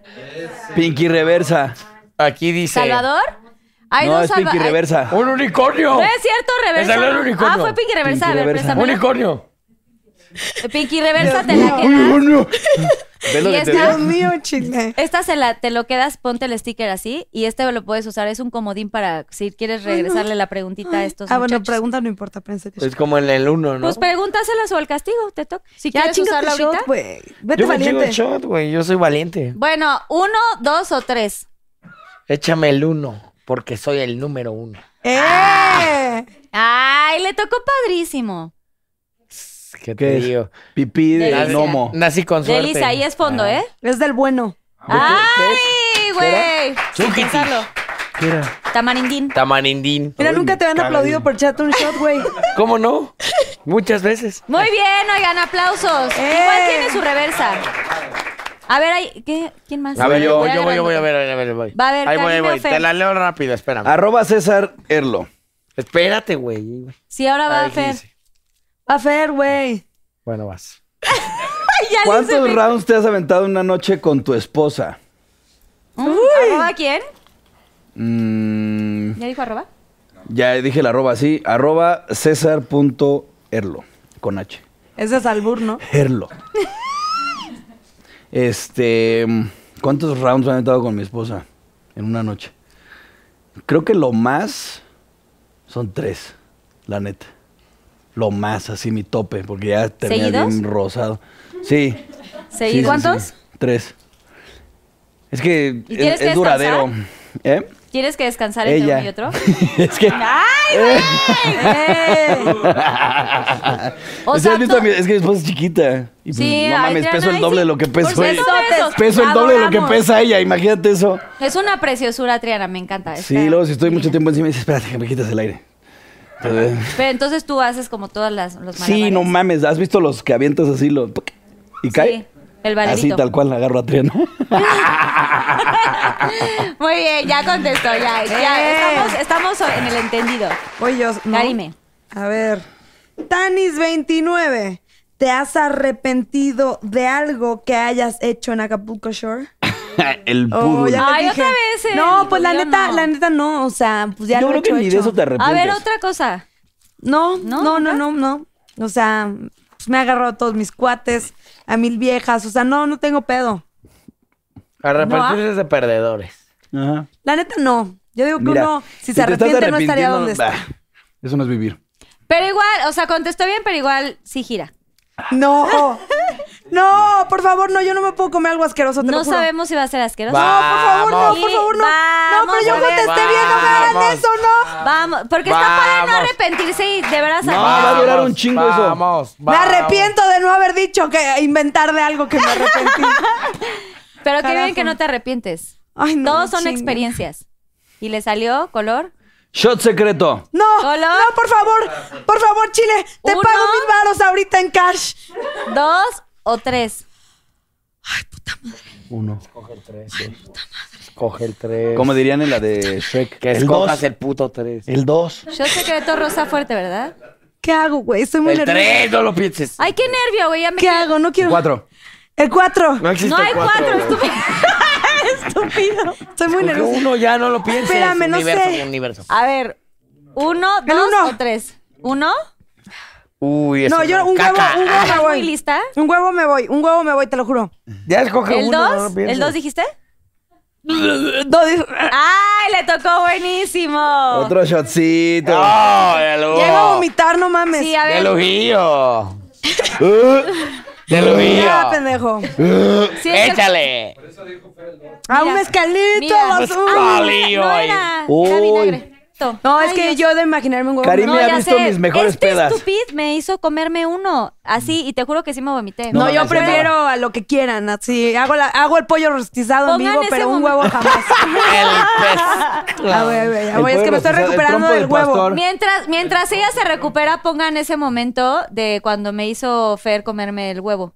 Pinky reversa.
Aquí dice...
¿Salvador? Hay
no,
dos
es
salva-
Pinky
hay-
reversa.
¡Un unicornio!
No es cierto, reversa.
Esa no es
no.
unicornio.
Ah, fue pinky reversa.
Pinky
a ver,
reversa.
préstamela.
¡Unicornio!
Pinky reversa te la
¡Uy,
quedas.
demonio! ¿Ves lo
Y
que te
esta-
digo?
Dios mío, chile.
Esta se la, te lo quedas, ponte el sticker así y este lo puedes usar. Es un comodín para si quieres regresarle la preguntita a estos
Ah, bueno,
muchachos.
pregunta no importa, pensé que
Es como en el uno, ¿no?
Pues pregúntaselas o al castigo, te toca. Si quieres
chíngate
usarla
shot,
ahorita.
güey. Vete
Yo me chingo el
valiente.
shot, güey. Yo soy valiente.
Bueno, uno, dos o tres.
Échame el uno, porque soy el número uno. Ah.
¡Eh!
Ay, le tocó padrísimo.
¿Qué te
¿Qué es?
digo?
Pipí de
Delicia.
gnomo.
Nací con suerte. Ah.
Delisa, ahí es fondo, ¿eh?
Es del bueno.
¡Ay, güey! Sin
Zucchini.
pensarlo.
¿Qué era?
Tamarindín.
Tamarindín.
Mira, nunca te habían aplaudido por echarte un shot, güey.
¿Cómo no? Muchas veces.
Muy bien, oigan, aplausos.
¡Eh!
Igual tiene su reversa. A ver, ahí, ¿qué? ¿quién más?
A ver, yo,
Voy a
yo voy, yo voy, a
agarrar.
ver, a ver, voy.
Va a ver,
ahí voy, ahí
Karime
voy.
Ofer.
Te la leo rápido, espérame.
Arroba César Erlo.
Espérate, güey.
Sí, ahora va
Ahí
a Fer.
dice.
A Fer, güey.
Bueno, vas.
Ya le hice
¿Cuántos
mi-
rounds te has aventado una noche con tu esposa?
¿Arroba quién?
Mm,
¿Ya dijo arroba?
ya dije el arroba así. Arroba César.erlo. Con H.
Ese es albur, ¿no?
Erlo. Este. ¿Cuántos rounds me he aventado con mi esposa en una noche? Creo que lo más son tres, la neta. Lo más, así mi tope, porque ya terminé
¿Seguidos?
bien rosado. Sí.
¿Seguidos?
sí, sí,
¿Cuántos?
sí. Tres. Es que
¿Y tienes
es,
que
es duradero. ¿Eh?
¿Quieres que descansar entre
Ella.
uno y otro? Ah,
es que.
¡Ay,
Eh.
Eh. güey! O
O
sea,
sea, ¿has visto
to-
a mi- es que mi esposa es chiquita. Y pues,
Sí,
no mames,
Adriana,
peso el
ay,
doble
sí.
de lo que peso
Por
ella.
cierto, besos.
Peso el doble de lo que
Adoramos.
pesa ella, imagínate eso.
Es una preciosura, Triana, me encanta. Está
Sí, luego si estoy mucho
divina.
tiempo encima, dices, espérate, que me quitas el aire. Entonces,
Pero entonces tú haces como todas las los
sí,
malabares.
no mames, ¿has visto los que avientas así lo, ¡puc! y
Sí,
cae?
el
Así
valerito.
tal cual la agarro a Triana.
Muy bien, ya contestó, ya. ya
Eh.
estamos, estamos en el entendido.
Oye, yo. ¿no?
Karime.
A ver. Tanis29. ¿Te has arrepentido de algo que hayas hecho en Acapulco Shore?
el
Oh,
pudul.
ya les
Ay,
dije.
otra vez eh, él.
No, pues la
Yo
neta,
no.
la neta no. O sea, pues ya
Yo
lo
creo que
hecho,
ni de
hecho.
eso te
A
arrepientes.
ver, otra cosa.
No,
¿No?
no, no,
¿Nunca?
no, no, O sea, pues me ha agarrado a todos mis cuates, a mil viejas. O sea, no, no tengo pedo.
A
ah.
repartirse de perdedores.
Ajá.
La neta no. Yo digo que
Mira,
uno, si se
te estás
arrepiente, no estaría
arrepintiendo,
donde está.
bah, Eso no es vivir.
Pero igual, o sea, contestó bien, pero igual sí gira.
No. No, por favor, no, yo no me puedo comer algo asqueroso, te
No
lo juro.
sabemos si va a ser asqueroso.
No, por favor, no,
Vamos.
por favor, no. no,
Vamos,
pero yo
a ver.
contesté bien, no me hagan
Vamos.
eso, no.
Vamos, porque está para no
Vamos.
arrepentirse y de veras
No, va a
sacar.
durar un chingo eso.
vamos,
Me
vamos.
arrepiento de no haber dicho que inventar de algo que me arrepentí.
Pero qué bien
Carajo.
que no te arrepientes.
Ay, no.
Todos son
chinga.
experiencias. ¿Y le salió color?
Shot secreto.
No,
Color.
no, por favor, por favor, Chile, te
Uno.
pago mil varos ahorita en cash.
¿Dos o tres?
Uno.
Coge el 3.
Como dirían en la de Shrek.
Que
el
escojas
dos.
el puto 3.
El dos.
Yo secreto rosa fuerte, ¿verdad?
¿Qué hago, güey? Estoy muy
El
nerviosa.
3, no lo pienses.
Ay, qué nervio, güey. ya me-
¿Qué hago? No quiero.
Cuatro.
El cuatro.
No existe
No hay
cuatro,
cuatro,
güey.
estúpido.
Estúpido. Estoy muy
Porque
nerviosa.
Uno ya no lo pienses.
Espérame, no
universo,
sé.
Universo.
A ver, uno,
El
dos
uno.
o tres. ¿Uno?
Uy, eso
No, yo
es
un huevo,
caca.
un huevo me
¿Estás muy
voy.
lista?
Un huevo me voy, un huevo me voy, te lo juro.
Ya escoge
¿El
uno, no
dos?
lo pienses.
¿El dos dijiste?
No, di-
¡Ay, le tocó buenísimo!
Otro shotcito.
¡Oh, de lujo!
Llego a vomitar, no mames.
Sí, a
¡De
ver,
lujillo! ¡De lujillo!
ya, pendejo.
sí, es que-
¡Échale!
A un
Mira,
mezcalito,
mira.
los-
Ah,
Uy.
Ay,
No
ay.
era, era
Uy.
vinagre. To-
No, es
Ay,
que
Dios.
yo de imaginarme un huevo.
Karim-
no.
me ha visto mis mejores
este
pedas.
estúpido me hizo comerme uno así y te juro que sí me vomité.
No,
No
yo
mames, no.
prefiero a lo que quieran, así. Hago, la- hago el pollo rostizado en
Pongan
vivo,
ese
pero un
momento.
huevo jamás.
¡El pez!
A ver, a ver, a
El
ver, es que
pollo
me estoy
rostizado, el
recuperando
trompo
del
del
huevo.
pastor.
Mientras, mientras ella se recupera, pongan ese momento de cuando me hizo Fer comerme el huevo.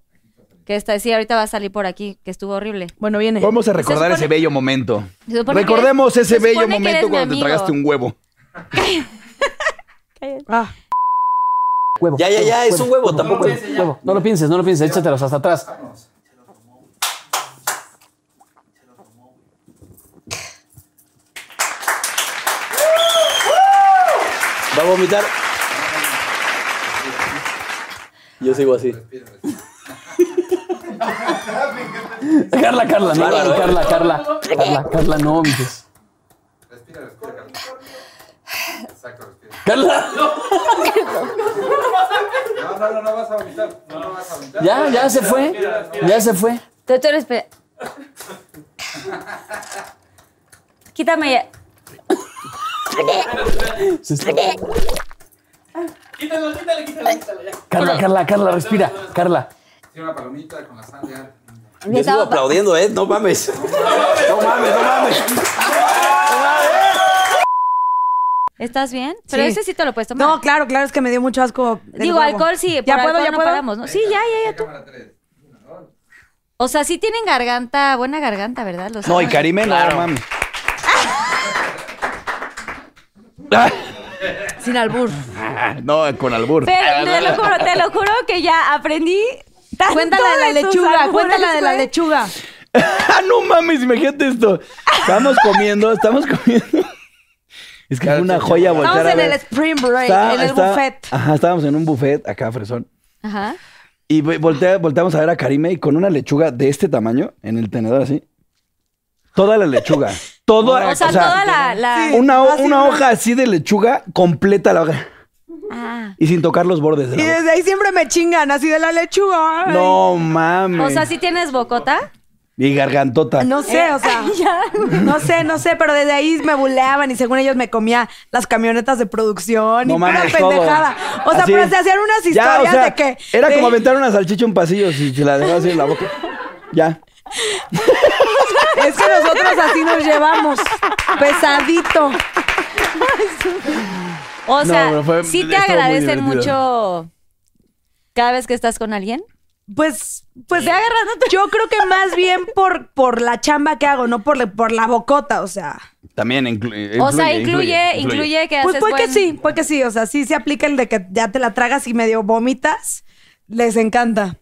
Que está, sí, ahorita va a salir por aquí, que estuvo horrible.
Bueno, viene.
Vamos a recordar
supone-
ese bello momento.
Se supone que
Recordemos
eres-
ese
se supone
bello
que eres
momento
mi
cuando te
amigo.
tragaste un huevo.
Ah.
Ya, ya, ya, es un huevo, tampoco. Huevo. No lo pienses, no lo pienses, échatelos hasta atrás.
Va a vomitar.
Yo sigo así. Carla, Carla, no,
Bárbaro, ¿eh?
Carla, Carla, Carla, Carla, no vomites. Carla. Exacto, respira. Carla. No, no, no, no vas a vomitar. ya, ya se fue. Ya se fue.
Te estoy espe- Quítame ya.
Se está- Carla, Carla, Carla, respira. Carla.
Yo sigo
aplaudiendo, ¿eh? No mames. No mames, no mames.
¿Estás bien? Pero
Sí.
ese sí te lo puedes tomar.
No, claro, claro, es que me dio mucho asco. el
Digo,
huevo.
alcohol sí, por
Ya puedo,
alcohol
ya
no
puedo.
paramos, ¿no? Sí, ya, ya, ya tú. O sea, sí tienen garganta, buena garganta, ¿verdad? Los
No, y
hombres.
Karime, no, mami.
Sin albur.
No, con albur.
Pero te lo juro, te lo juro que ya aprendí. tanto
Cuéntala de la
tus
lechuga,
albures,
cuéntala de la
güey.
lechuga.
¡Ah, no mames! Imagínate esto. Estamos comiendo, estamos comiendo. Es que fue una joya voltear
Estamos
a
en
ver.
el spring break,
Está-
en el
está- Ah,
buffet.
Ajá, estábamos en un buffet acá, fresón.
Ajá.
Y ve- voltea- volteamos a ver a Karime y con una lechuga de este tamaño en el tenedor así. Toda la lechuga. Toda,
O sea, toda la. la-
Sí.
Una, ho-
así,
una
¿no?
hoja así de lechuga completa la hoja.
Ah.
Y sin tocar los bordes de
Y
la boca.
desde ahí siempre me chingan, así de la lechuga. ay.
No mames.
O sea, si tienes bocota.
Y gargantota.
No sé, o sea, no sé, no sé, pero desde ahí me buleaban y según ellos me comía las camionetas de producción y
No
pura
mames, todo.
pendejada. O sea,
Así.
pero se hacían unas
Ya,
historias
o sea,
de que.
Era
de-
como aventar una salchicha a un pasillo si se la dejaba así en la boca. Ya.
Es que nosotros así nos llevamos. Pesadito.
O
No,
sea,
pero fue-
sí te
estuvo muy
agradecen
divertido.
mucho cada vez que estás con alguien.
Pues, pues Yo creo que más bien por, por la chamba que hago, no por, la- por la bocota, o sea.
También inclu- eh, incluye.
o sea, incluye, incluye, que haces
Pues puede que
buen-
sí, puede que sí. O sea, sí se aplica el de que ya te la tragas y medio vomitas. Les encanta.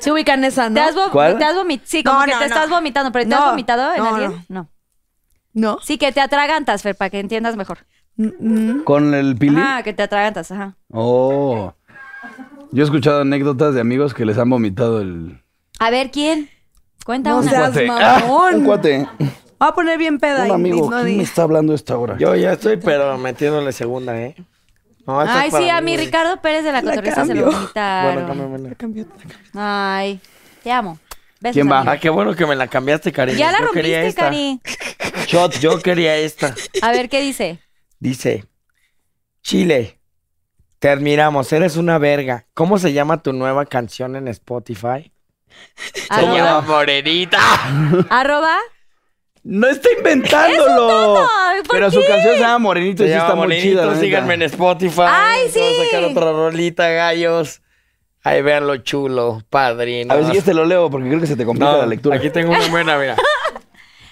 Se ubican esa, ¿no?
¿Te has, vo-
¿Cuál?
te has vomi- Sí, como
No,
que
no,
te
no.
estás vomitando, pero ¿te
No,
has vomitado en
no,
alguien? No.
¿No?
Sí, que te atragantas, Fer, para que entiendas mejor.
Con el pili.
Ah, que te atragantas, ajá.
Oh. Yo he escuchado anécdotas de amigos que les han vomitado el.
A ver, ¿quién? Cuenta
No
una.
seas
Cuate.
mamón.
Ah, un cuate.
Voy a poner bien peda.
Un
y
amigo.
no
¿Quién me
digas.
está hablando a esta hora?
Yo ya estoy, pero metiéndole segunda, ¿eh? No, esto es
Ay,
para
sí, a mi
güey.
Ricardo Pérez de la,
La
Cotorrisa se lo
cambio.
Bueno,
quitaron.
cámbiamela.
Ay, te amo. Besos,
¿Quién va?
amigo.
Ah, qué bueno que me la cambiaste, Cari.
Ya la
Yo quería
rompiste,
esta.
Cari.
Shot, yo quería esta.
A ver qué dice.
Dice, Chile, te admiramos, eres una verga. ¿Cómo se llama tu nueva canción en Spotify? Ah,
Arroba.
Morenita.
Arroba.
No está inventándolo.
Ay, ¿por
Pero su
qué?
canción se llama Morenito
Se
y sí
llama
está muy chida.
Morenito,
la
síganme en
neta.
Spotify.
Ay, sí.
Voy a sacar otra rolita, gallos. Ahí vean lo chulo, padrino.
A ver si quieres te lo leo porque creo que se te complica
No,
la lectura.
Aquí tengo una buena, mira.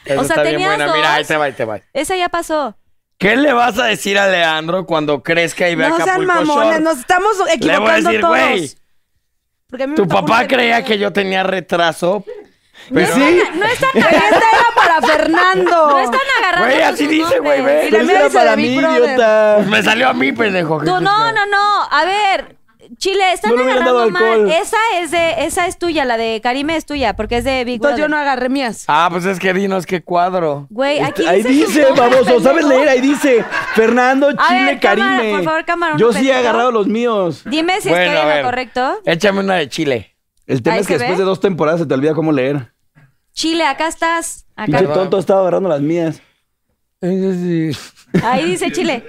Esa
sea,
está bien
tenías
buena,
dos.
mira, ahí te va, ahí te va.
Esa ya pasó.
¿Qué le vas a decir a Leandro cuando crezca y vea
No
Acapulco
sean mamones,
Shore?
nos estamos
Le voy a
equivocando
decir, güey,
todos. Porque a mí me
tu
tocó
papá
una que-
creía que yo tenía retraso.
No
Pero,
están, no están
Esta
agarrando.
era para Fernando.
No están agarrando.
Güey,
sus
así dice, güey,
nombres.
ve.
Pero eso
mía
era
dice
para
de Big
mí,
Brother.
idiota.
pues me salió a mí, pendejo. ¿qué
Tú,
crees
no,
que-
no, no. A ver, Chile, están
No le hubieran
agarrando
dado
mal.
alcohol.
Esa es de, esa es tuya, la de Karime es tuya, porque es de Big
Entonces yo
Brother.
no agarré mías.
Ah, pues es que dinos qué cuadro.
Güey, aquí
Ahí
dice sus
dice,
nombres,
baboso,
pendejo.
¿sabes leer? Ahí dice, Fernando
A
Chile
ver, cámara,
Karime.
por favor, cámara, un
Yo sí he
pedacito.
agarrado los míos.
Dime si
Bueno,
estoy
a
en
ver.
lo correcto.
Échame una de Chile.
El tema
Ahí
es que
se
después
ve.
de dos temporadas se te olvida cómo leer.
Chile, acá estás. Acá.
Pinche tonto estaba agarrando las mías.
Ahí dice Chile.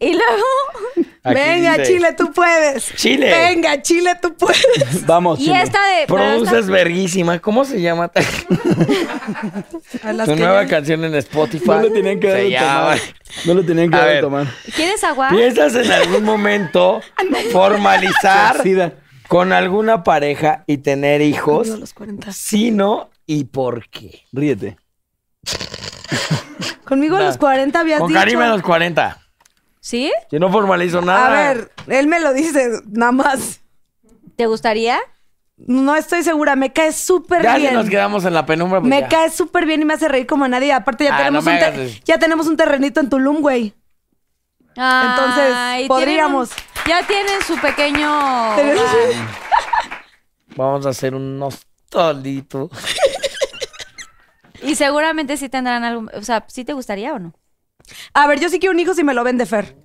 Y luego.
Ah, Aquí
Venga,
dice,
Chile, tú puedes.
Chile.
Venga, Chile, tú puedes.
Vamos,
Y
Chile.
esta de. pero esta-
Produces verguísima. ¿Cómo se llama?
A las
tu
que
nueva
ya-
canción en Spotify.
No le tenían que dar
se
de
llama.
tomar. No le tenían que
A
dar de
ver.
tomar.
¿Quieres agua?
¿Piensas en algún momento formalizar
Sida.
con alguna pareja y tener hijos?
Digo, los 40.
Si no, ¿y por qué?
Ríete.
Conmigo a los 40 habías
Con
dicho.
Karim a los 40.
¿Sí?
Yo no formalizo nada.
A ver, él me lo dice nada más.
¿Te gustaría?
No estoy segura, me cae súper
Ya si
bien.
nos quedamos en la penumbra. pues
me
ya.
cae súper bien y me hace reír como a nadie. Aparte, ya,
Ah,
tenemos,
no me
un te-
hagas eso.
ya tenemos un terrenito en Tulum, güey. Entonces,
Ay,
podríamos.
tienen un- ya tienen su pequeño.
Tenemos
Ah,
hogar.
Vamos a hacer unos tolitos.
Y seguramente sí tendrán algo. O sea, ¿sí te gustaría o no?
A ver, yo sí quiero un hijo si me lo vende Fer.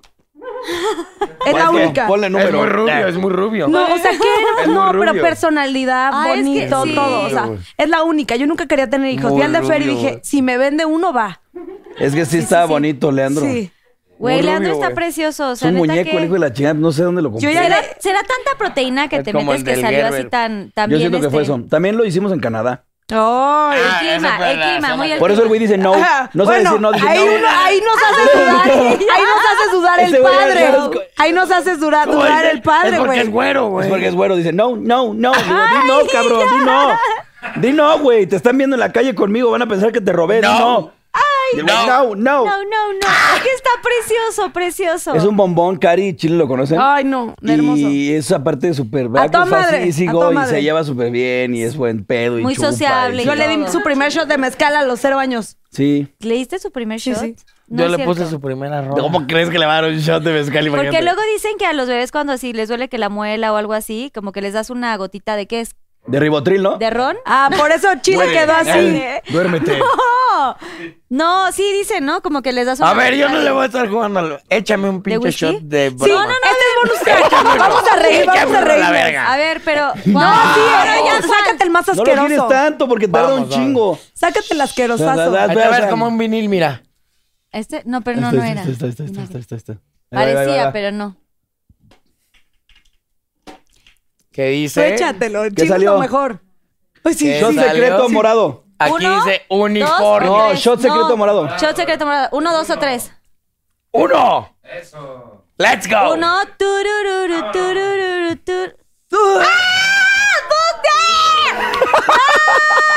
Es la única.
Ponle número.
Es muy rubio, es muy rubio.
No, o sea,
Es
quiero.
muy
No, pero
rubio.
personalidad,
Ah, es que
bonito,
sí.
todo. O sea, es la única. Yo nunca quería tener hijos.
Muy
Vi al de Fer y
rubio,
dije,
güey.
si me vende uno, va.
Es que sí, está
sí.
bonito, Leandro.
Sí.
Güey,
rubio,
Leandro está
güey.
precioso. O
Es
sea,
un
neta
muñeco,
que-
el hijo de la chingada. No sé dónde lo
Yo
compré.
ya
¿Será,
le-
será tanta proteína que
Es
te
como
metes
el
que
del
salió así
Gerber.
tan, tan
Yo
bien?
siento que fue
este-
eso. También lo hicimos en Canadá.
Ay.
El
Ah, esa
clima,
fue
el
la
clima,
zona
muy el
Por eso el güey dice no.
Ajá.
No sabe
Bueno,
decir no. Dice
ahí,
no.
uno- ahí nos hace dudar. ahí nos hace dudar
Ese
el
güey
padre.
ya nos-
Ahí nos hace dudar, dudar el padre,
Es porque es
güey.
güero,
Es
güey.
porque es güero. Dice no, no, no. Digo, di no, cabrón, di no. Di no, güey. Te están viendo en la calle conmigo. Van a pensar que te robé. Di
No.
no. Y el güey, no,
No,
no.
no, no. Es que está precioso, precioso.
Es un bombón, Cari, Chile lo conocen.
Ay, no, hermoso.
Y es aparte súper
A toda madre,
fácil, easy
a
go,
toda
y
madre.
se lleva súper bien y es buen pedo y
Muy
chupa, y
sociable.
sí.
Yo le di su primer shot de mezcal a los cero años.
Sí.
¿Le diste su primer
Sí,
shot?
sí.
No
Yo
es
le puse
cierto.
su primera rola.
¿Cómo crees que le va a dar un shot de mezcal?
Porque
Imagínate.
luego dicen que a los bebés cuando así les duele que la muela o algo así, como que les das una gotita de qué es,
De ribotril, ¿no?
de ron.
Ah, por eso Chile
Duérmete.
quedó así.
Eh, Duérmete.
No, ¡oh! no, sí dicen, ¿no? Como que les das una
A ver, yo no
gotita
le voy a estar jugando. al- Échame un pinche
whisky?
shot de
Sí,
broma.
este es bonus track. Vamos a reír, vamos a
Échamelo la
reír.
verga.
de- A ver, pero
No, sí, era ya,
Juan.
sácate el más
No lo gires
asqueroso.
tanto porque tarda
Vamos,
un
vamos.
chingo.
Sácate el
Da,
asquerosazo.
da, da.
Ahí te ves como un vinil, mira.
Este, no, pero no, no era.
este,
Parecía, pero no.
¿Qué
Tú
dice?
échatelo, Chile es
salió?
lo mejor. Pues sí,
¿Qué
Shot
sí.
salió?
secreto
Sí.
morado.
Aquí
Uno,
dice
dos,
uniforme.
o
No,
tres.
shot secreto morado.
Shot secreto morado. Uno, dos o tres.
¡Uno! Eso. ¡Let's go!
Uno,
Ah.
turururu, turururu, tur- ¡Ah!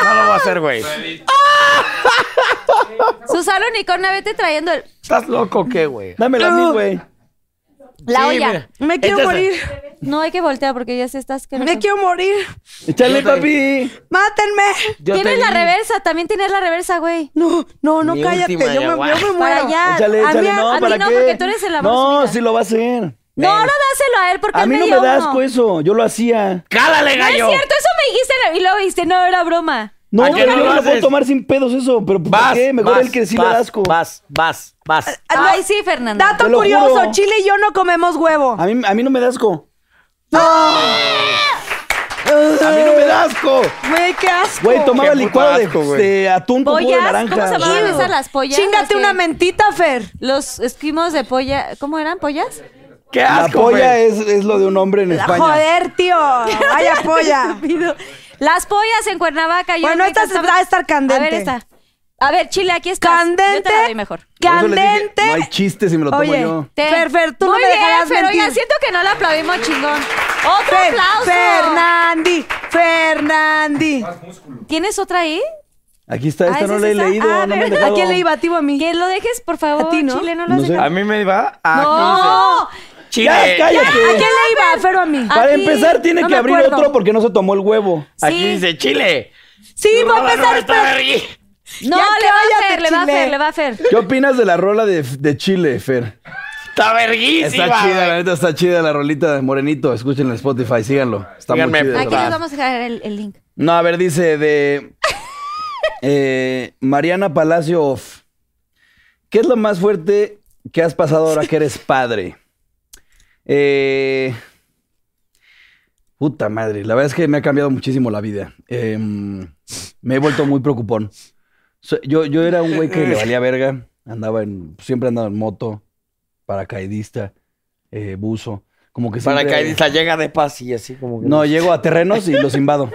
No lo voy a hacer, güey.
Susana Unicornia, vete trayendo el-
¿Estás loco o qué, güey?
Dámelo a mí, güey.
la
Sí,
olla. Eh,
mira.
Me quiero
Échase.
morir.
No hay que voltear porque ya se estás quedando.
Me quiero morir.
Échale,
Yo te-
papi.
Mátenme.
Yo
Tienes
te
la
di-
reversa, también tienes la reversa, güey.
No, no, no,
Mi
cállate.
última
Yo me, yo
ayahuasca.
me muero.
Para allá.
Échale,
Ah, a mí,
échale.
a-
No,
a ti
¿para
no,
qué?
porque tú eres el amor de mi
No,
vida.
sí lo va a hacer.
No, ahora dáselo a él porque
A
él
mí
me
no
dio
me das
uno.
con eso. Yo lo hacía.
¡Cálale,
No es
gallo!
cierto, eso me dijiste en el- y luego dijiste, no, era broma.
No,
¿A qué
yo
no lo
lo puedo
haces?
tomar sin pedos eso, pero ¿por
Vas,
qué? Mejor
vas,
el que sí le
vas,
da asco.
Vas, vas, vas.
Ay, Ah, sí, Fernanda.
Dato
Te lo
curioso,
juro.
Chile y yo no comemos huevo.
A mí, a mí no me da asco. ¡No! ¡A mí no me da asco!
Güey, qué asco.
Güey, tomaba
Oh, Qué puto
licuado de-
asco,
de,
güey.
atún con jugo de
Pollas,
naranja.
¿cómo se llamaban esas las pollas? Las
Chingate
que-
una mentita, Fer.
Los esquimos de polla, ¿cómo eran pollas?
¡Qué
La
asco,
polla
güey!
es, es lo de un hombre en España.
Joder, tío. Vaya polla.
Estúpido. Las pollas en Cuernavaca. yo
Bueno,
me
esta se
cansaba-
va a estar candente.
A ver, esta. A ver, Chile, aquí está. Yo
Candente.
te la doy mejor.
Por eso les dije,
Candente.
no hay chiste si me lo tomo
Oye,
yo.
Te-
Fer, Fer, tú
Muy
no me
bien,
dejarás
Fer,
mentir.
oigan, siento que no la aplaudimos chingón. Otro
Fer,
aplauso.
Fernandi, Fernandi.
¿Tienes otra ahí?
Aquí está, esta
Ah,
no
¿es
la he
esa?
leído.
Ah,
no me han
¿verdad?
dejado.
¿A quién le iba? ¿A ti o a mí?
Que lo dejes, por favor,
A ti, ¿no?
Chile, no lo
No
has
sé.
dejado.
A
A mí me va
Ah,
a...
¡No!
Chile.
¡Ya, cállate!
¿A quién le iba? ¿A Fer o a mí?
Ah.
Para
Aquí,
empezar, tiene
no
que
me
abrir
acuerdo.
otro porque no se tomó el huevo.
Aquí
Sí.
dice Chile.
Sí, voy a empezar. espera.
No,
Ya
le va a
cállate,
hacer, le va a
Chile.
hacer, le va a hacer.
¿Qué opinas de la rola de, de Chile, Fer?
Está verguísima.
Está chida, la neta está chida la rolita de Morenito. Escúchenla en Spotify, síganlo. Está
Síganme,
muy chida.
Aquí
esa
les
rola.
vamos a dejar el, el link.
No, a ver, dice de eh, Mariana Palacio. of, ¿Qué es lo más fuerte que has pasado ahora que eres padre? Eh, puta madre, la verdad es que me ha cambiado muchísimo la vida. Em, me he vuelto muy preocupón. So- Yo, yo era un güey que le valía verga. Andaba en, siempre andaba en moto, paracaidista, eh, buzo. Como que siempre-
Para que la llega de paz y así como que...
No, llego a terrenos y los invado.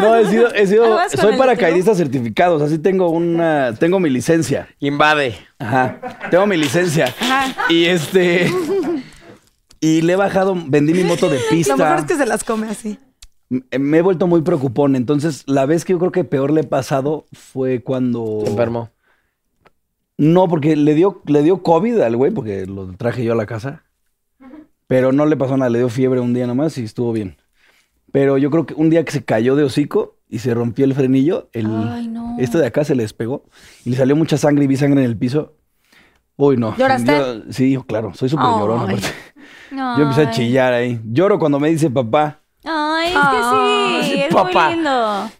No, he sido, he sido-
Algo es con
soy
el
paracaidista certificado, o sea, sí tengo una, tengo mi licencia.
Invade.
Ajá. Tengo mi licencia. Y este y le he bajado, vendí mi moto de pista.
Lo mejor es que se las come así.
M- Me he vuelto muy preocupón, entonces la vez que yo creo que peor le he pasado fue cuando
Se enfermó.
No, porque le dio le dio COVID al güey porque lo traje yo a la casa. Pero no le pasó nada, le dio fiebre un día nomás y estuvo bien. Pero yo creo que un día que se cayó de hocico y se rompió el frenillo, el,
Ay, no.
este de acá se le despegó y le salió mucha sangre y vi sangre en el piso. Uy, no.
¿Lloraste?
Yo- sí, claro, soy súper llorón.
Ay.
aparte. Yo empecé a chillar ahí. Lloro cuando me dice papá.
Ay, es
Ah.
que sí, es
papá.
muy lindo.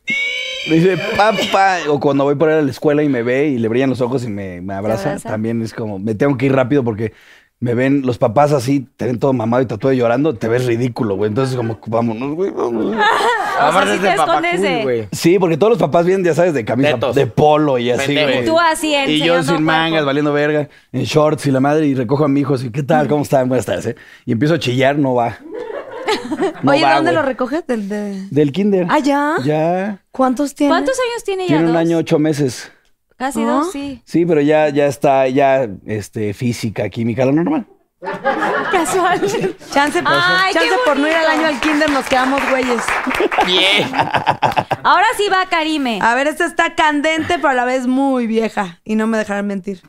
Me dice papá. O cuando voy por ahí a la escuela y me ve y le brillan los ojos y me, me abraza,
abraza.
También es como, me tengo que ir rápido porque me ven los papás así, te ven todo mamado y tatuado y llorando, te ves ridículo, güey. Entonces, como, vámonos, güey. vámonos.
Aparte
sí
es
te
de
escondes de-
papacul, güey.
Sí, porque todos los papás vienen, ya sabes, de camisa
Tetos.
de polo y así,
Pendejos.
güey.
Tú así
Y yo
enseñando
sin mangas,
cuerpo.
valiendo verga, en shorts y la madre, y recojo a mi hijo así, ¿qué tal? ¿Cómo están? Buenas tardes, ¿eh? Y empiezo a chillar, no va. No
Oye,
va,
¿dónde
güey.
lo recoges? Del de...
Del kinder.
¿Ah, ya?
Ya.
¿Cuántos tiene?
¿Cuántos años tiene ya?
Tiene un
¿Dos?
año, ocho meses.
Casi
¿No?
dos, sí.
Sí, pero ya, ya está, ya, este, física, química, lo normal.
Casual.
Chance, por-
Ay, qué
chance por no ir al
bonito.
año al kinder nos quedamos güeyes.
Bien.
Ahora sí va Karime.
A ver, esta está candente, pero a la vez muy vieja. Y no me dejarán mentir.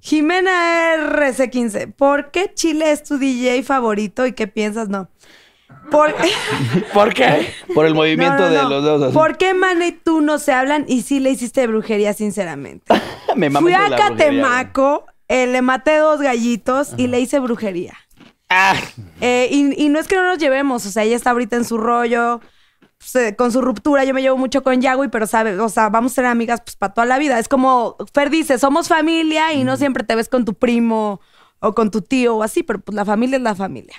Jimena RC15. ¿Por qué Chile es tu DJ favorito y qué piensas? No. ¿Por,
¿Por qué?
Por el movimiento
No, no,
de
no.
los dedos. así.
¿Por qué Mane y tú no se hablan y sí le hiciste brujería sinceramente?
Me mama
Fui
eso
a
de la brujería,
Catemaco, eh, le maté dos gallitos y le hice brujería.
Ah.
Eh, y, y no es que no nos llevemos, o sea, ella está ahorita en su rollo, pues, eh, con su ruptura. Yo me llevo mucho con Yagui, pero sabe, o sea, vamos a ser amigas pues para toda la vida. Es como Fer dice, somos familia y no siempre te ves con tu primo o con tu tío o así, pero pues la familia es la familia.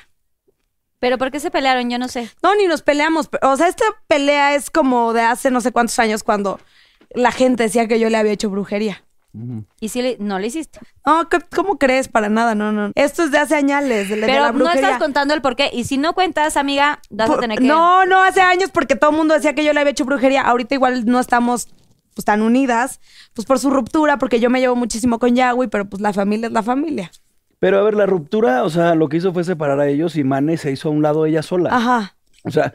¿Pero por qué se pelearon? Yo no sé.
No, ni nos peleamos. pe- O sea, esta pelea es como de hace no sé cuántos años cuando la gente decía que yo le había hecho brujería.
Y si le- no le hiciste.
No, ¿qué- ¿cómo crees? Para nada, no, no. Esto es de hace añales, de, la- de la
Pero no
brujería.
estás contando el por qué. Y si no cuentas, amiga, vas a
Por-
tener que...
No, no, hace años porque todo el mundo decía que yo le había hecho brujería. Ahorita igual no estamos pues tan unidas, pues por su ruptura, porque yo me llevo muchísimo con Yahweh, pero pues la familia es la familia.
güey. Pero a ver, la ruptura, o sea, lo que hizo fue separar a ellos y Mane se hizo a un lado ella sola.
Ajá.
O sea,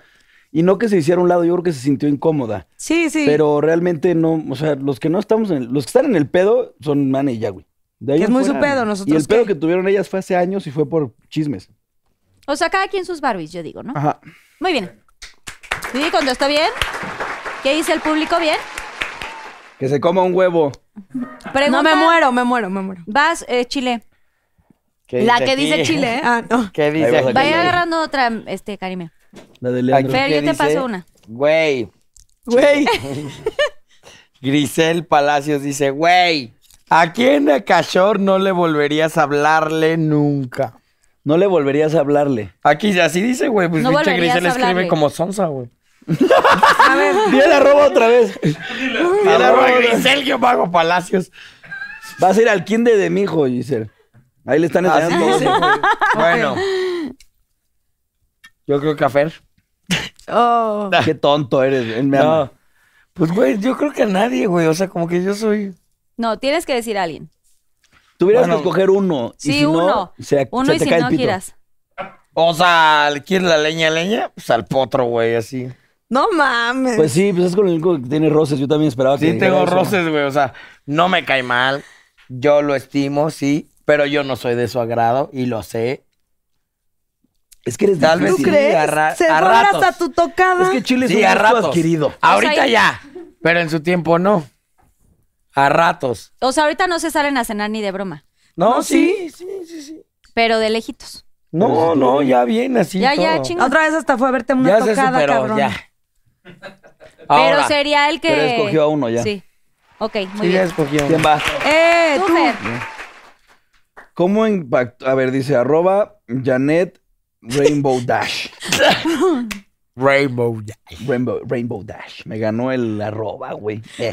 y no que se hiciera a un lado, yo creo que se sintió incómoda.
Sí, sí.
Pero realmente no, o sea, los que no estamos en el- los que están en el pedo son Mane y Yagüi. De ahí
Que es
en
muy su
fuera,
pedo,
no.
nosotros
Y el pedo
qué.
que tuvieron ellas fue hace años y fue por chismes.
O sea, cada quien sus Barbies, yo digo, ¿no?
Ah.
Ajá.
Muy bien. ¿Sí? ¿Contestó bien? ¿Qué dice el público? ¿Bien?
Que se coma un huevo.
Pregunta-
No, me muero, me muero, me muero.
Vas, eh, Chile.
¿Qué
La que dice
aquí?
Chile, ¿eh? Ah, no.
¿Qué
Ahí
dice
vas a
aquí?
Vaya agarrando otra, este, Karime.
La de
Leandro.
Leandro.
Fer,
¿Qué
yo te
dice?
paso una.
Güey.
Güey.
Grisel Palacios dice, güey, ¿a quién a Cachor no le volverías a hablarle nunca?
No le volverías a hablarle.
Aquí así dice, güey. Pues
No
pinche
volverías
Grisel
a
escribe
hablarle.
como sonsa, güey.
Dile la roba otra vez. Dile la
Arroba
roba.
Grisel yo pago Palacios.
Vas a ir al kinder de mi hijo, Giselle. Ahí le
Ah,
están
Así
enseñando.
dice, güey. Bueno. Yo creo que a Fer.
Oh.
Qué tonto eres. él me ama.
No. Pues, güey, yo creo que a nadie, güey. O sea, como que yo soy.
No, tienes que decir a alguien.
Tuvieras
Bueno.
que escoger uno. y
Sí,
si no,
uno.
se-
Uno
se
y
te
si
cae el
no
pito.
giras.
O sea, ¿le ¿quieres la leña, leña? Pues al potro, güey, así.
No mames.
Pues sí, pues es con el único que tiene roces. Yo también esperaba que.
Sí,
dijera
tengo
eso.
roces, güey. O sea,
No me cae mal. Yo lo estimo, sí. Pero yo no soy de su agrado y lo sé.
Es que eres
Tal vez
¿Tú
sí,
difícil.
crees?
a ra-
Se
a
borra
ratos.
hasta tu tocada.
Es que Chile es
Sí,
un
a
gusto
ratos.
adquirido.
Ahorita
Pues ahí-
ya. Pero en su tiempo no. A ratos.
O sea, ahorita no se salen a cenar ni de broma,
no,
No,
sí, sí, sí, sí.
pero de lejitos.
No, no, ya bien, así.
ya, ya,
todo.
chingón.
Otra vez hasta fue a verte una
Ya se
tocada,
superó,
cabrón.
ya.
Pero
Ahora,
sería el que.
Pero escogió a uno ya.
Sí. Ok, muy
sí, ya
bien.
escogió.
¿Quién va?
Eh,
Tú,
tú.
Fer.
¿Cómo impactó? A ver, dice arroba Janet Rainbow Dash.
Rainbow. ya.
Rainbow, Rainbow Dash. Me ganó el arroba, güey. Eh.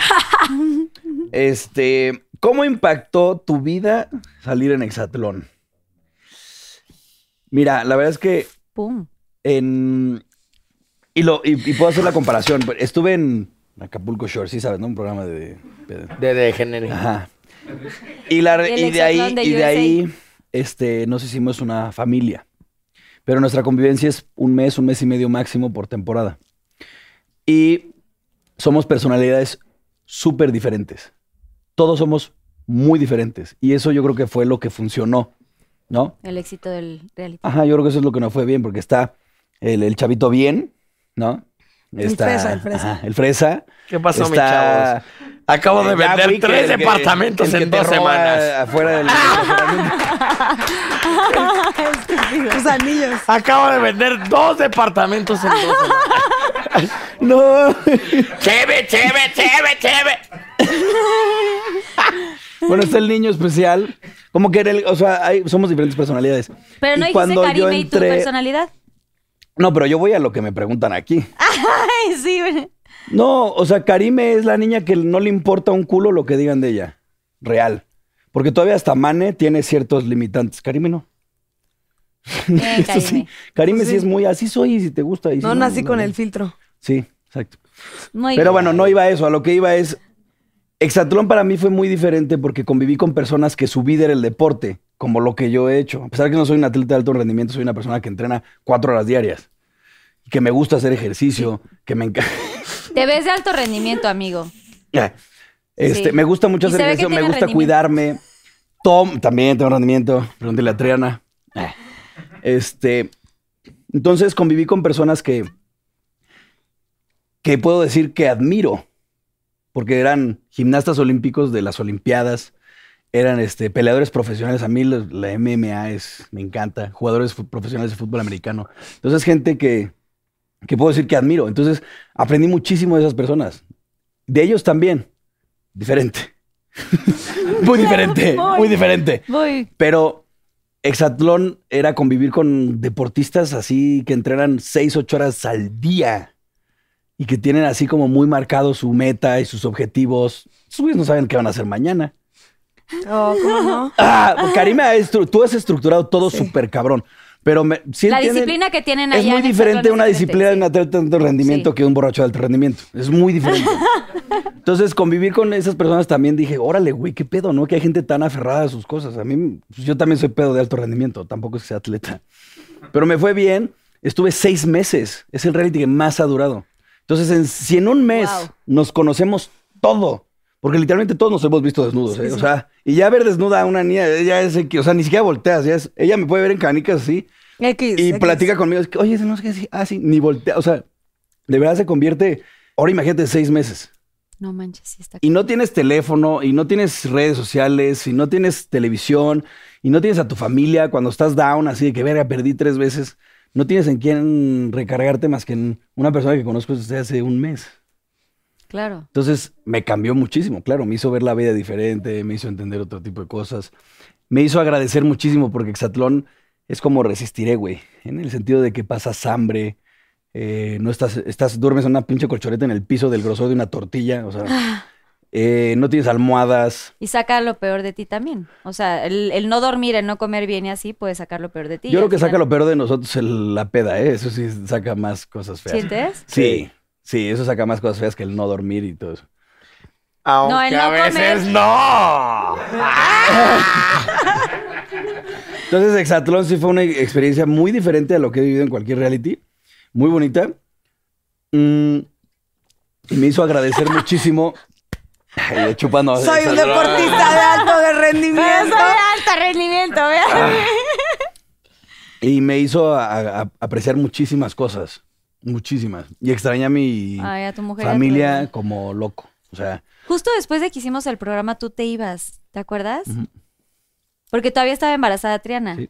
Este, ¿cómo impactó tu vida salir en Hexatlón? Mira, la verdad es que
Pum.
en... Y, lo, y, y puedo hacer la comparación. pero Estuve en Acapulco Shore, sí sabes, ¿no? Un programa de... de-
De degeneré.
ajá. Y, la-
El
y de ahí,
Hexatlón de
y de
USA.
ahí este, nos hicimos una familia. Pero nuestra convivencia es un mes, un mes y medio máximo por temporada. Y somos personalidades súper diferentes. Todos somos muy diferentes. Y eso yo creo que fue lo que funcionó, ¿no?
El éxito del reality.
Ajá, yo creo que eso es lo que nos fue bien, porque está el, el chavito bien, ¿no?
fresa, el fresa.
ajá, el fresa.
¿Qué pasó, mi
Está-
chavos? Acabo de
eh, ya
vender
vi que
tres
el que-
departamentos
el que
en
te
dos
roba
semanas.
Afuera del
Tus anillos.
Acabo de vender dos departamentos en dos semanas.
No.
¡Cheve, cheve, cheve, cheve!
Bueno, está el niño especial. Como que era el, o sea, hay- somos diferentes personalidades.
Pero no
Y
dijiste
cuando yo
Karime y tu
entré-
personalidad.
No, pero yo voy a lo que me preguntan aquí.
Ay, sí. güey.
No, o sea, Karime es la niña que no le importa un culo lo que digan de ella. Real. Porque todavía hasta Mane tiene ciertos limitantes. Karime no.
Eh,
Eso sí.
Karime.
Karime sí. es muy así soy y si te gusta. y si
No nací con
no.
el filtro.
Sí, exacto.
Muy
Pero
bien.
bueno, no iba a eso. A lo que iba es. Exatlón para mí fue muy diferente porque conviví con personas que su vida era el deporte, como lo que yo he hecho. A pesar que no soy un atleta de alto rendimiento, soy una persona que entrena cuatro horas diarias. Que me gusta hacer ejercicio, que me encanta.
Te ves de alto rendimiento, amigo.
Este,
Sí.
Me gusta mucho
Y
hacer
se ve que
ejercicio, me
tiene
gusta
rendimiento.
cuidarme. Tom, también tengo rendimiento. Pregúntale a Triana. Eh. Este, entonces conviví con personas que, que puedo decir que admiro, porque eran gimnastas olímpicos de las Olimpiadas, eran este, peleadores profesionales. A mí los- la MMA es, me encanta, jugadores fu- profesionales de fútbol americano. Entonces, gente que, que puedo decir que admiro. Entonces, aprendí muchísimo de esas personas. De ellos también. Diferente. muy diferente, muy diferente.
Voy.
Pero Exatlón era convivir con deportistas así que entrenan 6, 8 horas al día y que tienen así como muy marcado su meta y sus objetivos. Sus güeyes no saben qué van a hacer mañana.
Oh, ¿cómo no?
Ah, Karima, estru- tú has estructurado todo súper cabrón. Pero me, sí
La
entienden-
disciplina que tienen allá.
es muy
en el
diferente
triatlón
una
es
disciplina de un
diferente,
atleta de alto rendimiento
Sí.
que un borracho de alto rendimiento. Es muy diferente. Entonces, convivir con esas personas también dije, órale, güey, qué pedo, ¿no? Que hay gente tan aferrada a sus cosas. A mí, pues, yo también soy pedo de alto rendimiento, tampoco es que sea atleta. Pero me fue bien, estuve seis meses. Es el reality que más ha durado. Entonces, en- si en un mes
Wow.
nos conocemos todo, porque literalmente todos nos hemos visto desnudos, ¿eh? O sea, y ya ver desnuda a una niña, ella es, X, o sea, ni siquiera volteas, ya es- ella me puede ver en canicas así.
X.
Y
X.
platica conmigo, es que, oye, no sé qué decir. Ah, sí, ni voltea. O sea, de verdad se convierte. Ahora imagínate seis meses.
No manches, sí está.
y no tienes teléfono, y no tienes redes sociales, y no tienes televisión, y no tienes a tu familia cuando estás down, así de que verga, perdí tres veces, no tienes en quién recargarte más que en una persona que conozco desde hace un mes.
Claro.
Entonces me cambió muchísimo, claro, me hizo ver la vida diferente, me hizo entender otro tipo de cosas, me hizo agradecer muchísimo porque Exatlón es como resistiré, güey, en el sentido de que pasas hambre, eh, no estás, estás, duermes en una pinche colchoneta en el piso del grosor de una tortilla, o
Ah.
sea, eh, no tienes almohadas.
Y saca lo peor de ti también. O sea, el, el no dormir, el no comer bien y así puede sacar lo peor de ti.
Yo creo
Al
que saca
final-
lo peor de nosotros el- la peda, ¿eh? Eso sí saca más cosas feas.
¿Sientes?
Sí, sí, eso saca más cosas feas que el no dormir y todo eso.
No,
Aunque
el no
a veces
comer.
no.
Entonces, Exatlón sí fue una experiencia muy diferente a lo que he vivido en cualquier reality. Muy bonita. Mm, y me hizo agradecer muchísimo. Ay, yo chupando.
Soy un deportista de alto de rendimiento. Ah,
alto rendimiento, vean.
Y me hizo a- a- apreciar muchísimas cosas. Muchísimas. Y extrañé a mi
Ay, a tu mujer. y a tu
familia
bebé.
como loco. O sea,
Justo después de que hicimos el programa, tú te ibas, ¿te acuerdas? Porque todavía estaba embarazada Triana.
Sí.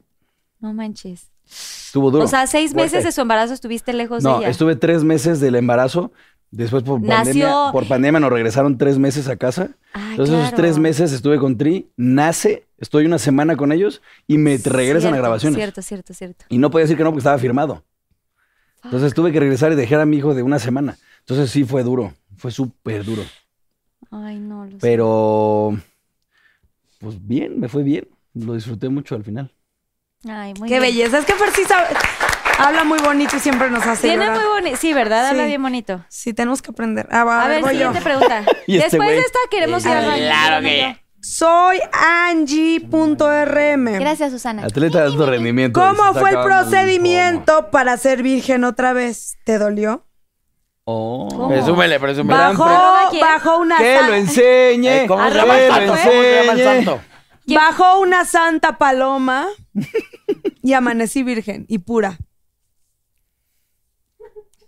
No manches.
estuvo duro.
O sea, seis
Fuerte.
meses de su embarazo estuviste lejos
No,
de ella.
estuve tres meses del embarazo. Después por
Nació.
pandemia, por pandemia nos regresaron tres meses a casa.
Ah,
Entonces esos
claro.
tres meses estuve con Tri, nace, estoy una semana con ellos y me t- regresan a
Cierto,
grabaciones.
Cierto, cierto, cierto.
Y no podía decir que no porque estaba firmado. Entonces tuve que regresar y dejar a mi hijo de una semana. Entonces sí fue duro, fue súper duro.
Ay, no, lo sé.
Pero, pues bien, me fue bien. Lo disfruté mucho al final.
Ay, muy
Qué
bien.
belleza. Es que Fer sí sabe- habla muy bonito y siempre nos hace
Tiene
llorar.
muy bonito. Sí, ¿verdad? Habla
Sí.
bien bonito.
Sí, tenemos que aprender. Ah, va,
A ver,
voy yo.
siguiente pregunta.
Y este
Después de
güey.
esta queremos ir al baño.
Claro que
Soy Angie.rm.
Gracias, Susana.
Atleta de alto rendimiento.
¿Cómo
se
fue el
sacaba un
procedimiento para ser virgen otra vez? ¿Te dolió?
pomo. Oh.
¿Cómo?
Presúmele, presúmele.
Bajó,
¿Arroba quién?
bajó una
Que lo
santa,
enseñe.
Eh, ¿Cómo se
que
llama el
lo
santo? ¿Cómo se llama el
enseñe.
santo?
bajó una santa paloma y amanecí virgen y pura.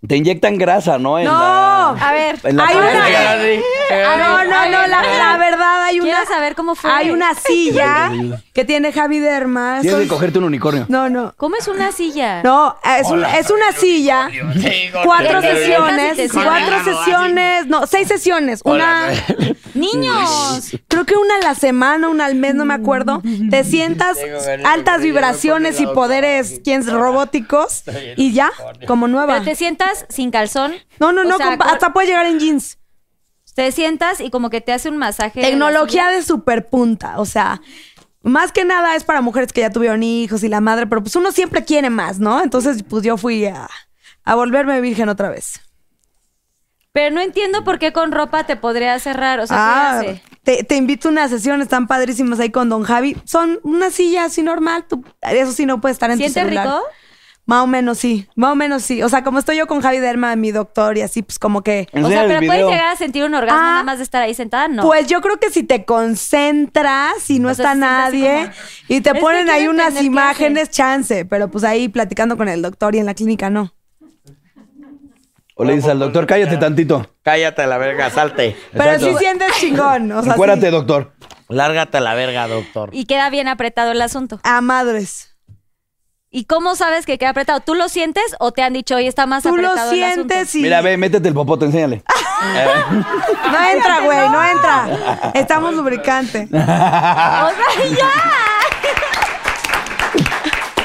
Te inyectan grasa, ¿no? En
No,
la-
A ver,
en la
hay
pared.
una-
Ahora sí,
Ah, no, no, no, la, la verdad hay una
quiero saber cómo fue.
hay una silla que tiene Javi Derma.
Tienes
Soy-
que cogerte un unicornio.
No, no.
¿Cómo es una silla?
No, es, un- es una silla,
Sí, con-
cuatro
te
sesiones,
sientas y te
cuatro
sientas.
sesiones, no, seis sesiones,
Hola.
una,
¡Niños!
creo que una a la semana, una al mes, no me acuerdo. Te sientas
Tengo ganas
altas
de brillar,
vibraciones
porque
y
la otra-
poderes, quién robóticos y ya, como nueva.
Pero te sientas sin calzón.
No, no,
o
no,
sea,
compa-
con-
hasta puede llegar en jeans.
Te sientas y como que te hace un masaje.
Tecnología de superpunta, o sea, más que nada es para mujeres que ya tuvieron hijos y la madre, pero pues uno siempre quiere más, ¿no? Entonces, pues yo fui a, a volverme virgen otra vez.
Pero no entiendo por qué con ropa te podría cerrar. O sea,
Ah,
¿qué hace?
te, te invito a unas sesiones tan padrísimas ahí con Don Javi. Son una silla así normal, tú- eso sí no puede estar en tu
¿Sientes
celular.
rico?
Más o menos sí, más o menos sí. O sea, como estoy yo con Javi Derma, mi doctor y así, pues como que...
O sea,
Enseña el
pero puedes
video.
llegar a sentir un orgasmo
Ah,
nada más de estar ahí sentada, ¿no?
Pues yo creo que si te concentras y no
O sea,
está
se siente así
nadie
como,
y te
"Es que
ponen ahí
quiero
unas
entender qué
imágenes, chance, pero pues ahí platicando con el doctor y en la clínica no.
O le dices al doctor, cállate tantito.
Cállate a la verga, salte.
Pero
Exacto.
sí sientes chingón, o sea, sí.
Acuérdate, doctor.
Lárgate a la verga, doctor.
Y queda bien apretado el asunto.
a madres.
¿Y cómo sabes que queda apretado? ¿Tú lo sientes o te han dicho, oye, está más
Tú lo
apretado el asunto"?
sientes y
Mira, ve, métete el popote, enséñale.
Ah. no entra, güey, no entra. Estamos lubricante.
O sea, ya.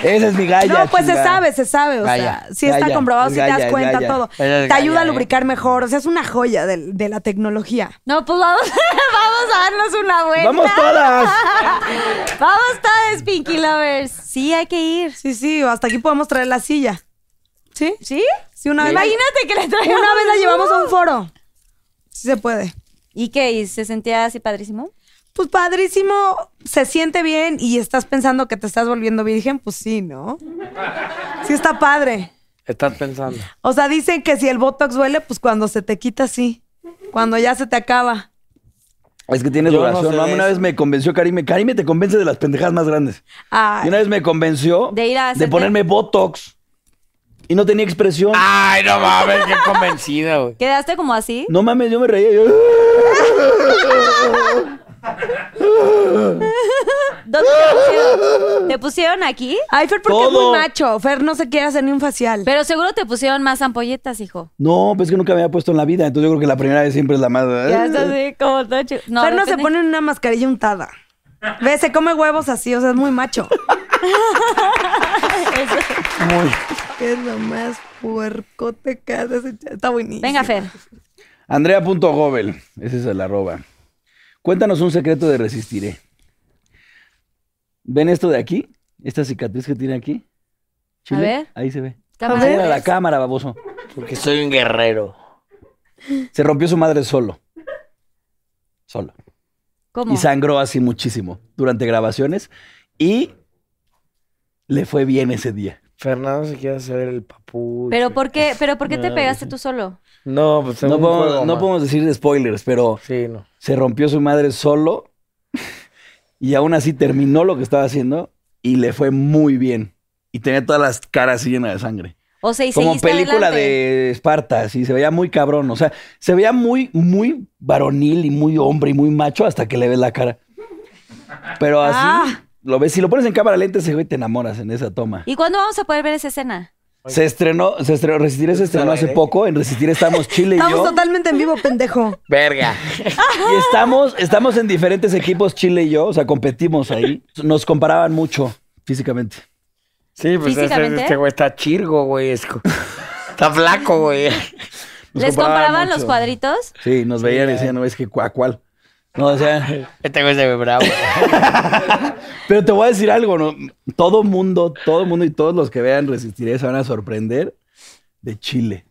Esa es mi galla.
No, pues se
chingada.
sabe, se sabe. O
Gaya,
sea, sí está
gaya,
comprobado,
es
sí te
gaya,
das
es
cuenta
gaya.
todo.
Ella es
Te ayuda a
gaya,
lubricar mejor. O sea, es una joya del- de la tecnología.
No, pues vamos, vamos a darnos una vuelta.
¡Vamos todas!
Vamos todas, Pinky Lovers. Sí, hay que ir.
Sí, sí, hasta aquí podemos traer la silla. ¿Sí?
¿Sí?
Sí, una vez.
Imagínate que le
Una
traigamos.
vez la llevamos a un foro. Sí se puede.
¿Y qué? ¿Y se sentía así padrísimo?
Pues padrísimo, se siente bien y estás pensando que te estás volviendo virgen, pues sí, ¿no? Sí está padre.
Estás pensando.
O sea, dicen que si el Botox duele, pues cuando se te quita, sí. Cuando ya se te acaba.
Es que tiene
Yo no
duración.
sé
¿no? A
de
mí Una
eso.
vez me convenció Karime. Karime te convence de las pendejadas más grandes.
Ay,
Y una vez me convenció
De ir a hacerte-
ponerme Botox. Y no tenía expresión.
Ah.
Ay, no mames, qué convencida, güey.
¿Quedaste como así?
No mames, yo me reía. yo- ¡ah!
¿Dónde te pusieron? ¿Te pusieron aquí?
Ay, Fer, porque es
Todo.
muy macho. Fer no se quiere hacer ni un facial.
Pero seguro te pusieron más ampolletas, hijo.
No, pues es que nunca me había puesto en la vida. Entonces yo creo que la primera vez siempre es la más.
Ya está así como todo chico. No,
Fer no se
depende-
pone una mascarilla untada. Ve, se come huevos así, o sea, es muy macho. ¿Qué es lo más puercote que has hecho? Está buenísimo.
Venga, Fer.
Andrea.gobel. Ese es el arroba. Cuéntanos un secreto de resistiré. ¿Ven esto de aquí? ¿Esta cicatriz que tiene aquí? Chile,
ver.
Ahí se ve.
Cámara.
Mira la cámara, baboso.
Porque soy un guerrero.
Se rompió su madre solo. Solo.
¿Cómo?
Y sangró así muchísimo durante grabaciones. Y le fue bien ese día.
Fernando se quiere hacer el papú.
¿Pero por qué, pero por qué te pegaste tú solo?
No, pues
No
según
podemos,
juego,
no
ma.
podemos decir spoilers, pero
Sí, no.
se rompió su madre solo. Y aún así terminó lo que estaba haciendo. Y le fue muy bien. Y tenía todas las caras llenas de sangre.
O sea, y
Como
seguiste
película
adelante.
de Esparta, sí, se veía muy cabrón. O sea, se veía muy, muy varonil y muy hombre y muy macho hasta que le ves la cara. Pero así lo ves. Si lo pones en cámara lenta, ese güey te enamoras en esa toma.
Ah. ¿Y cuándo vamos a poder ver esa escena?
Se estrenó, se estrenó, Resistir se estrenó hace poco. En Resistir estamos Chile y
Estamos
yo.
totalmente en vivo, pendejo.
Verga.
Y estamos, estamos en diferentes equipos, Chile y yo. O sea, competimos ahí. Nos comparaban mucho físicamente.
Sí, pues ese-
¿Físicamente?
este güey está chirgo, güey. es co- está flaco, güey.
Nos
¿Les comparaban los
mucho.
cuadritos?
Sí, eh. nos veían y decían, no, es que a cuál. No, o sea,
Este güey se ve bravo.
Pero te voy a decir algo, ¿no? Todo mundo, todo mundo y todos los que vean Resistiré se van a sorprender de Chile.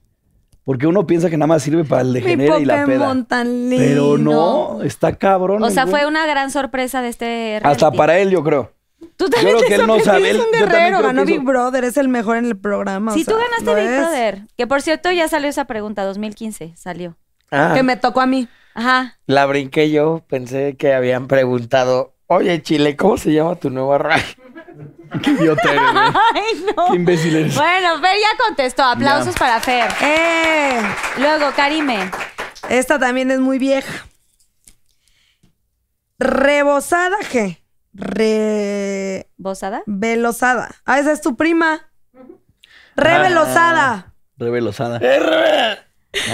Porque uno piensa que nada más sirve para el
Mi
degenera y la
Pokémon
peda.
tan lindo.
Pero no, está cabrón.
O sea,
el
fue
güey.
una gran sorpresa de este
Hasta
reality.
para él, yo creo.
¿Tú
Yo
también
creo
te
que él no
sorprendió?
sabe.
Es
él-
un
yo también
guerrero,
creo
ganó
que
Big
hizo-
Brother, es el mejor en el programa.
Sí,
o sea,
tú ganaste
lo
Big
es.
Brother. Que por cierto ya salió esa pregunta, 2015 salió.
Ah,
Em-
Que me tocó a mí.
Ajá.
la brinqué yo. Pensé que habían preguntado, oye, Chile, ¿cómo se llama tu nuevo array?
Qué idiota eres, güey.
Ay, no.
Qué imbécil eres.
Bueno, Fer ya contestó. Aplausos para Fer.
¡Eh!
Luego, Karime.
Esta también es muy vieja. Rebosada G. Re.
¿Bosada?
Velosada. Ah, esa es tu prima. Revelosada.
Rebe Lozada.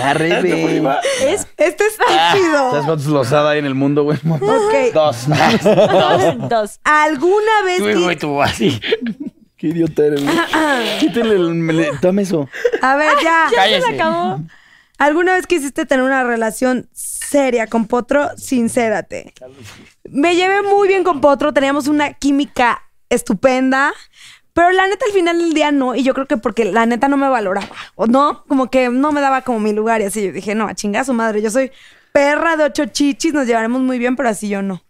Ah, Rebe.
Este está
¿Sabes
chido.
cuántos Lozada hay en el mundo, güey?
Oh. Ok.
Dos.
Dos.
¿Alguna vez,
Tú y güey,
qui-
tú así.
Qué idiota eres, güey. Quítale el... le- Dame eso.
Ah, A ver, ya.
Se
Cállese.
acabó.
¿Alguna vez quisiste tener una relación seria con Potro? Sincérate. Me llevé muy bien con Potro, teníamos una química estupenda, pero la neta al final del día no, y yo creo que porque la neta no me valoraba, o no, como que no me daba como mi lugar, y así yo dije, no, a chingar a su madre, yo soy perra de ocho chichis, nos llevaremos muy bien, pero así yo no.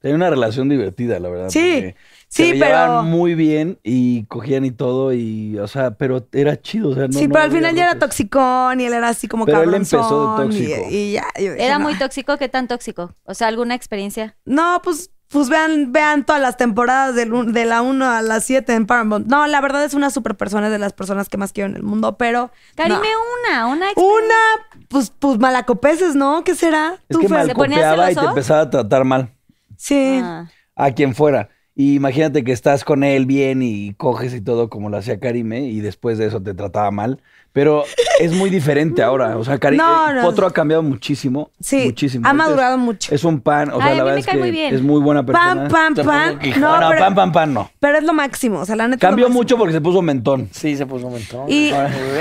Tenía una relación divertida, la verdad.
Sí,
porque
sí,
se la
pero-
llevaban muy bien y cogían y todo y, o sea, pero era chido, o sea, no.
sí,
no
pero al
había
final ya era
roces.
toxicón y él era así como
Pero él
cabronzón,
empezó de tóxico.
Y, y ya, yo dije,
¿Era
no.
muy tóxico? ¿Qué tan tóxico? O sea, ¿alguna experiencia?
No, pues, pues vean, vean todas las temporadas del un- de la 1 a la 7 en Paramount. No, la verdad es una super persona, es de las personas que más quiero en el mundo, pero.
Karime,
no.
una, una experiencia.
Una, pues, pues malacopeses, ¿no? ¿Qué será?
Es
Tú,
que
Fer.
mal
¿Se ponía
copiaba y te
celoso?
empezaba a tratar mal
Sí.
Ah.
a quien fuera. Y imagínate que estás con él bien y coges y todo como lo hacía Karime y después de eso te trataba mal. Pero es muy diferente ahora. O sea, Karime,
No, no.
Potro ha cambiado muchísimo.
Sí,
muchísimo.
ha
Ahorita es-
madurado mucho.
Es un pan. O sea,
Ay, a
la
mí
verdad
me
es
cae
que
muy bien.
es muy buena persona.
Pam, pam, pam.
No,
No,
no,
pero,
pan, pan, pan, no.
pero es lo máximo. O sea, la neta. es lo
Cambió
máximo.
mucho porque se puso mentón.
Sí, se puso un montón.
Y,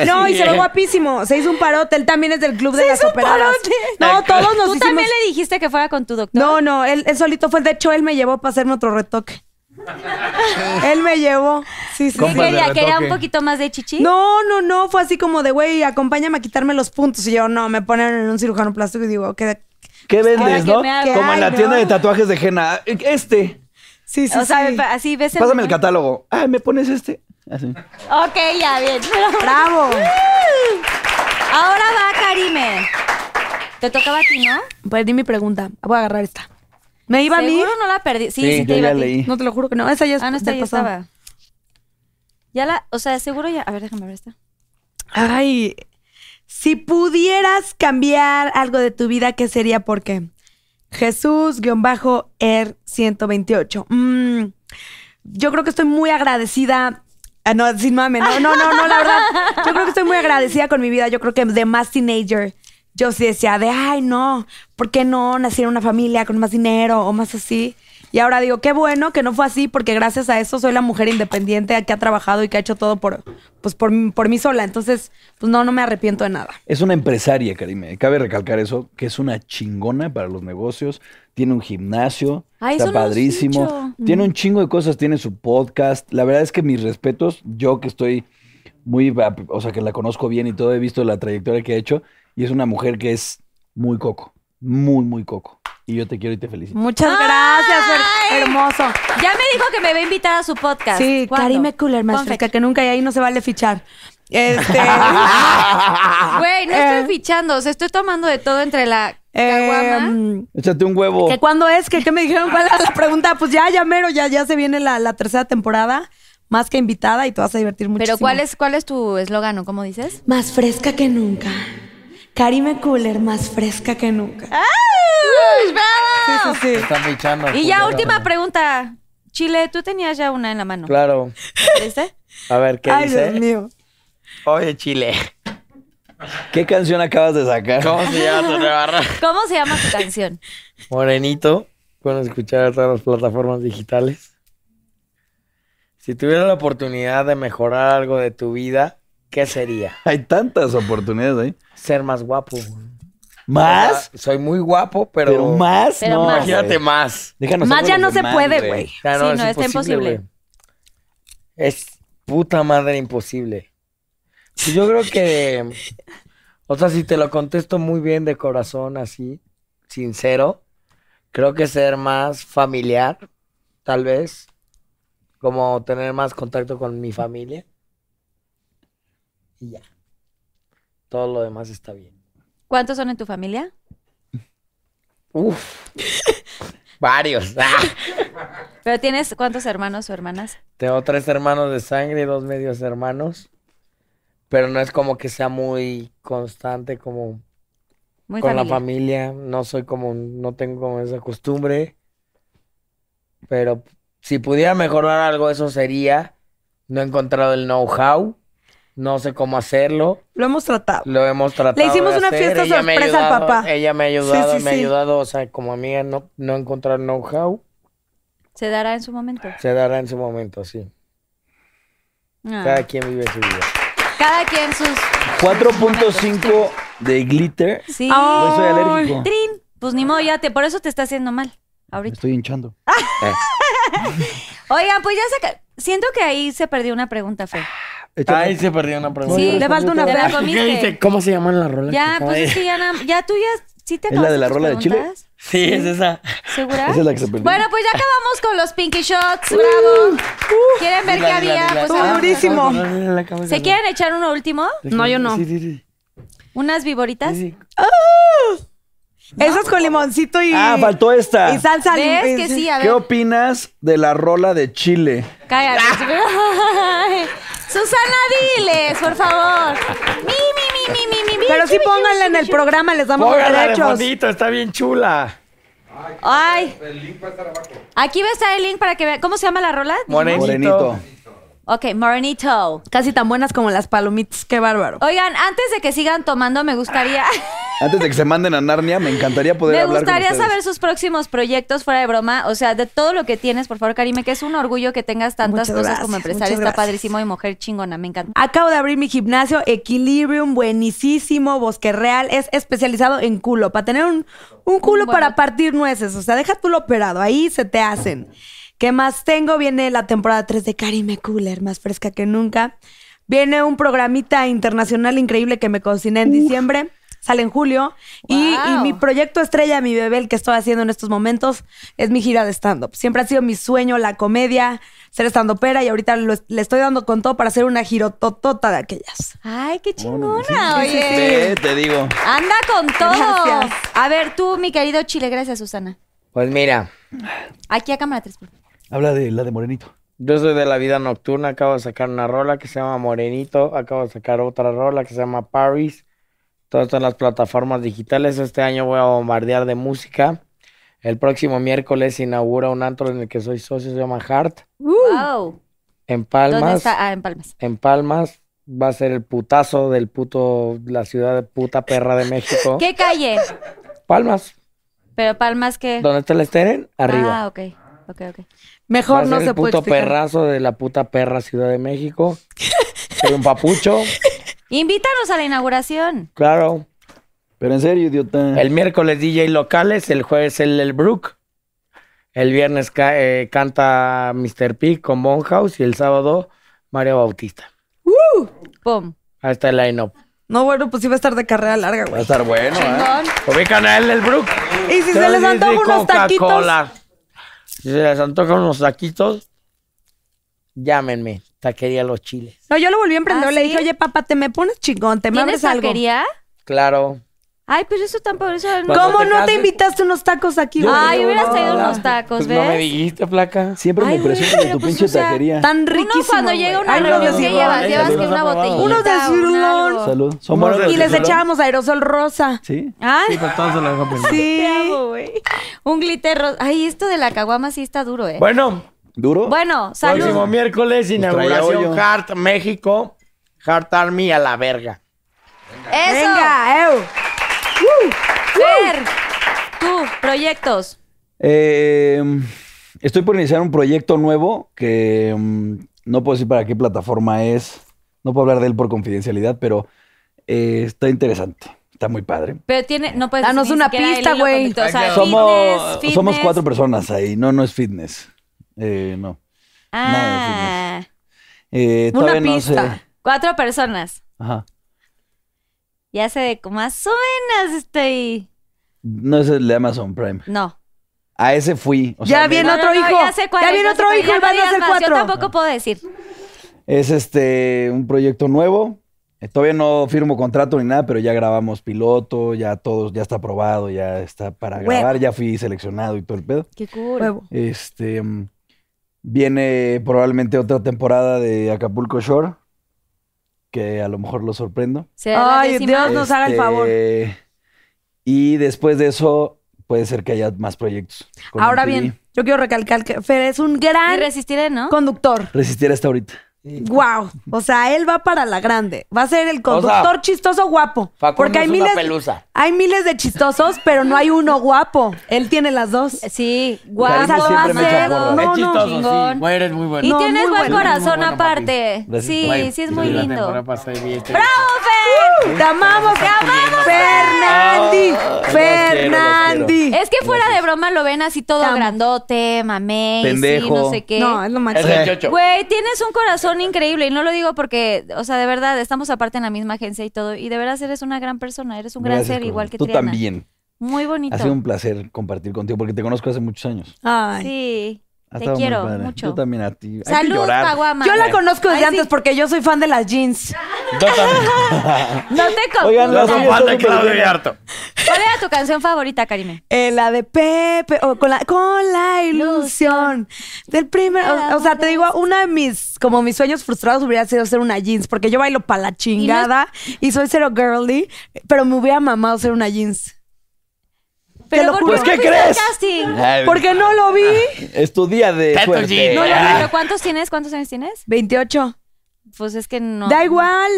no, y se ve guapísimo. Se hizo un parote. Él también es del club de las operadas. No, todos nos
Tú
hicimos.
también le dijiste que fuera con tu doctor.
No, no, él, él solito fue. De hecho, él me llevó para hacerme otro retoque. él me llevó. Sí, sí.
¿Qué
sí.
quería? ¿Quería un poquito más de chichi?
No, no, no. Fue así como de, güey, acompáñame a quitarme los puntos. Y yo, no, me ponen en un cirujano plástico y digo, que.
¿Qué
Pues
Ahora
vendes,
que
no?
me hago-
Como en la
Ay,
tienda
no.
de tatuajes de Jena. Este.
Sí, sí,
O sea,
sí.
así ves el...
Pásame el catálogo. Ah, ¿me pones este? Así.
Ok, ya, bien.
Bravo.
Ahora va, Karime. Te tocaba a ti, ¿no?
Perdí pues, mi pregunta. Voy a agarrar esta. ¿Me iba a mí?
Seguro no la perdí. Sí, sí,
yo
te iba
ya
a ti.
leí.
No te lo juro que no. Esa ya es
Ah, no, está,
del
ya
pasado.
estaba. Ya la, o sea, seguro ya. A ver, déjame ver esta.
Ay, si pudieras cambiar algo de tu vida, ¿qué sería? ¿Por qué? Jesús-Er128. Mm, yo creo que estoy muy agradecida. Ah, no, sin mame, no, no, no, no, la verdad. Yo creo que estoy muy agradecida con mi vida. Yo creo que de más teenager, yo sí decía de, ay, no, ¿por qué no nací en una familia con más dinero o más así? Y ahora digo, qué bueno que no fue así, porque gracias a eso soy la mujer independiente que ha trabajado y que ha hecho todo por, pues por, por mí sola. Entonces, pues no, no me arrepiento de nada.
Es una empresaria, Karime. Cabe recalcar eso, que es una chingona para los negocios. Tiene un gimnasio,
Ay, eso
está
no lo has
padrísimo.
dicho.
Tiene un chingo de cosas, tiene su podcast. La verdad es que mis respetos, yo que estoy muy, ap- o sea, que la conozco bien y todo, he visto la trayectoria que ha hecho. Y es una mujer que es muy coco, muy, muy coco. Y yo te quiero y te
Mm.
felicito.
Muchas gracias, her-
Ay.
hermoso.
Ya me dijo que me va a invitar a su podcast.
Sí,
¿Cuándo?
Karime Cooler, más
Con
fresca que nunca y ahí no se vale fichar. Este,
Ah. Güey, no
Eh.
estoy fichando, o sea, estoy tomando de todo entre la caguama.
em,
Échate un huevo.
¿Que cuándo es? ¿Que qué me dijeron? ¿Cuál era la pregunta? Pues ya, ya mero, ya, ya se viene la, la tercera temporada, más que invitada y te vas a divertir muchísimo.
Pero ¿cuál es, ¿cuál es tu eslogan o cómo dices?
Más fresca que nunca. Karime Cooler, más fresca que nunca. Sí,
¡Bravo!
sí, sí.
Están fichando.
Y ya
culero.
última pregunta. Chile, tú tenías ya una en la mano.
Claro.
¿Viste?
A ver, ¿qué
Ay,
dice?
Dios mío.
Oye, Chile.
¿Qué canción acabas de sacar?
¿Cómo se llama tu nueva ra-
¿Cómo se llama tu canción?
Morenito. Pueden escuchar a todas las plataformas digitales. Si tuviera la oportunidad de mejorar algo de tu vida, ¿qué sería?
Hay tantas oportunidades ahí.
Ser más guapo.
¿Más?
O sea, Soy muy guapo, pero.
Pero, más,
Pero
no.
más.
Imagínate
güey.
más.
Déjanos
Más
algo
ya
Pues de
no
los
se
demás,
puede, güey.
Ya,
Sí, no, está imposible.
güey. Es puta madre imposible. Pues Yo creo que. O sea, si te lo contesto muy bien de corazón, así, sincero, creo que ser más familiar, tal vez. Como tener más contacto con mi familia. Y ya. Todo lo demás está bien.
¿Cuántos son en tu familia?
Uf. Varios.
¿Pero tienes cuántos hermanos o hermanas?
Tengo tres hermanos de sangre y dos medios hermanos. Pero no es como que sea muy constante como
Muy
con la
familiar.
familia. No soy como, no tengo como esa costumbre. Pero si pudiera mejorar algo, eso sería. No he encontrado el know-how. No sé cómo hacerlo.
Lo hemos tratado.
Lo hemos tratado.
hicimos
de
una
hacer,
fiesta
ella me ha
sorpresa al
ayudado,
papá.
Ella me ha ayudado,
sí,
me ha
sí.
ayudado. O sea, como amiga, no, no encontrar know-how.
Se dará en su momento.
Se dará en su momento, sí.
Ah.
Cada quien vive su vida.
Cada quien sus.
4.5 de glitter.
Sí.
Güey, Pues soy alérgico.
Trin. Pues ni modo, ya te. Por eso te está haciendo mal.
Me
Ahorita.
estoy hinchando.
Oigan, pues ya se. ca- Siento que ahí se perdió una pregunta, Fer.
Échame.
Ahí se perdió una pregunta.
pues
Sí,
le falta una
te la
frase.
comiste.
¿Cómo se llaman las rolas?
Ya, pues es que ya, na- ya tú ya. ¿Sí te
¿Es la de
acabaste
la
tus
rola de Chile?
preguntas?
Sí, es esa.
¿Segura?
Esa es la que se perdió.
Bueno, pues ya acabamos con los Pinky Shots, bravo. ¿Quieren ver qué
Dila, dila,
había?
dila.
Pues,
Estuvo
ah,
durísimo.
¿Se quieren echar uno último?
No, yo no.
Sí, sí, sí.
¿Unas viboritas?
sí.
Ah. Esas con limoncito y,
Ah, faltó esta.
y salsa
¿Ves
lim-
que sí? A
¿Qué
ver,
opinas de la rola de Chile?
cállate. Ay, Susana, diles, por favor. Mi, mi, mi, mi, mi, mi, mi.
Pero sí pónganla en el programa, les damos los
Póngala de
derechos.
fondito, está bien chula.
Ay. El link va a estar abajo. Aquí va a estar el link para que vean. ¿Cómo se llama la rola?
Morenito.
Morenito.
Ok, Morenito.
Casi tan buenas como las palomitas, qué bárbaro.
Oigan, antes de que sigan tomando, me gustaría.
Antes de que se manden a Narnia, me encantaría poder
Me
hablar con
gustaría
ustedes.
saber sus próximos proyectos fuera de broma, o sea, de todo lo que tienes, por favor, Karime, que es un orgullo que tengas tantas
Muchas
cosas
gracias,
como empresaria,
muchas
está
gracias.
padrísimo y mujer chingona, me encanta.
Acabo de abrir mi gimnasio Equilibrium, buenísimo, Bosque Real. Es especializado en culo, para tener un, un culo
buen
para
bote.
partir nueces. O sea, deja tú lo operado, ahí se te hacen. ¿Qué más tengo? Viene la temporada 3 de Karime Cooler, más fresca que nunca. Viene un programita internacional increíble que me cociné en diciembre. Sale en julio. Y, y
Wow.
mi proyecto estrella, mi bebé, el que estoy haciendo en estos momentos, es mi gira de stand-up. Siempre ha sido mi sueño la comedia, ser stand-upera y ahorita lo es- le estoy dando con todo para hacer una girototota de aquellas.
Ay, qué chingona, oye.
Ve, te digo.
Anda con todo.
Gracias.
A ver, tú, mi querido Chile, gracias, Susana.
Pues mira,
Aquí a cámara 3.
Habla de la de Morenito.
Yo soy de la vida nocturna, acabo de sacar una rola que se llama Morenito, acabo de sacar otra rola que se llama Paris. Todas están en las plataformas digitales. Este año voy a bombardear de música. El próximo miércoles se inaugura un antro en el que soy socio, se llama Heart.
Uh.
Wow.
En
¿Dónde
Palmas,
está? Ah, en Palmas.
en Palmas va a ser el putazo del puto, la ciudad de puta perra de México.
¿Qué calle?
Palmas,
Pero Palmas que.
donde está el Esteren, arriba.
Ah, ok. Ok, ok.
Va a
Mejor
ser
no
el
se puede
puto
explicar.
perrazo de la puta perra Ciudad de México. Soy un papucho,
Invítanos a la inauguración.
claro.
Pero en serio, idiota.
El miércoles DJ locales, el jueves el, el Brook. El viernes ca- eh, canta Mr. P con Bonhouse y el sábado Mario Bautista.
Pum.
Ahí está el line-up.
No, bueno, pues iba a estar de carrera larga,
Va a
güey.
estar bueno, ¿eh?
Ubican a él del Brook.
Y si se les antoja unos taquitos.
Coca-Cola. Si se les antoja unos taquitos, llámenme. Taquería Los Chiles.
No, yo lo volví a emprender.
¿Ah,
le
sí?
dije, oye, papá, te me pones chingón, te me
¿Tienes
abres algo.
taquería?
Claro.
Ay, pero eso tampoco. Eso no-
Cuando
¿Cómo
te
no te
cases-
invitaste unos tacos aquí, güey?
Ay, hubieras traído unos tacos,
Pues
¿ves?
no me dijiste, placa.
Siempre
Ay,
me
güey,
presentas en
pero
tu
pues,
pinche
o sea,
taquería.
Tan riquísimo.
Uno cuando
güey.
llega una
Ay, no,
reunión,
Dios
¿qué
mío.
llevas?
Ay,
Llevas
saludos
que una
a Pablo.
botellita.
Unos de
un
Cirlón.
algo.
Salud. Son
Somos
buenos
de
Y les
Cirlón.
echábamos aerosol rosa.
Sí.
Ay,
Sí.
un glitter ro- Ay, esto de la caguama sí está duro, ¿eh? Bueno,
Bueno,
¿Duro?
salud.
próximo miércoles,
traía
inauguración
hoyo.
Heart México. Heart Army a la verga.
Eso.
Venga, eu.
Fer, tú, proyectos.
Eh, estoy por iniciar un proyecto nuevo que mm, no puedo decir para qué plataforma es. No puedo hablar de él por confidencialidad, pero eh, está interesante. Está muy padre.
Pero tiene, no puedes
Danos
ni
una
siquiera el
pista,
hilo
güey.
conductor, O sea,
somos,
fitness, fitness.
somos cuatro personas ahí. No, no es fitness. Eh, no. Nada
Ah,
Eh,
Una
todavía no sé.
pista.
cuatro personas.
Ajá.
Ya sé de cómo más o menos estoy.
No es el de Amazon Prime.
No.
A ese fui. o
Ya
sea, me-
viene otro hijo.
Ya, sé cuál
Ya
es,
viene
sé
otro
cuál es.
hijo y
Ya no
van a
digas
ser
más,
cuatro.
Yo tampoco puedo decir.
Es este un proyecto nuevo. Eh, Todavía no firmo contrato ni nada, pero ya grabamos piloto, ya todo, ya está aprobado, ya está para
Huevo.
grabar, ya fui seleccionado y todo el pedo.
Qué cool.
Huevo.
Este mm, viene probablemente otra temporada de Acapulco Shore, que a lo mejor lo sorprendo.
Será la
Ay,
décima.
Dios. nos haga el favor.
Este, Y después de eso, puede ser que haya más proyectos. con
Ahora
MTV.
bien, yo quiero recalcar que Fer es un gran
Irresistible, ¿no?
conductor.
Resistir hasta ahorita.
Wow. O sea, él va para la grande. Va a ser el conductor
O sea,
chistoso guapo.
Facundo
porque hay
es
miles,
una pelusa.
hay miles de chistosos, pero no hay uno guapo. Él tiene las dos.
Sí, guapo,
Karim siempre me echa
Macedo.
porras.
No,
es chistoso,
no. Chingón.
sí. Güey, eres muy bueno.
Y
No,
tienes
muy
buen
bueno.
corazón
Muy bueno,
aparte.
Gracias.
Sí,
Güey,
sí es muy
Sí, la
lindo.
temporada pasada y este-
¡Bravo,
Te amamos, te amamos. Fernandi. Fernandi.
Fer! Es que fuera de broma lo ven así todo
Te amo.
grandote, mamey, sí,
Pendejo.
no sé qué.
No, es lo
Es
máximo.
el chocho.
Güey, tienes un corazón increíble y no lo digo porque, o sea, de verdad, estamos aparte en la misma agencia y todo. Y de veras eres una gran persona, eres un gran
Gracias,
ser,
Corona.
igual que
Tú
Triana.
también.
Muy bonito.
Ha sido un placer compartir contigo porque te conozco hace muchos años.
Ay.
Sí,
Ha
te
estado muy
quiero
padre.
mucho.
Yo también a ti. Hay que
Saludos,
llorar.
Caguama.
Yo la conozco desde
Ay, sí.
antes porque yo soy fan de las jeans.
Yo también.
No te confundas.
Oigan,
Yo soy
las uñas
fan
están
de
súper
Claudio
buenas.
Yarto.
¿Cuál era tu canción favorita, Karime?
Eh, la de Pepe, o con la, con la ilusión del primer. O, o sea, te digo, una de mis, como mis sueños frustrados hubiera sido ser una jeans, porque yo bailo pa' la chingada y soy cero girly, pero me hubiera mamado ser una jeans. lo
¿por Ah.
juro.
no
Pues, ¿qué
fuiste al
crees?
casting?
Ay,
Porque no lo vi.
Es tu día de
Teto
suerte.
Eh.
Jean.
No,
No,
no,
ya.
pero ¿cuántos tienes? ¿Cuántos años tienes?
28.
Pues es que no.
Da igual.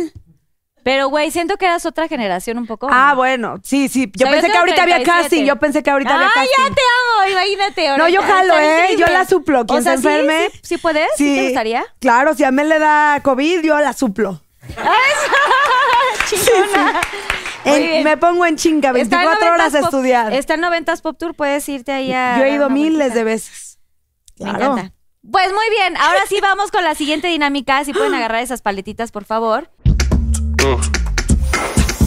Pero, güey, siento que eras otra generación un poco. ¿o
Ah,
no?
bueno, sí, sí. Yo
O sea, yo
pensé que
tengo
ahorita había
37.
casting. Yo pensé que ahorita había
¡Ay,
casting.
ya te amo! Imagínate. ahora
No, yo
está-
jalo,
está
¿eh?
increíble.
Yo la suplo. Quien
o sea,
se
sí,
enferme.
Sí, sí puedes? ¿Sí, te gustaría?
Claro, si a mí le da COVID, yo la suplo.
¡Eso! ¡Chingona! Muy
En-
bien.
me pongo en chinga
Está en
24 horas a
90s Pop-
estudiar.
Está en 90s Pop Tour, puedes irte ahí a.
Yo he
dar
ido
una
miles de
vueltita.
veces.
Me encanta. Pues muy bien, ahora sí vamos con la siguiente dinámica. Si pueden agarrar esas paletitas, por favor.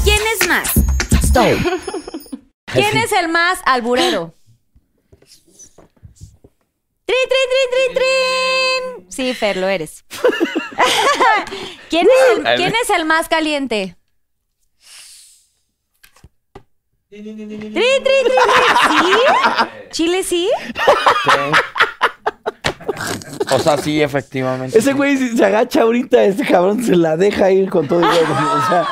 ¿Quién es más? ¿Quién es el más alburero? ¡Trin, trin, trin, trin, trin! Sí, Fer, lo eres. ¿Quién, es el, quién es el más caliente? ¡Trin, trin, trin, trin! ¿Sí? ¿Chile sí?
O sea, sí, efectivamente.
Ese güey si se agacha ahorita, este cabrón se la deja ir con todo. y bueno, o sea,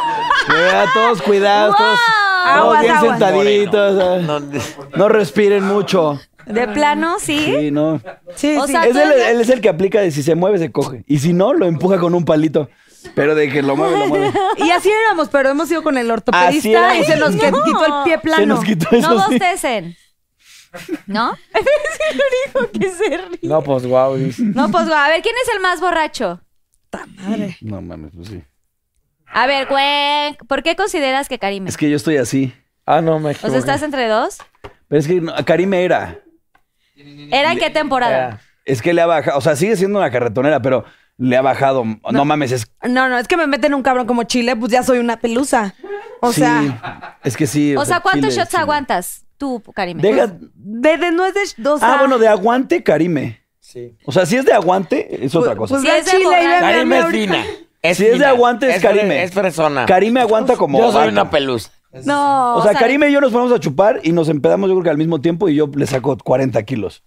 vea, todos cuidados, todos, todos
Aguas,
bien
aguas.
sentaditos. o sea,
No,
No,
no.
respiren mucho.
De plano, Ah, sí.
Sí, no.
Sí,
O
sí.
sea,
Es el-
todo el-
él es el que aplica de si se mueve, se coge. Y si no, lo empuja con un palito. Pero de que lo mueve, lo mueve.
Y así éramos, pero hemos ido con el
Así
ortopedista
era.
y se nos que-
No.
quitó el pie
Se
plano.
nos quitó
No
eso. sí.
bostecen. ¿No? es el único que se ríe.
No, pues guau. dice.
No, pues a ver, ¿quién es el más borracho?
No mames, pues sí.
A ver, güey, ¿por qué consideras que Karime?
Es que yo estoy así.
Ah, no, me
O sea, ¿estás entre dos?
Pero es que no, Karim era.
¿Era en qué temporada?
Es que le ha bajado. O sea, sigue siendo una carretonera, pero le ha bajado. No, mames, es.
No, no, es que me meten un cabrón como Chile, pues ya soy una pelusa. O
sí,
sea,
Es que sí.
O sea, ¿cuántos
Chile,
shots
sí.
aguantas tú, Karime?
Deja.
de, de no es de dos
Ah, bueno, de aguante, Karime. Sí. O sea, si es de aguante, es otra cosa.
Pues
Si
ve a
es de
Chile y ve a
borracho.
Miami
Karime es
ahorita.
fina.
Si es de
fina.
aguante, es
fre-
Karime.
Es persona.
Karime aguanta como.
Yo soy
vaca.
una pelusa.
No.
O sea,
de-
Karime y yo nos ponemos a chupar y nos empedamos, yo creo que al mismo tiempo, y yo le saco 40 kilos.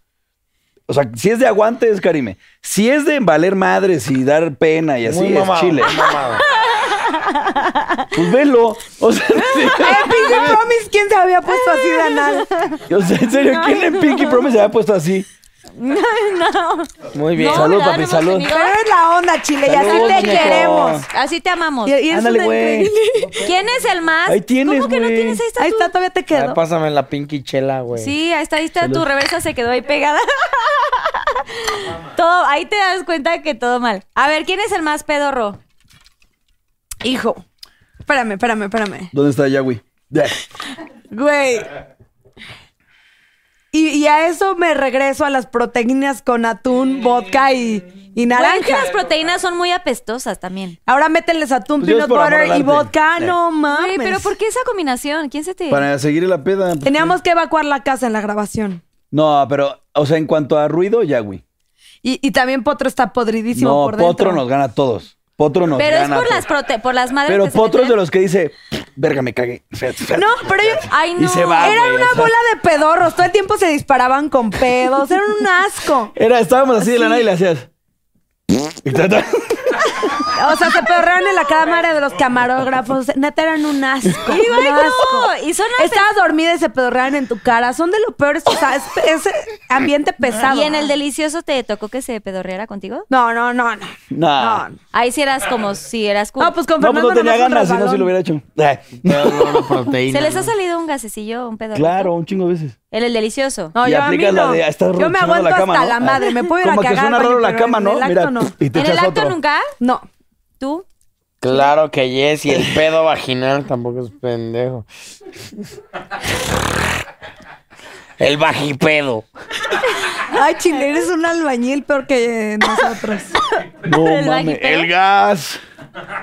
O sea, si es de aguante, es Karime. Si es de valer madres y dar pena y así,
Muy
es
mamado,
Chile.
muy mamado.
Pues velo. O sea,
En Pinky Promise, ¿quién se había puesto así de anal?
o sea, en serio, ¿quién en Pinky Promise se había puesto así?
Muy bien.
No,
Salud,
¿verdad?
papi,
¿No hemos
salud.
tenido?
Pero es la onda, Chile, y así
Salud,
te
muñeco.
queremos.
Así te amamos.
Y, y es
Ándale,
una
güey.
increíble-
¿Quién es el más?
Ahí tienes,
¿Cómo que no
güey.
tienes ahí está
Ahí
tu-
está, todavía te
Ay,
quedo.
pásame la pinky chela, güey.
Sí, ahí está, ahí está tu reversa se quedó ahí pegada. todo, ahí te das cuenta que todo mal. A ver, ¿quién es el más pedorro?
Hijo. Espérame, espérame, espérame.
¿Dónde está Yahweh?
Güey. Y, y a eso me regreso a las proteínas con atún, vodka y, y
Güey, es que
naranja.
las proteínas son muy apestosas también.
Ahora mételes atún,
Pues yo es
peanut
por Eh. amor
butter
al
y
arte.
vodka.
Sí.
No mames.
Güey, pero ¿por qué esa combinación? ¿Quién se te...?
Para seguir la peda. pues,
Teníamos que evacuar la casa en la grabación.
No, pero, o sea, en cuanto a ruido, Yagüi.
Y, y también Potro está podridísimo
No,
por dentro.
Potro nos gana a todos. Potro nos
Pero es
gana.
por
a
las,
todos.
prote- por las madres
Pero
que se
Potro es de
meten.
los que dice, verga, me cagué.
No, pero yo-
Ay, no.
Y se va,
era
güey,
una
o sea.
bola de pedorros. Todo el tiempo se disparaban con pedos. Era un asco.
Era, estábamos así de la nada y le hacías. Y trata-
O sea, se perrearon en la cámara de los camarógrafos. Neta, eran un asco.
Y, güey,
un
no.
asco.
Y son
Estabas dormida y se pedorreaban en tu cara. Son de lo peor. O sea, es, es ambiente pesado.
¿Y en el delicioso te tocó que se pedorreara contigo?
No, no, no, no.
Nah.
No,
Ahí sí eras como si eras cool.
No, pues con
Ah. No, pues
Fernando
no tenía
nos hace un
ganas, si no
resbalón.
se lo hubiera hecho. Eh,
¿Se les ha salido un gasecillo, un pedorro?
claro, un chingo de veces.
En el delicioso.
No,
y
yo a mí
aplicas la
no.
de, "Ah, estás
Yo me
rochando
aguanto
la cama,
hasta
¿no?
la madre. Me puedo ir
Como
a
que
cagar.
suena
al
raro
baño,
la
pero
cama,
en
¿no?
el
Mira,
acto no.
y te
¿En el
echas
acto
otro.
nunca?
No.
¿Tú?
Claro que yes, y el pedo vaginal tampoco es pendejo. El bajipedo.
Ay, chile, eres un albañil peor que nosotros.
No
¿El
mames,
Bajipedo?
el gas.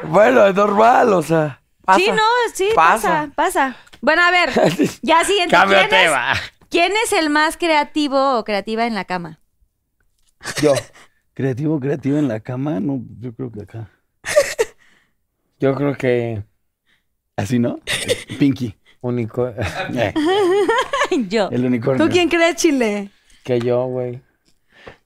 Bueno, es normal, o sea.
Sí, no, sí, pasa.
Pasa.
pasa, Bueno, a ver, ya siguiente.
Cambio de
¿Quién es,
tema.
quién es el más creativo o creativa en la cama?
Yo. Creativo, creativo en la cama, no, yo creo que acá.
Yo creo que
¿Así no? Eh, Pinky.
único
Eh,
Yo.
el unicornio.
¿Tú quién crees, chile?
que yo, güey.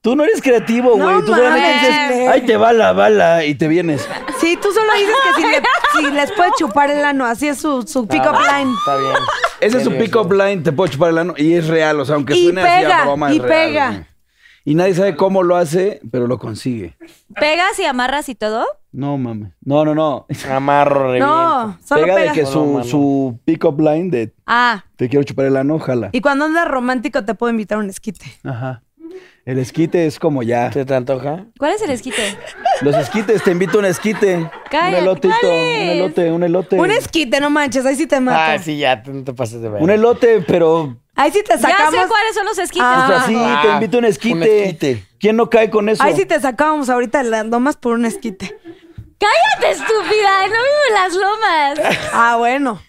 Tú no eres creativo, güey.
No
Tú solamente
mames.
dices, ay, te va la bala y te vienes.
Sí, tú solo dices que si, le- si les puedes chupar el ano. Así es su, su pick-up
Ah,
line.
Está bien.
Ese es su
Bien,
pick-up line, te puedo chupar el ano. Y es real, o sea, aunque
Y
suene así
pega,
a broma,
y
es real,
pega.
güey. Y nadie sabe cómo lo hace, pero lo consigue.
¿Pegas y amarras y todo?
No, mames. No, no, no.
bien. Amarro, reviento.
No, solo
pega
pega.
de que
Solo,
su,
mano.
su pick-up line de
Ah,
te quiero chupar el ano, jala.
Y cuando andas romántico te puedo invitar a un esquite.
Ajá. El esquite es como ya.
¿Se te antoja?
¿cuál es el esquite?
Los esquites, te invito a un esquite.
Cállate,
un elotito,
¿cuál
un
es?
elote, un elote.
Un esquite, no manches, ahí sí te mato.
Ah, sí, ya, tú no te pases de ver.
Un elote, pero
Ahí sí te
Ya
sacamos.
sé cuáles son los esquites.
o sea, sí,
Ah,
te invito a un esquite.
un esquite.
¿Quién no cae con eso?
Ahí sí te sacábamos ahorita las lomas por un esquite.
Cállate, estúpida. No vivo en las lomas.
Ah, bueno.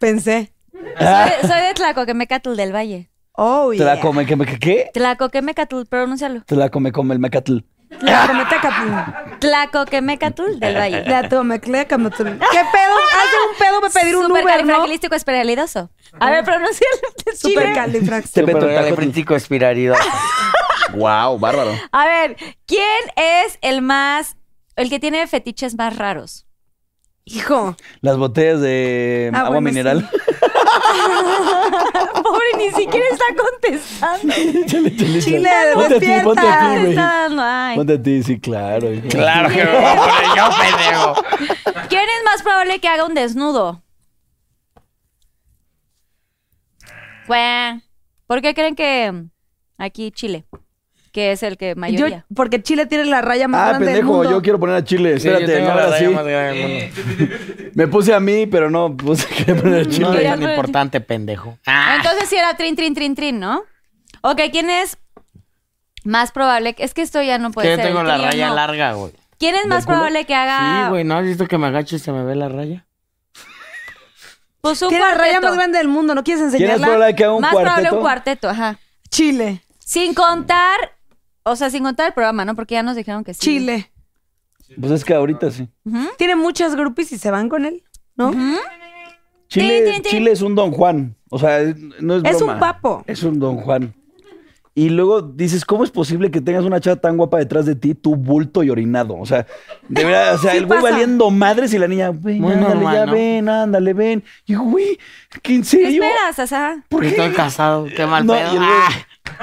Pensé.
Soy, soy de Tlacoquemecatl del Valle.
Oh,
Ah. Te
yeah.
la come, que, que- ¿qué?
Tlacoquemecatl, pronúncialo.
Te la come, come el mecatl.
La cometa capín.
Tlacoquemecatl del Valle.
La tomaclea camatón. ¿Qué pedo? Hace un pedo para pedir un Uber, ¿no?
Supercalifragilístico espiralidoso. A ver, pronúncialo.
Supercalifrax.
Te
Pero
peto el taco.
espirarido.
Wow, bárbaro.
A ver, ¿quién es el más, el que tiene fetiches más raros?
Hijo,
Las botellas de
Ah,
agua
bueno,
mineral.
Pobre, ni siquiera está contestando.
Chile, chile,
Chile,
Ponte a ti, ponte a ti,
Está,
güey.
está dando, ay.
Ponte a ti, sí, claro. hijo.
Claro que me voy a poner yo, pendejo.
¿Quién es más probable que haga un desnudo? Cuá. ¿Por qué creen que aquí Chile, que es el que
yo,
mayoría?
porque Chile tiene la raya más
Ah,
grande del
pendejo,
mundo.
yo quiero poner a Chile.
Sí, yo
Espérate,
tengo
no,
la
ahora
raya
sí.
más grande del mundo.
Me puse a mí, pero no puse que poner a Chile.
No es
Mira,
tan
pues-
importante, pendejo. Ah,
Entonces sí era trin, trin, trin, trin, ¿no? Ok, ¿quién es más probable? que- Es que esto ya no puede
Que yo
ser.
tengo
el
la
trío
raya
no. Ah.
larga, güey.
¿Quién es más probable que haga
Sí, güey, ¿no has visto que me agacho y se me ve la raya?
pues, un
Tiene la raya
cuarteto?
más grande del mundo, ¿no quieres
¿Quién es
enseñarla?
probable que haga un
Más probable
cuarteto?
un cuarteto, ajá.
Chile,
Sin contar, o sea, sin contar el programa, ¿no? Porque ya nos dijeron que sí.
Chile.
Pues es que ahorita sí.
Tiene muchas groupies y se van con él, ¿no?
Chile,
Tin, tin, tin.
Chile es un Don Juan. O sea, no es
Es
broma.
un papo.
Es un Don Juan. Y luego dices, ¿cómo es posible que tengas una chava tan guapa detrás de ti, tú bulto y orinado? O sea, de verdad, o sea,
Sí
el güey
pasa.
valiendo madres y la niña, ven,
Muy
ándale,
normal,
ya
¿no?
ven, ándale, ven. Y yo, güey, ¿qué en
¿Qué
serio?
esperas, Sasa?
¿Por
Yo Estoy casado, qué mal
No,
pedo.
y el güey-
¡Ah!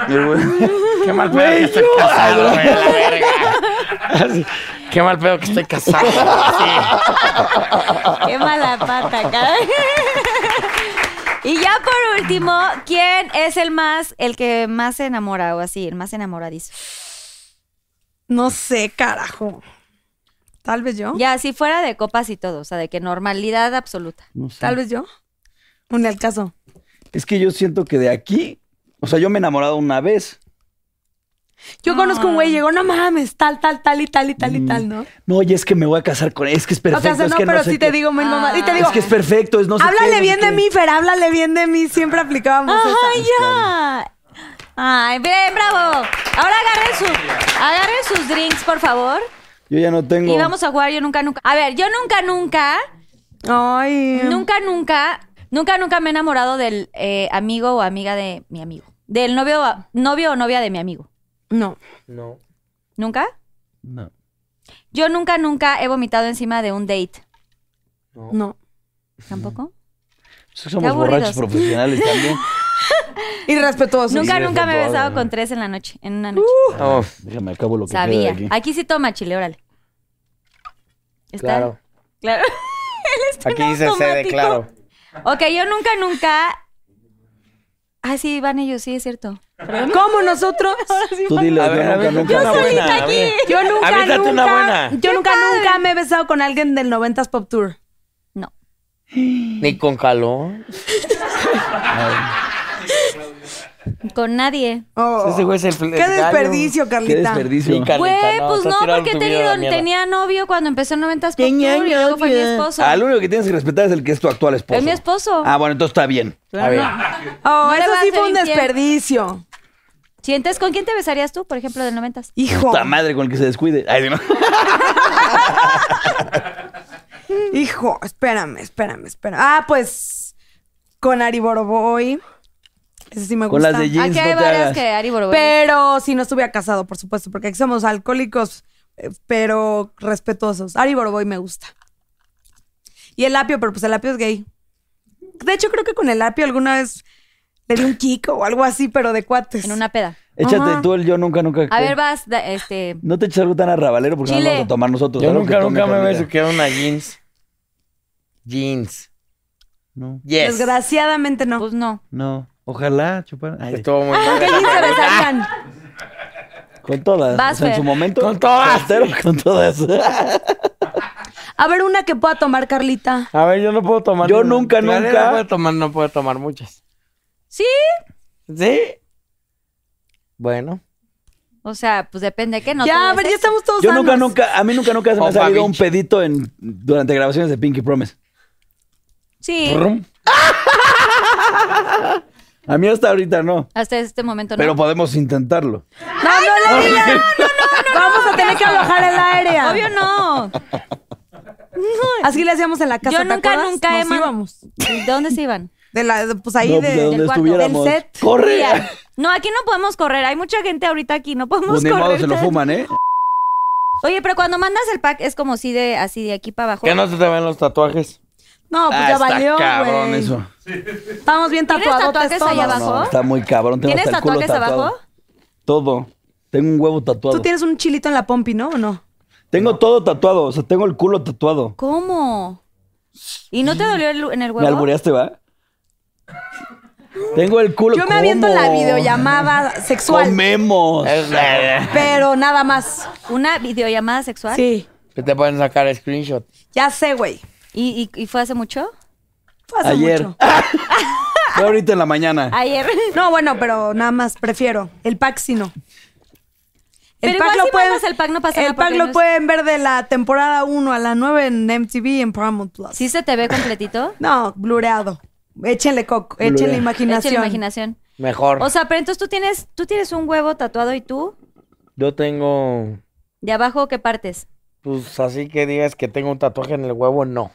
el güey-
Qué mal pedo que
Güey,
estoy
yo-
casado, güey, la verga. Así, Qué mal pedo que estoy casado. Sí.
Qué mala pata, caray. Y ya por último, ¿quién es el más, el que más se enamora o así, el más enamoradizo?
No sé, carajo. Tal vez yo.
Ya, si fuera de copas y todo, o sea, de que normalidad absoluta.
No sé.
Tal vez yo. Un el caso.
Es que yo siento que de aquí, o sea, yo me he enamorado una vez.
Ah.
Yo conozco un güey, llegó, no mames, tal, tal, tal y tal y tal y tal, ¿no?
No, y es que me voy a casar con es que es Mm, perfecto.
o sea,
es
no,
que
pero
no sé
sí
qué.
te digo muy mamá. Y te
Ah.
digo,
Es que es perfecto, es no sé qué, no
háblale
sé
bien de
qué.
mí, Fer, háblale bien de mí. Siempre aplicábamos
¡Ay,
esa.
ya! ¡Ay, bien, bravo! Ahora agarren, su, agarren sus drinks, por favor.
Yo ya no tengo.
Y vamos a jugar Yo Nunca Nunca. A ver, yo nunca nunca,
Ay.
nunca nunca, nunca nunca me he enamorado del eh, amigo o amiga de mi amigo. Del novio, o- novio o novia de mi amigo.
No.
No.
¿Nunca?
No.
Yo nunca, nunca he vomitado encima de un date.
No.
¿Tampoco?
Somos
aburridos.
borrachos profesionales también.
Irrespetuoso.
Nunca,
sí,
nunca me he
efectuado,
besado
¿no?
con tres en la noche. En una noche.
Uh. Uf,
Déjame acabo lo que queda de
Sabía.
aquí.
Aquí sí toma chile, órale. Está-
claro.
Claro.
Aquí dice sede,
automático.
claro.
Ok, yo nunca, nunca. Ah, sí, van ellos, sí, es cierto.
Como nosotros.
Tú dile, yo nunca, nunca.
una buena,
solita
a ver.
Yo nunca,
Aviéntate
nunca.
una buena.
Yo nunca, nunca me he besado con alguien del 90s Pop Tour.
No.
Ni con calor.
Con nadie.
Oh.
Ese güey es el fl-
Qué
el gallo.
desperdicio,
Qué
Carlita.
desperdicio.
Sí, Carlita,
Güey,
no,
pues
estás
no,
tirando
porque
tu
te
vida a
digo,
la mierda.
tenía novio cuando empezó 90s Pop Tour y luego fue mi esposo.
Al único que tienes que respetar es el que es tu actual esposo.
Es mi esposo.
Ah, bueno, entonces está bien.
A ver,
Oh,
No le
eso
vas
sí
a
fue un
ser infiel.
desperdicio.
¿Sientes con quién te besarías tú, por ejemplo, del 90s?
Hijo,
Puta madre con el que se descuide. Ay, no.
hijo, espérame, espérame, espérame. Ah, pues con Ari Boroboy. Ese sí me
Con
gusta.
las de Jeans,
Aquí hay
no te
varias
hagas.
Ah, que Ari Boroboy.
Pero si no estuviera casado, por supuesto, porque aquí somos alcohólicos, eh, pero respetuosos. Ari Boroboy me gusta. Y el apio, pero pues el apio es gay. De hecho, creo que con el apio alguna vez le di un kick o algo así, pero de cuates.
En una peda.
Échate
Ajá.
tú el yo nunca, nunca.
A ver, vas, da- este.
No te eches algo tan arrabalero porque no
Chile.
lo vamos a tomar nosotros.
yo
Algo
nunca,
que tome
nunca me
Carlita.
beso que era una jeans. Jeans.
No,
Yes.
Desgraciadamente no.
Pues no.
no. Ojalá, chupar. Ay,
Estuvo
Ah,
muy
¿Con qué
mal.
jeans se besarían?
Con todas.
Vas,
O sea, en
Fer.
su momento.
Con todas.
soltero, Con todas.
A ver, una que pueda tomar Carlita.
A ver, yo no puedo tomar.
Yo
ninguna.
nunca,
La neta,
nunca.
No puedo tomar, no puedo tomar muchas.
Sí.
¿Sí? Bueno.
O sea, pues depende de qué no.
ya,
tú
a ver, ya
dices.
estamos todos
Yo nunca,
sanos.
nunca. A mí nunca, nunca se me ha
Opa,
salido un
bitch.
pedito en, durante grabaciones de Pinky Promise.
Sí.
A mí hasta ahorita no.
Hasta este momento no.
Pero podemos intentarlo.
No, no, le digas. Vamos a tener que alojar el área.
Obvio no.
Así le hacíamos en la casa.
Yo
¿te
nunca,
acuerdas?
nunca
Nos
he man-
íbamos.
¿De dónde se iban?
De la, de- pues ahí
No, pues,
de,
de donde
del cuarto,
estuviéramos.
del set.
¡Corre!
Ya. No, aquí no podemos correr. Hay mucha gente ahorita aquí. No podemos
Pues ni
correr.
modo se lo fuman, ¿eh?
Oye, pero cuando mandas el pack es como si de así de aquí para abajo.
¿Que no se te ven los tatuajes?
No, pues
Ah,
ya
está
valió,
cabrón
güey.
eso.
Estamos bien
¿Tienes
tatuadotes
tatuajes
todos.
allá abajo?
No, está muy cabrón. Tengo
¿Tienes
hasta el culo
tatuajes
tatuado.
abajo?
Todo. Tengo un huevo tatuado.
Tú tienes un chilito en la pompi, ¿no? ¿O no?
Tengo todo tatuado. O sea, tengo el culo tatuado.
¿Cómo? ¿Y no te dolió el- en el
Me
huevo?
albureaste, ¿va? tengo el culo.
Yo me aviento
¿Cómo?
la videollamada sexual,
Comemos.
pero nada más.
¿Una videollamada sexual?
Sí,
Que te pueden sacar screenshot.
ya sé, güey.
¿Y, y- y fue hace mucho?
Fue hace
Ayer.
mucho.
Fue ahorita en la mañana.
Ayer.
No, bueno, pero nada más prefiero. El pack sí no.
Pero igual si mandas el pack no pasa nada
El pack
porque
lo
no es-
pueden ver de la temporada 1 a la 9 en MTV y en Paramount Plus.
¿Sí se te ve completito?
No, blureado. Échenle coco,
Blureado.
échenle
Échale
imaginación.
imaginación.
Mejor.
O sea, pero entonces tú tienes, tú tienes un huevo tatuado y tú,
Yo tengo.
de abajo, ¿qué partes?
Pues así que digas que tengo un tatuaje en el huevo, no.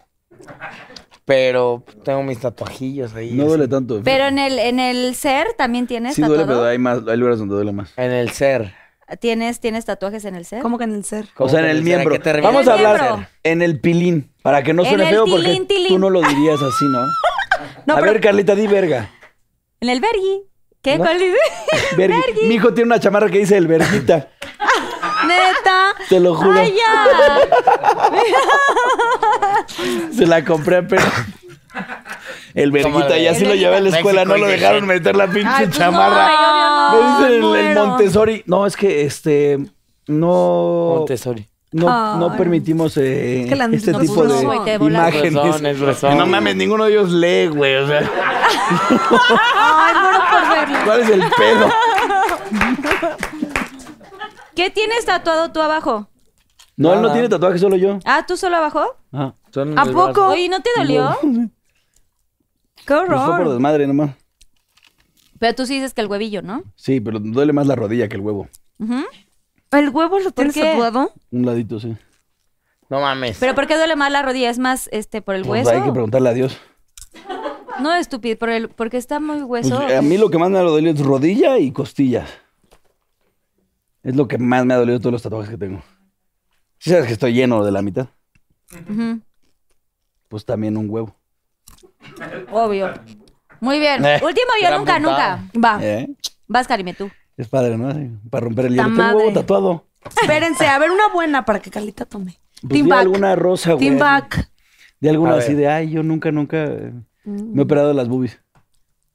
Pero tengo mis tatuajillos ahí.
No
así.
duele tanto.
Pero en el, en el ser también tienes
Sí
tatuado.
duele, pero hay, más, hay lugares donde duele más.
En el ser.
¿Tienes, ¿Tienes tatuajes en el ser?
¿Cómo que en el ser?
O sea,
¿Cómo
en el
que ser? ¿A
miembro.
qué te refieres?
Vamos a
En el
hablar
miembro.
en el pilín. Para que no
En
suene
el
feo, porque
tilín, tilín.
tú no lo dirías así, ¿no?
No,
a
pero-
ver, Carlita, di verga.
En el vergi. ¿Qué? ¿Cuál dice?
Vergui. Mi hijo tiene una chamarra que dice el verguita.
Neta.
Te lo juro.
¡Ay, ya!
Se la compré pero El verguita, y así lo llevé a la escuela, no lo dejaron meter la pinche
Ay, pues
chamarra.
no,
Me dicen el- el,
muero.
Montessori. No, es que este. No.
Un tesoro.
No, no permitimos eh,
Es que la-
este
no,
tipo
pues,
de
no,
y te volan.
imágenes.
Gruesón, es gruesón.
No mames, ninguno de ellos lee, güey. O sea,
Ay, muero por verlo.
¿cuál es el pedo?
¿Qué tienes tatuado tú abajo?
No, él no tiene tatuaje, solo yo.
Ah, ¿tú solo abajo?
Ah,
Son
¿A
del
poco?
Oye, ¿no te dolió?
¡Qué
pues fue por
horror!
desmadre nomás.
Pero tú sí dices que el huevillo, ¿no?
Sí, pero duele más la rodilla que el huevo.
Ujú.
¿El huevo lo tienes
qué?
tatuado?
Un ladito, sí.
brazo. No mames.
¿Pero por qué duele más la rodilla? ¿Es más este, por el
Pues
hueso?
hay que preguntarle a Dios.
No, estúpido, por el, porque está muy
Pues,
hueso.
a mí lo que más me ha dolido es rodilla y costillas. Es lo que más me ha dolido de todos los tatuajes que tengo. Si sabes que estoy lleno de la mitad,
Ujú,
pues también un huevo.
Obvio. Muy bien.
Eh,
Último yo
gran
nunca,
puntada.
nunca.
Va.
¿Eh?
Vas, Karime, tú.
Es padre, ¿no? Así, Para romper el
Ta
hielo. Tengo un huevo
madre.
tatuado.
Espérense, a ver una buena para que Carlita tome.
Pues
Team
di
back.
alguna rosa, güey.
Team back.
De
A
alguna
ver.
así de, ay, yo nunca, nunca eh,
Mm.
me he operado las boobies.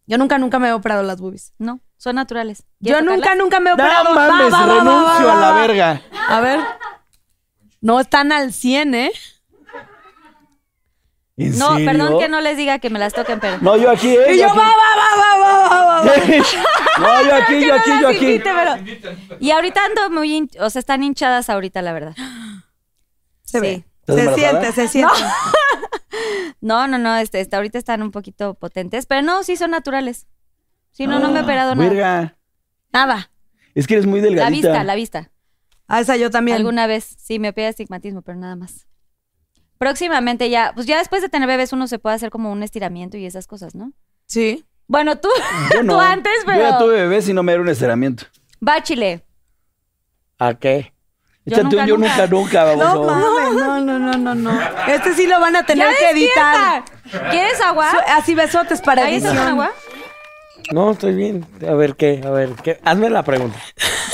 Yo nunca, nunca me he operado las boobies.
No, son naturales.
Yo
¿Quieres
nunca,
tocarlas?
nunca me he
¡No
operado. Va,
mames!
va, va, va,
¡Renuncio
va,
a la
va.
verga!
A ver. No están al 100, ¿eh?
¿En
No,
serio?
perdón que no les diga que me las toquen, pero.
No, yo aquí, ¿eh?
Y yo,
aquí.
va, va, va, va, va, va, va, va.
no, yo aquí, yo aquí, yo
las
aquí.
invite, pero- Y ahorita ando muy. hin- O sea, están hinchadas ahorita, la verdad.
Se
Sí.
ve.
¿Estás
Se
embarazada?
siente, se siente.
No, no, no, este, este, ahorita están un poquito potentes, pero no, sí son naturales. Sí, no, no me he operado nada.
Verga.
Nada.
Es que eres muy
La
delgadita.
vista, la vista.
A Ah, esa yo también.
Alguna vez, sí, me operé de estigmatismo, pero nada más. Próximamente ya, pues ya después de tener bebés uno se puede hacer como un estiramiento y esas cosas, ¿no?
Sí.
Bueno, tú,
Yo no.
tú antes,
Yo ya
pero...
tuve bebés y no me dieron estiramiento.
Va, Chile.
¿A qué?
Yo
Échate un
nunca,
yo
nunca.
nunca, nunca,
No,
baboso.
mames, no, no, no, no, no. Este sí lo van a tener
¡Ya
que editar.
despierta! ¿Quieres agua?
Su- Así besotes para
¿Ahí está con
edición.
agua?
No, estoy bien. A ver qué, a ver qué. Hazme la pregunta.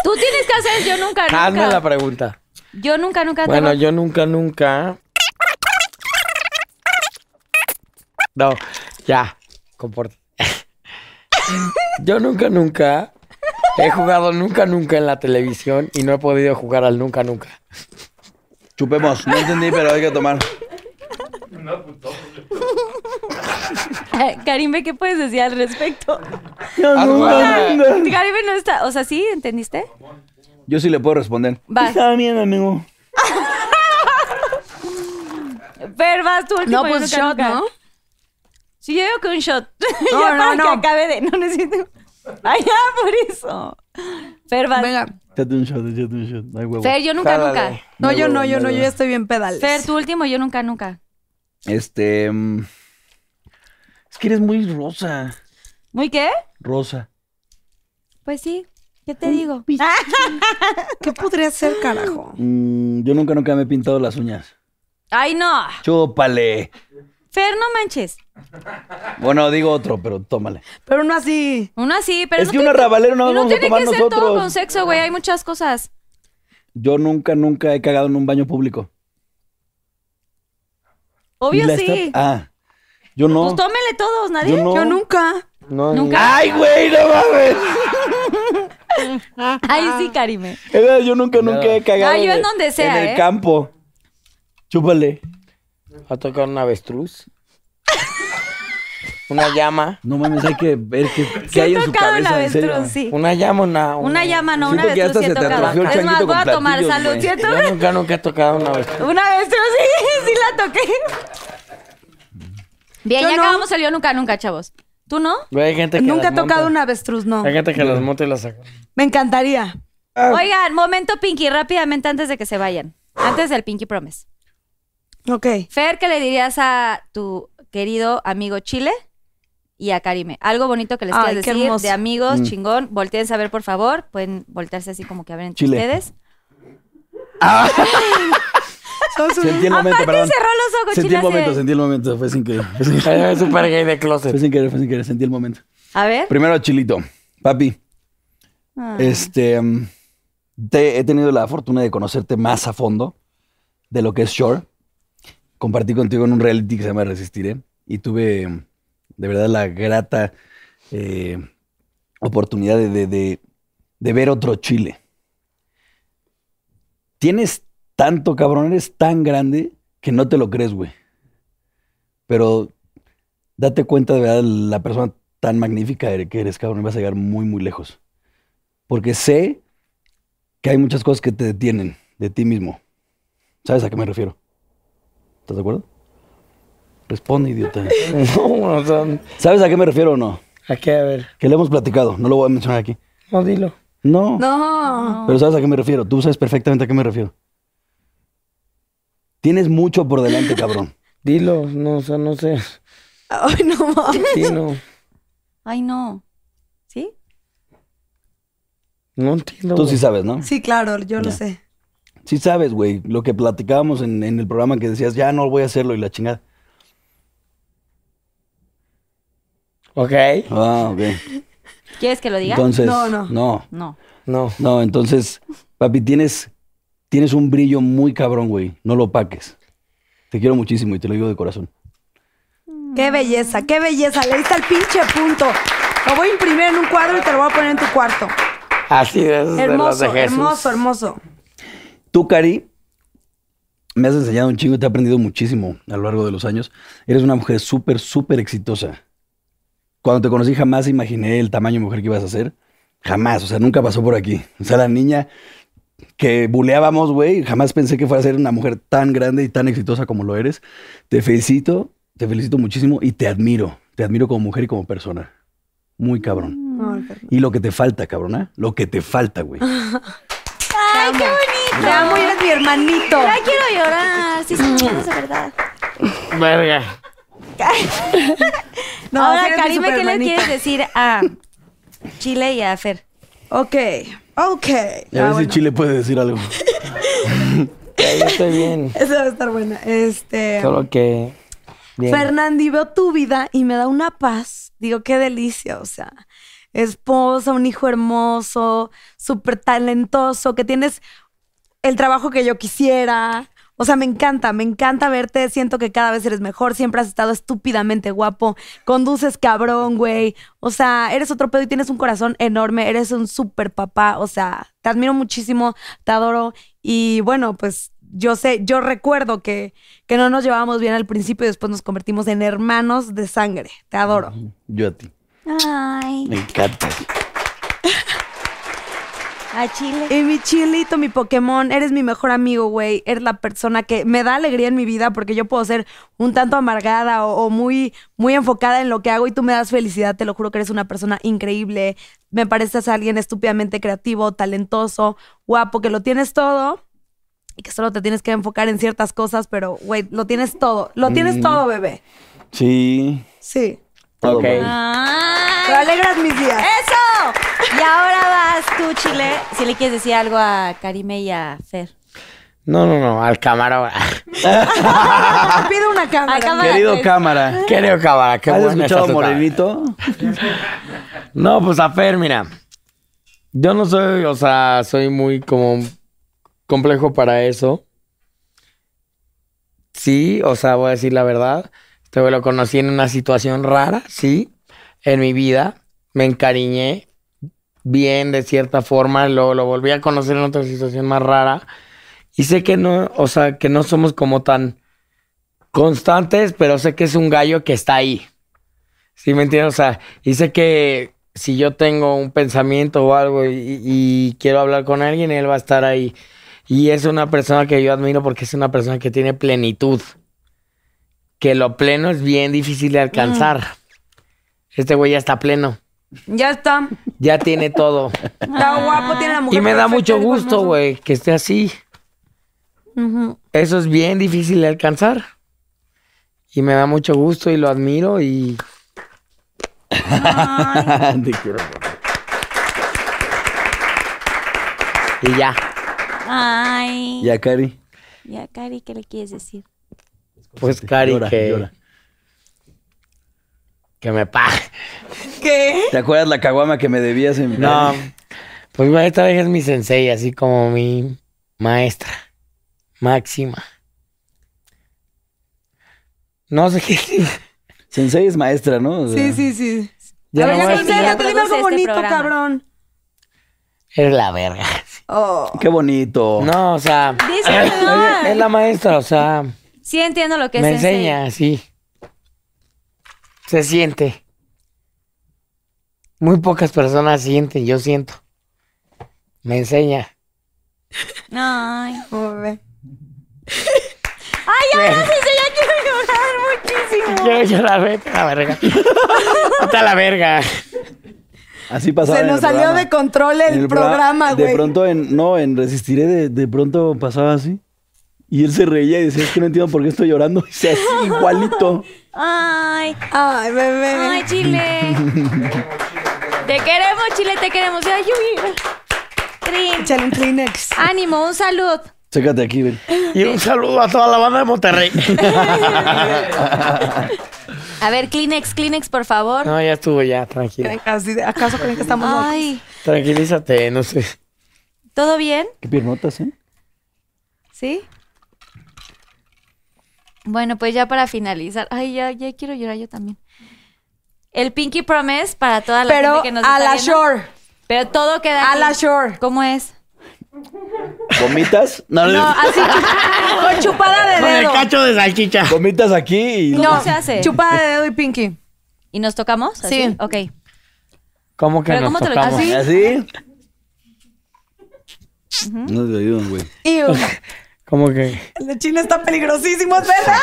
Tú tienes que hacer yo nunca,
Hazme Ah, la
nunca.
pregunta.
Yo nunca, nunca. te
Bueno,
hago-
yo nunca, nunca. No, ya, comporta. Yo nunca, nunca he jugado nunca, nunca en la televisión y no he podido jugar al nunca, nunca.
Chupemos. No entendí, pero hay que tomar.
Eh, Karime, ¿qué puedes decir al respecto?
Ah,
Haz una-
Karime no está, o sea, ¿sí? ¿Entendiste?
Yo sí le puedo responder.
Vas.
Está bien, amigo.
Pero vas tú último.
No, pues
yo nunca,
shot,
nunca.
¿no?
Sí, yo digo que un shot.
No,
ya
no,
para
no.
que acabe de... No necesito... Ay, ya, por eso. Fer, vas.
Venga.
Échate un shot, échate un shot. No hay huevo.
Fer, yo nunca,
Jálale.
nunca.
No, yo
huevo,
no, yo
no
no,
hay
yo
huevo.
ya estoy bien pedal.
Fer, tu último, yo nunca, nunca.
Este. mm, Es que eres muy rosa.
¿Muy qué?
Rosa.
Pues sí, ¿qué te digo?
¿Qué podría ser, carajo?
Mm, yo nunca, nunca me he pintado las uñas.
Ay, no.
Chúpale.
Fer, no manches.
Bueno, digo otro, pero tómale.
Pero no así.
Uno así, pero
Es
no
que un arrabalero no
y
vamos a
tiene
tomar
que ser todo
nosotros.
con sexo, güey. Hay muchas cosas.
Yo nunca, nunca he cagado en un baño público.
Obvio
Ni la
sí.
está- Ah, yo no.
Pues tómele todos, nadie.
Yo no.
Yo nunca.
No,
Nunca.
¡Ay, güey! ¡No mames!
Ay, sí, Karime.
Era- Eh, yo nunca, nunca he cagado.
Ah, yo en
el-
donde sea,
En el
¿eh?
campo. Chúpale.
Va a tocar un avestruz. una llama.
No mames, hay que ver qué, qué
Sí
hay
he
en su
tocado
cabeza.
una
en serio.
avestruz, sí.
Una llama, una.
Una llama, no, una
Siento que
avestruz sí
hasta
he
se te
tocado.
atrofió
Es
el
más,
changuito
voy a
con
tomar
platillos,
salud.
güey.
¿sí he tocado?
Yo nunca, nunca he tocado una avestruz.
Una avestruz, sí, sí la toqué. Bien,
Yo
ya
no.
acabamos el yo nunca, nunca, chavos. ¿Tú no?
Güey, hay gente que
Nunca he
las
tocado
monta.
un avestruz, no.
Hay gente que las monta y las saca.
Me encantaría.
Oigan, momento Pinky, rápidamente antes de que se vayan. Antes del Pinky Promise.
Ok.
Fer, ¿qué le dirías a tu querido amigo Chile y a Karime? Algo bonito que les
Ay,
quieras
qué
decir
hermoso.
de
Mm.
amigos, chingón. Volteen a ver, por favor. Pueden voltearse así como que a ver entre
Chile.
ustedes.
Sentí el momento,
Aparte
perdón.
cerró los ojos,
Sentí
Chile.
el momento,
hace-
sentí el momento. Fue sin querer. Fue sin querer,
Es súper gay de
fue
closet.
sin querer, fue sin querer. Sentí el momento.
A ver.
Primero, Chilito. Papi,
Ah.
este. mm, te- he tenido la fortuna de conocerte más a fondo de lo que es Shore. Compartí contigo en un reality que se llama Resistiré. Y tuve, mm, de verdad, la grata eh, oportunidad de, de- de- de ver otro Chile. Tienes tanto, cabrón, eres tan grande que no te lo crees, güey. Pero date cuenta de verdad la persona tan magnífica que eres, cabrón, y vas a llegar muy, muy lejos. Porque sé que hay muchas cosas que te detienen de ti mismo. ¿Sabes a qué me refiero? ¿Estás de acuerdo? Responde, idiota.
No, o sea,
¿Sabes a qué me refiero o no?
aquí a ver.
Que lo hemos platicado, no lo voy a mencionar aquí.
No, dilo.
No,
No.
pero ¿sabes a qué me refiero? Tú sabes perfectamente a qué me refiero. Tienes mucho por delante, cabrón.
Dilo, no, o sea, no sé.
Ay, no mames.
Sí, no.
Ay, no. ¿Sí?
No entiendo.
Tú sí
güey.
sabes, ¿no?
Sí, claro, yo lo
Ya.
sé.
Sí sabes, güey, lo que platicábamos en, en el programa que decías, ya no voy a hacerlo y la chingada.
Ok.
Ah, ok.
¿Quieres que lo diga?
Entonces,
No, no.
no,
No.
No.
no, entonces, papi, tienes, tienes un brillo muy cabrón, güey. No lo paques. Te quiero muchísimo y te lo digo de corazón.
Qué belleza, qué belleza. Le diste al pinche punto. Lo voy a imprimir en un cuadro y te lo voy a poner en tu cuarto.
Así de esos de los
Hermoso,
de Jesús.
hermoso, hermoso.
Tú, Cari, me has enseñado un chingo, te he aprendido muchísimo a lo largo de los años. Eres una mujer súper, súper exitosa. Cuando te conocí jamás imaginé el tamaño de mujer que ibas a ser. Jamás, o sea, nunca pasó por aquí. O sea, la niña que buleábamos, güey, jamás pensé que fuera a ser una mujer tan grande y tan exitosa como lo eres. Te felicito, te felicito muchísimo y te admiro. Te admiro como mujer y como persona. Muy cabrón.
Ay, qué-
Y lo que te falta, cabrona, lo que te falta, güey.
¡Ay, qué bonito!
Te amo, eres mi hermanito.
Ay, quiero llorar. Sí, son chidos, de verdad.
Verga.
No, sí
Ahora,
eres
Karime,
mi
¿qué le
superhermanita.
quieres decir a Chile y a Fer?
Ok, ok.
Y a
Ah,
ver si
bueno.
Chile puede decir algo.
Ya, yo estoy bien.
Esa va a estar buena. Este.
Solo que. Bien.
Fernandi, veo tu vida y me da una paz. Digo, qué delicia, o sea. Esposa, un hijo hermoso, súper talentoso, que tienes el trabajo que yo quisiera. O sea, me encanta, me encanta verte. Siento que cada vez eres mejor. Siempre has estado estúpidamente guapo. Conduces cabrón, güey. O sea, eres otro pedo y tienes un corazón enorme. Eres un súper papá. O sea, te admiro muchísimo, te adoro. Y bueno, pues yo sé, yo recuerdo que, que no nos llevábamos bien al principio y después nos convertimos en hermanos de sangre. Te adoro.
Yo a ti.
Ay,
Me encanta.
a Chile.
Y mi chilito, mi Pokémon, eres mi mejor amigo, güey. Eres la persona que me da alegría en mi vida porque yo puedo ser un tanto amargada o, o muy, muy enfocada en lo que hago y tú me das felicidad. Te lo juro que eres una persona increíble. Me pareces a alguien estúpidamente creativo, talentoso, guapo, que lo tienes todo y que solo te tienes que enfocar en ciertas cosas, pero, güey, lo tienes todo. Lo tienes todo, bebé.
Sí.
Sí.
Todo
Ok.
mal.
Ay.
Ah, Te alegras mis días.
¡Eso! Y ahora vas tú, Chile, si le quieres decir algo a Karime y a Fer.
No, no, no, al camarón.
Te pido una cámara.
Al cámara
Querido
pues,
tres.
ah.
cámara.
Querido camarón, qué
¿Has
bueno
escuchado
está tu cámara.
Morenito?
No, pues a Fer, mira. Yo no soy, o sea, soy muy como complejo para eso. Sí, o sea, voy a decir la verdad. Este güey lo conocí en una situación rara, sí, en mi vida. Me encariñé bien de cierta forma, luego lo volví a conocer en otra situación más rara. Y sé que no, o sea, que no somos como tan constantes, pero sé que es un gallo que está ahí. Sí, me entiendes. O sea, y sé que si yo tengo un pensamiento o algo y, y quiero hablar con alguien, él va a estar ahí. Y es una persona que yo admiro porque es una persona que tiene plenitud. Que lo pleno es bien difícil de alcanzar. Este güey ya está pleno.
Ya está.
Ya tiene todo.
Está guapo, tiene la mujer.
y me da
perfecta,
mucho
digo,
gusto,
hermoso.
güey, que esté así.
Ujú.
Eso es bien difícil de alcanzar. Y me da mucho gusto y lo admiro y
Te quiero.
y ya.
Ay.
Ya, Cari.
Ya, Cari, ¿qué le quieres decir?
Pues, Cari,
Llora,
que,
llora.
que me pague.
¿Te acuerdas la caguama que me debías? En...
No, pues güey, esta vez es mi sensei, así como mi maestra máxima. No sé qué.
Sensei es maestra, ¿no? O sea,
Sí, sí, sí.
Ya
a ver,
no
ya
voy a
Sensei,
decir-
concéntrate, dime algo
Produce este
bonito,
programa.
cabrón. Oh,
Eres la verga.
Qué bonito.
No, o sea.
Díselo.
Es la maestra, o sea,
Sí entiendo lo que
me
es sensei.
enseña así. Se siente. Muy pocas personas sienten, yo siento. Me enseña.
Ay.
Joder.
Ay, ahora sí, sí, ya quiero llorar muchísimo.
Quiero llorar, vete a la verga. Vete a la verga.
Así pasaba.
Se
en el
nos salió
programa.
de control
En
el, programa, güey.
De pronto, en, no, en Resistiré, de, de pronto pasaba así. Y él se reía y decía, es que no entiendo por qué estoy llorando. Y se hacía igualito.
Ay,
Ay, bebé.
ay, Chile. Te queremos, Chile, te queremos. Ay, uy. Cringe.
Échale un Kleenex.
Ánimo, un salud.
Chécate aquí, ven.
Y un saludo a toda la banda de Monterrey.
A ver, Kleenex, Kleenex, por favor.
No, ya estuvo ya, tranquila.
Así de- ¿Acaso creen que estamos locos?
Ay,
Tranquilízate, no sé.
¿todo bien?
Qué piernotas, ¿eh?
¿Sí? Bueno, pues ya para finalizar. Ay, ya, ya quiero llorar yo también. El Pinky Promise para toda la
Pero
gente que nos
a
está
la
viendo.
shore.
Pero todo queda
A
aquí.
la shore.
¿Cómo es?
¿Vomitas? No,
No,
no.
así chup- con chupada de
Con el
dedo.
cacho de salchicha.
ah.
Vomitas aquí y...
¿Cómo se hace?
Chupada de dedo y pinky.
¿Y nos tocamos? así?
Sí.
Ok.
¿Cómo que
¿Pero
nos
cómo te lo- ¿Ah,
tocamos?
así?
¿Así? No te ayudan, güey.
Y
¿Cómo que?
el chile está peligrosísimo, es verdad.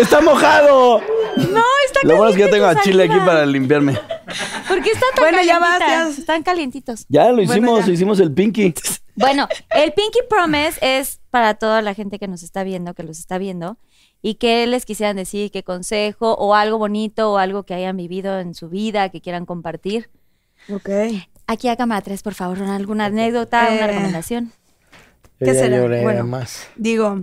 ¡Está mojado!
No, está
Lo bueno es que yo
caliente
tengo a
tu
Chile aquí
saliva.
para limpiarme.
¿Por qué están tan
Bueno, ya
calientitas?
vas, ya.
Están calientitos.
Ya lo hicimos, hicimos el pinky.
Bueno, el Pinky Promise es para toda la gente que nos está viendo, que los está viendo, y que les quisieran decir, qué consejo, o algo bonito, o algo que hayan vivido en su vida, que quieran compartir.
Ok.
Aquí a cámara 3, por favor, alguna anécdota, una
Eh.
recomendación.
Yo ya
¿Qué será?
lloré
Bueno.
más.
Digo,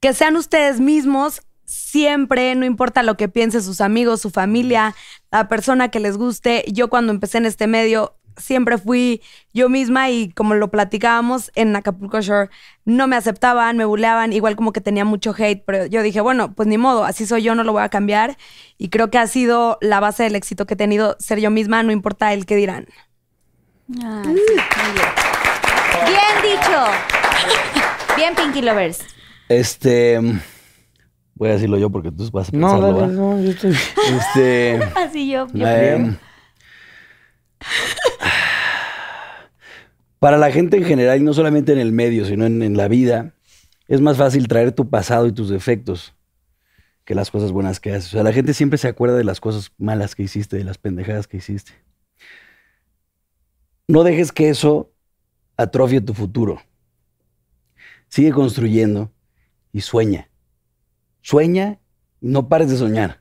que sean ustedes mismos siempre, no importa lo que piensen sus amigos, su familia, la persona que les guste. Yo cuando empecé en este medio siempre fui yo misma y como lo platicábamos en Acapulco Shore, no me aceptaban, me buleaban, igual como que tenía mucho hate, pero yo dije, bueno, pues ni modo, así soy yo, no lo voy a cambiar. Y creo que ha sido la base del éxito que he tenido ser yo misma, no importa el que dirán.
Ah, sí, muy bien. Bien dicho. Bien, Pinky Lovers.
Este... Voy a decirlo yo porque tú vas a
No,
pensarlo,
dale,
¿va?
no, yo estoy...
Este...
Así yo. yo-
Eh, para la gente en general, y no solamente en el medio, sino en, en la vida, es más fácil traer tu pasado y tus defectos que las cosas buenas que haces. O sea, la gente siempre se acuerda de las cosas malas que hiciste, de las pendejadas que hiciste. No dejes que eso atrofie tu futuro. Sigue construyendo y sueña. Sueña y no pares de soñar.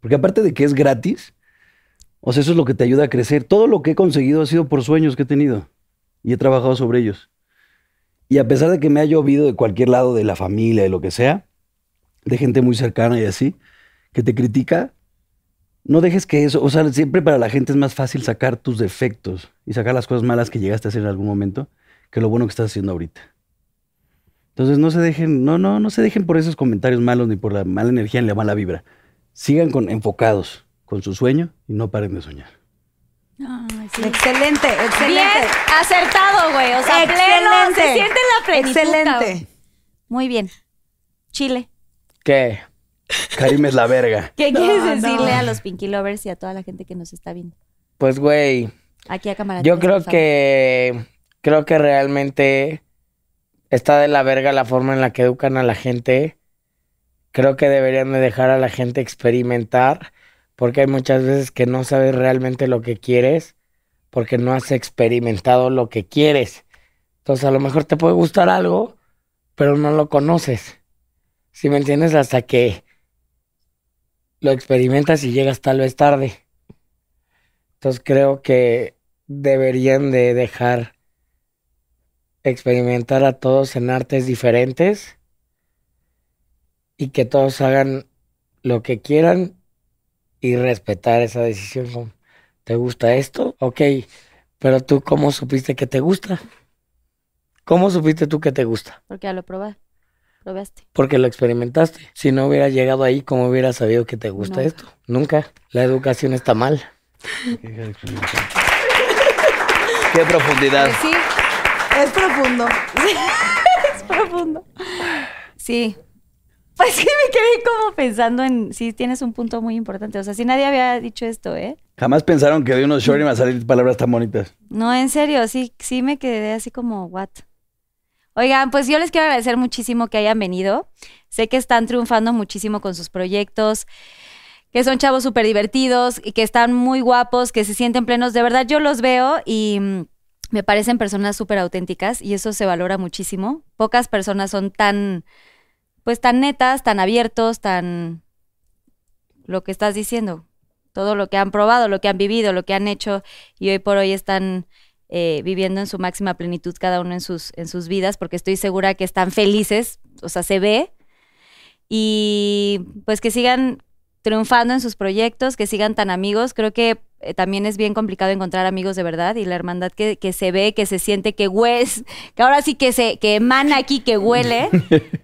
Porque aparte de que es gratis, O sea, eso es lo que te ayuda a crecer. Todo lo que he conseguido ha sido por sueños que he tenido y he trabajado sobre ellos. Y a pesar de que me ha llovido de cualquier lado, de la familia, de lo que sea, de gente muy cercana y así, que te critica, no dejes que eso, o sea, siempre para la gente es más fácil sacar tus defectos y sacar las cosas malas que llegaste a hacer en algún momento que lo bueno que estás haciendo ahorita. Entonces no se dejen, no, no, no se dejen por esos comentarios malos ni por la mala energía ni la mala vibra. Sigan con, enfocados con su sueño y no paren de soñar.
Ay, sí.
Excelente, excelente.
Bien acertado, güey. O sea, pleno, se
Excelente.
siente la plenitud. cabrón.
Excelente.
Muy bien. Chile.
¿Qué?
Karim es la verga.
¿Qué quieres decirle a los Pinky Lovers y a toda la gente que nos está viendo?
Pues, güey,
Aquí a cámara.
yo
tres,
creo
por favor.
que, creo que realmente está de la verga la forma en la que educan a la gente. Creo que deberían de dejar a la gente experimentar, porque hay muchas veces que no sabes realmente lo que quieres, porque no has experimentado lo que quieres. Entonces, a lo mejor te puede gustar algo, pero no lo conoces. Si me entiendes, hasta que lo experimentas y llegas tal vez tarde. Entonces creo que deberían de dejar experimentar a todos en artes diferentes y que todos hagan lo que quieran y respetar esa decisión. como, ¿Te gusta esto? Ok, pero tú cómo supiste que te gusta? ¿Cómo supiste tú que te gusta?
Porque ya lo probé. Probaste.
Porque lo experimentaste. Si no hubiera llegado ahí, ¿cómo hubiera sabido que te gusta
No.
esto? Nunca. La educación está mal.
Qué profundidad.
Pues sí,
Es profundo.
es profundo. Sí. Pues sí, me quedé como pensando en. Sí, tienes un punto muy importante. O sea, si nadie había dicho esto, ¿eh?
Jamás pensaron que de unos short iban a salir palabras tan bonitas.
No, en serio, sí, sí me quedé así como, what? Oigan, pues yo les quiero agradecer muchísimo que hayan venido. Sé que están triunfando muchísimo con sus proyectos, que son chavos súper divertidos y que están muy guapos, que se sienten plenos. De verdad, yo los veo y mm, me parecen personas súper auténticas y eso se valora muchísimo. Pocas personas son tan, pues tan netas, tan abiertos, tan lo que estás diciendo, todo lo que han probado, lo que han vivido, lo que han hecho y hoy por hoy están eh, viviendo en su máxima plenitud cada uno en sus, en sus vidas, porque estoy segura que están felices, o sea, se ve, y pues que sigan triunfando en sus proyectos, que sigan tan amigos, creo que eh, también es bien complicado encontrar amigos de verdad y la hermandad que, que se ve, que se siente, que hues, que ahora sí que se que emana aquí, que huele,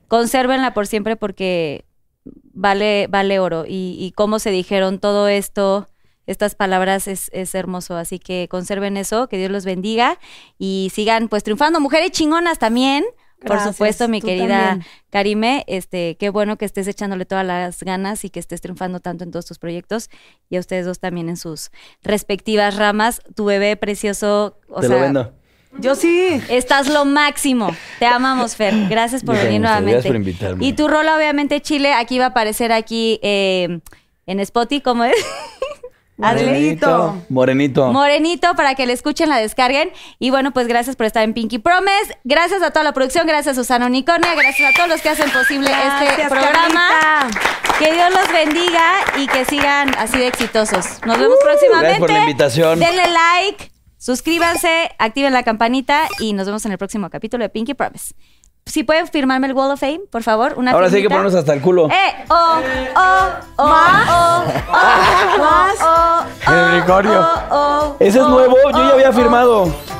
consérvenla por siempre porque vale, vale oro. Y, y cómo se dijeron todo esto, estas palabras es, es hermoso. Así que conserven eso, que Dios los bendiga y sigan pues triunfando. Mujeres chingonas también. por
Gracias,
supuesto, mi
tú
querida
también.
Karime, este, qué bueno que estés echándole todas las ganas y que estés triunfando tanto en todos tus proyectos y a ustedes dos también en sus respectivas ramas. Tu bebé precioso, o
Te
sea,
lo vendo.
Yo sí.
Estás lo máximo. Te amamos, Fer. Gracias por
Muchas
venir
gracias,
nuevamente.
gracias por invitarme.
Y tu rola, obviamente, Chile, aquí va a aparecer aquí eh, en Spotify, ¿cómo es? Hazle.
Morenito.
Morenito.
Morenito para que la escuchen, la descarguen. Y bueno, pues gracias por estar en Pinky Promise. Gracias a toda la producción, gracias a Susana Unicornia, gracias a todos los que hacen posible este
Gracias,
programa.
Carlita.
Que Dios los bendiga y que sigan así de exitosos. Nos vemos próximamente.
Uh. gracias por la invitación.
Denle like, suscríbanse, activen la campanita y nos vemos en el próximo capítulo de Pinky Promise. Si pueden firmarme el Wall of Fame, por favor, una
Ahora sí hay que
firmita.
ponernos hasta el culo.
Eh, oh, oh, oh, oh, oh, oh, oh, oh,
Capricornio.
oh, oh,
Ese es
oh,
nuevo, yo ya
oh,
había
oh.
firmado.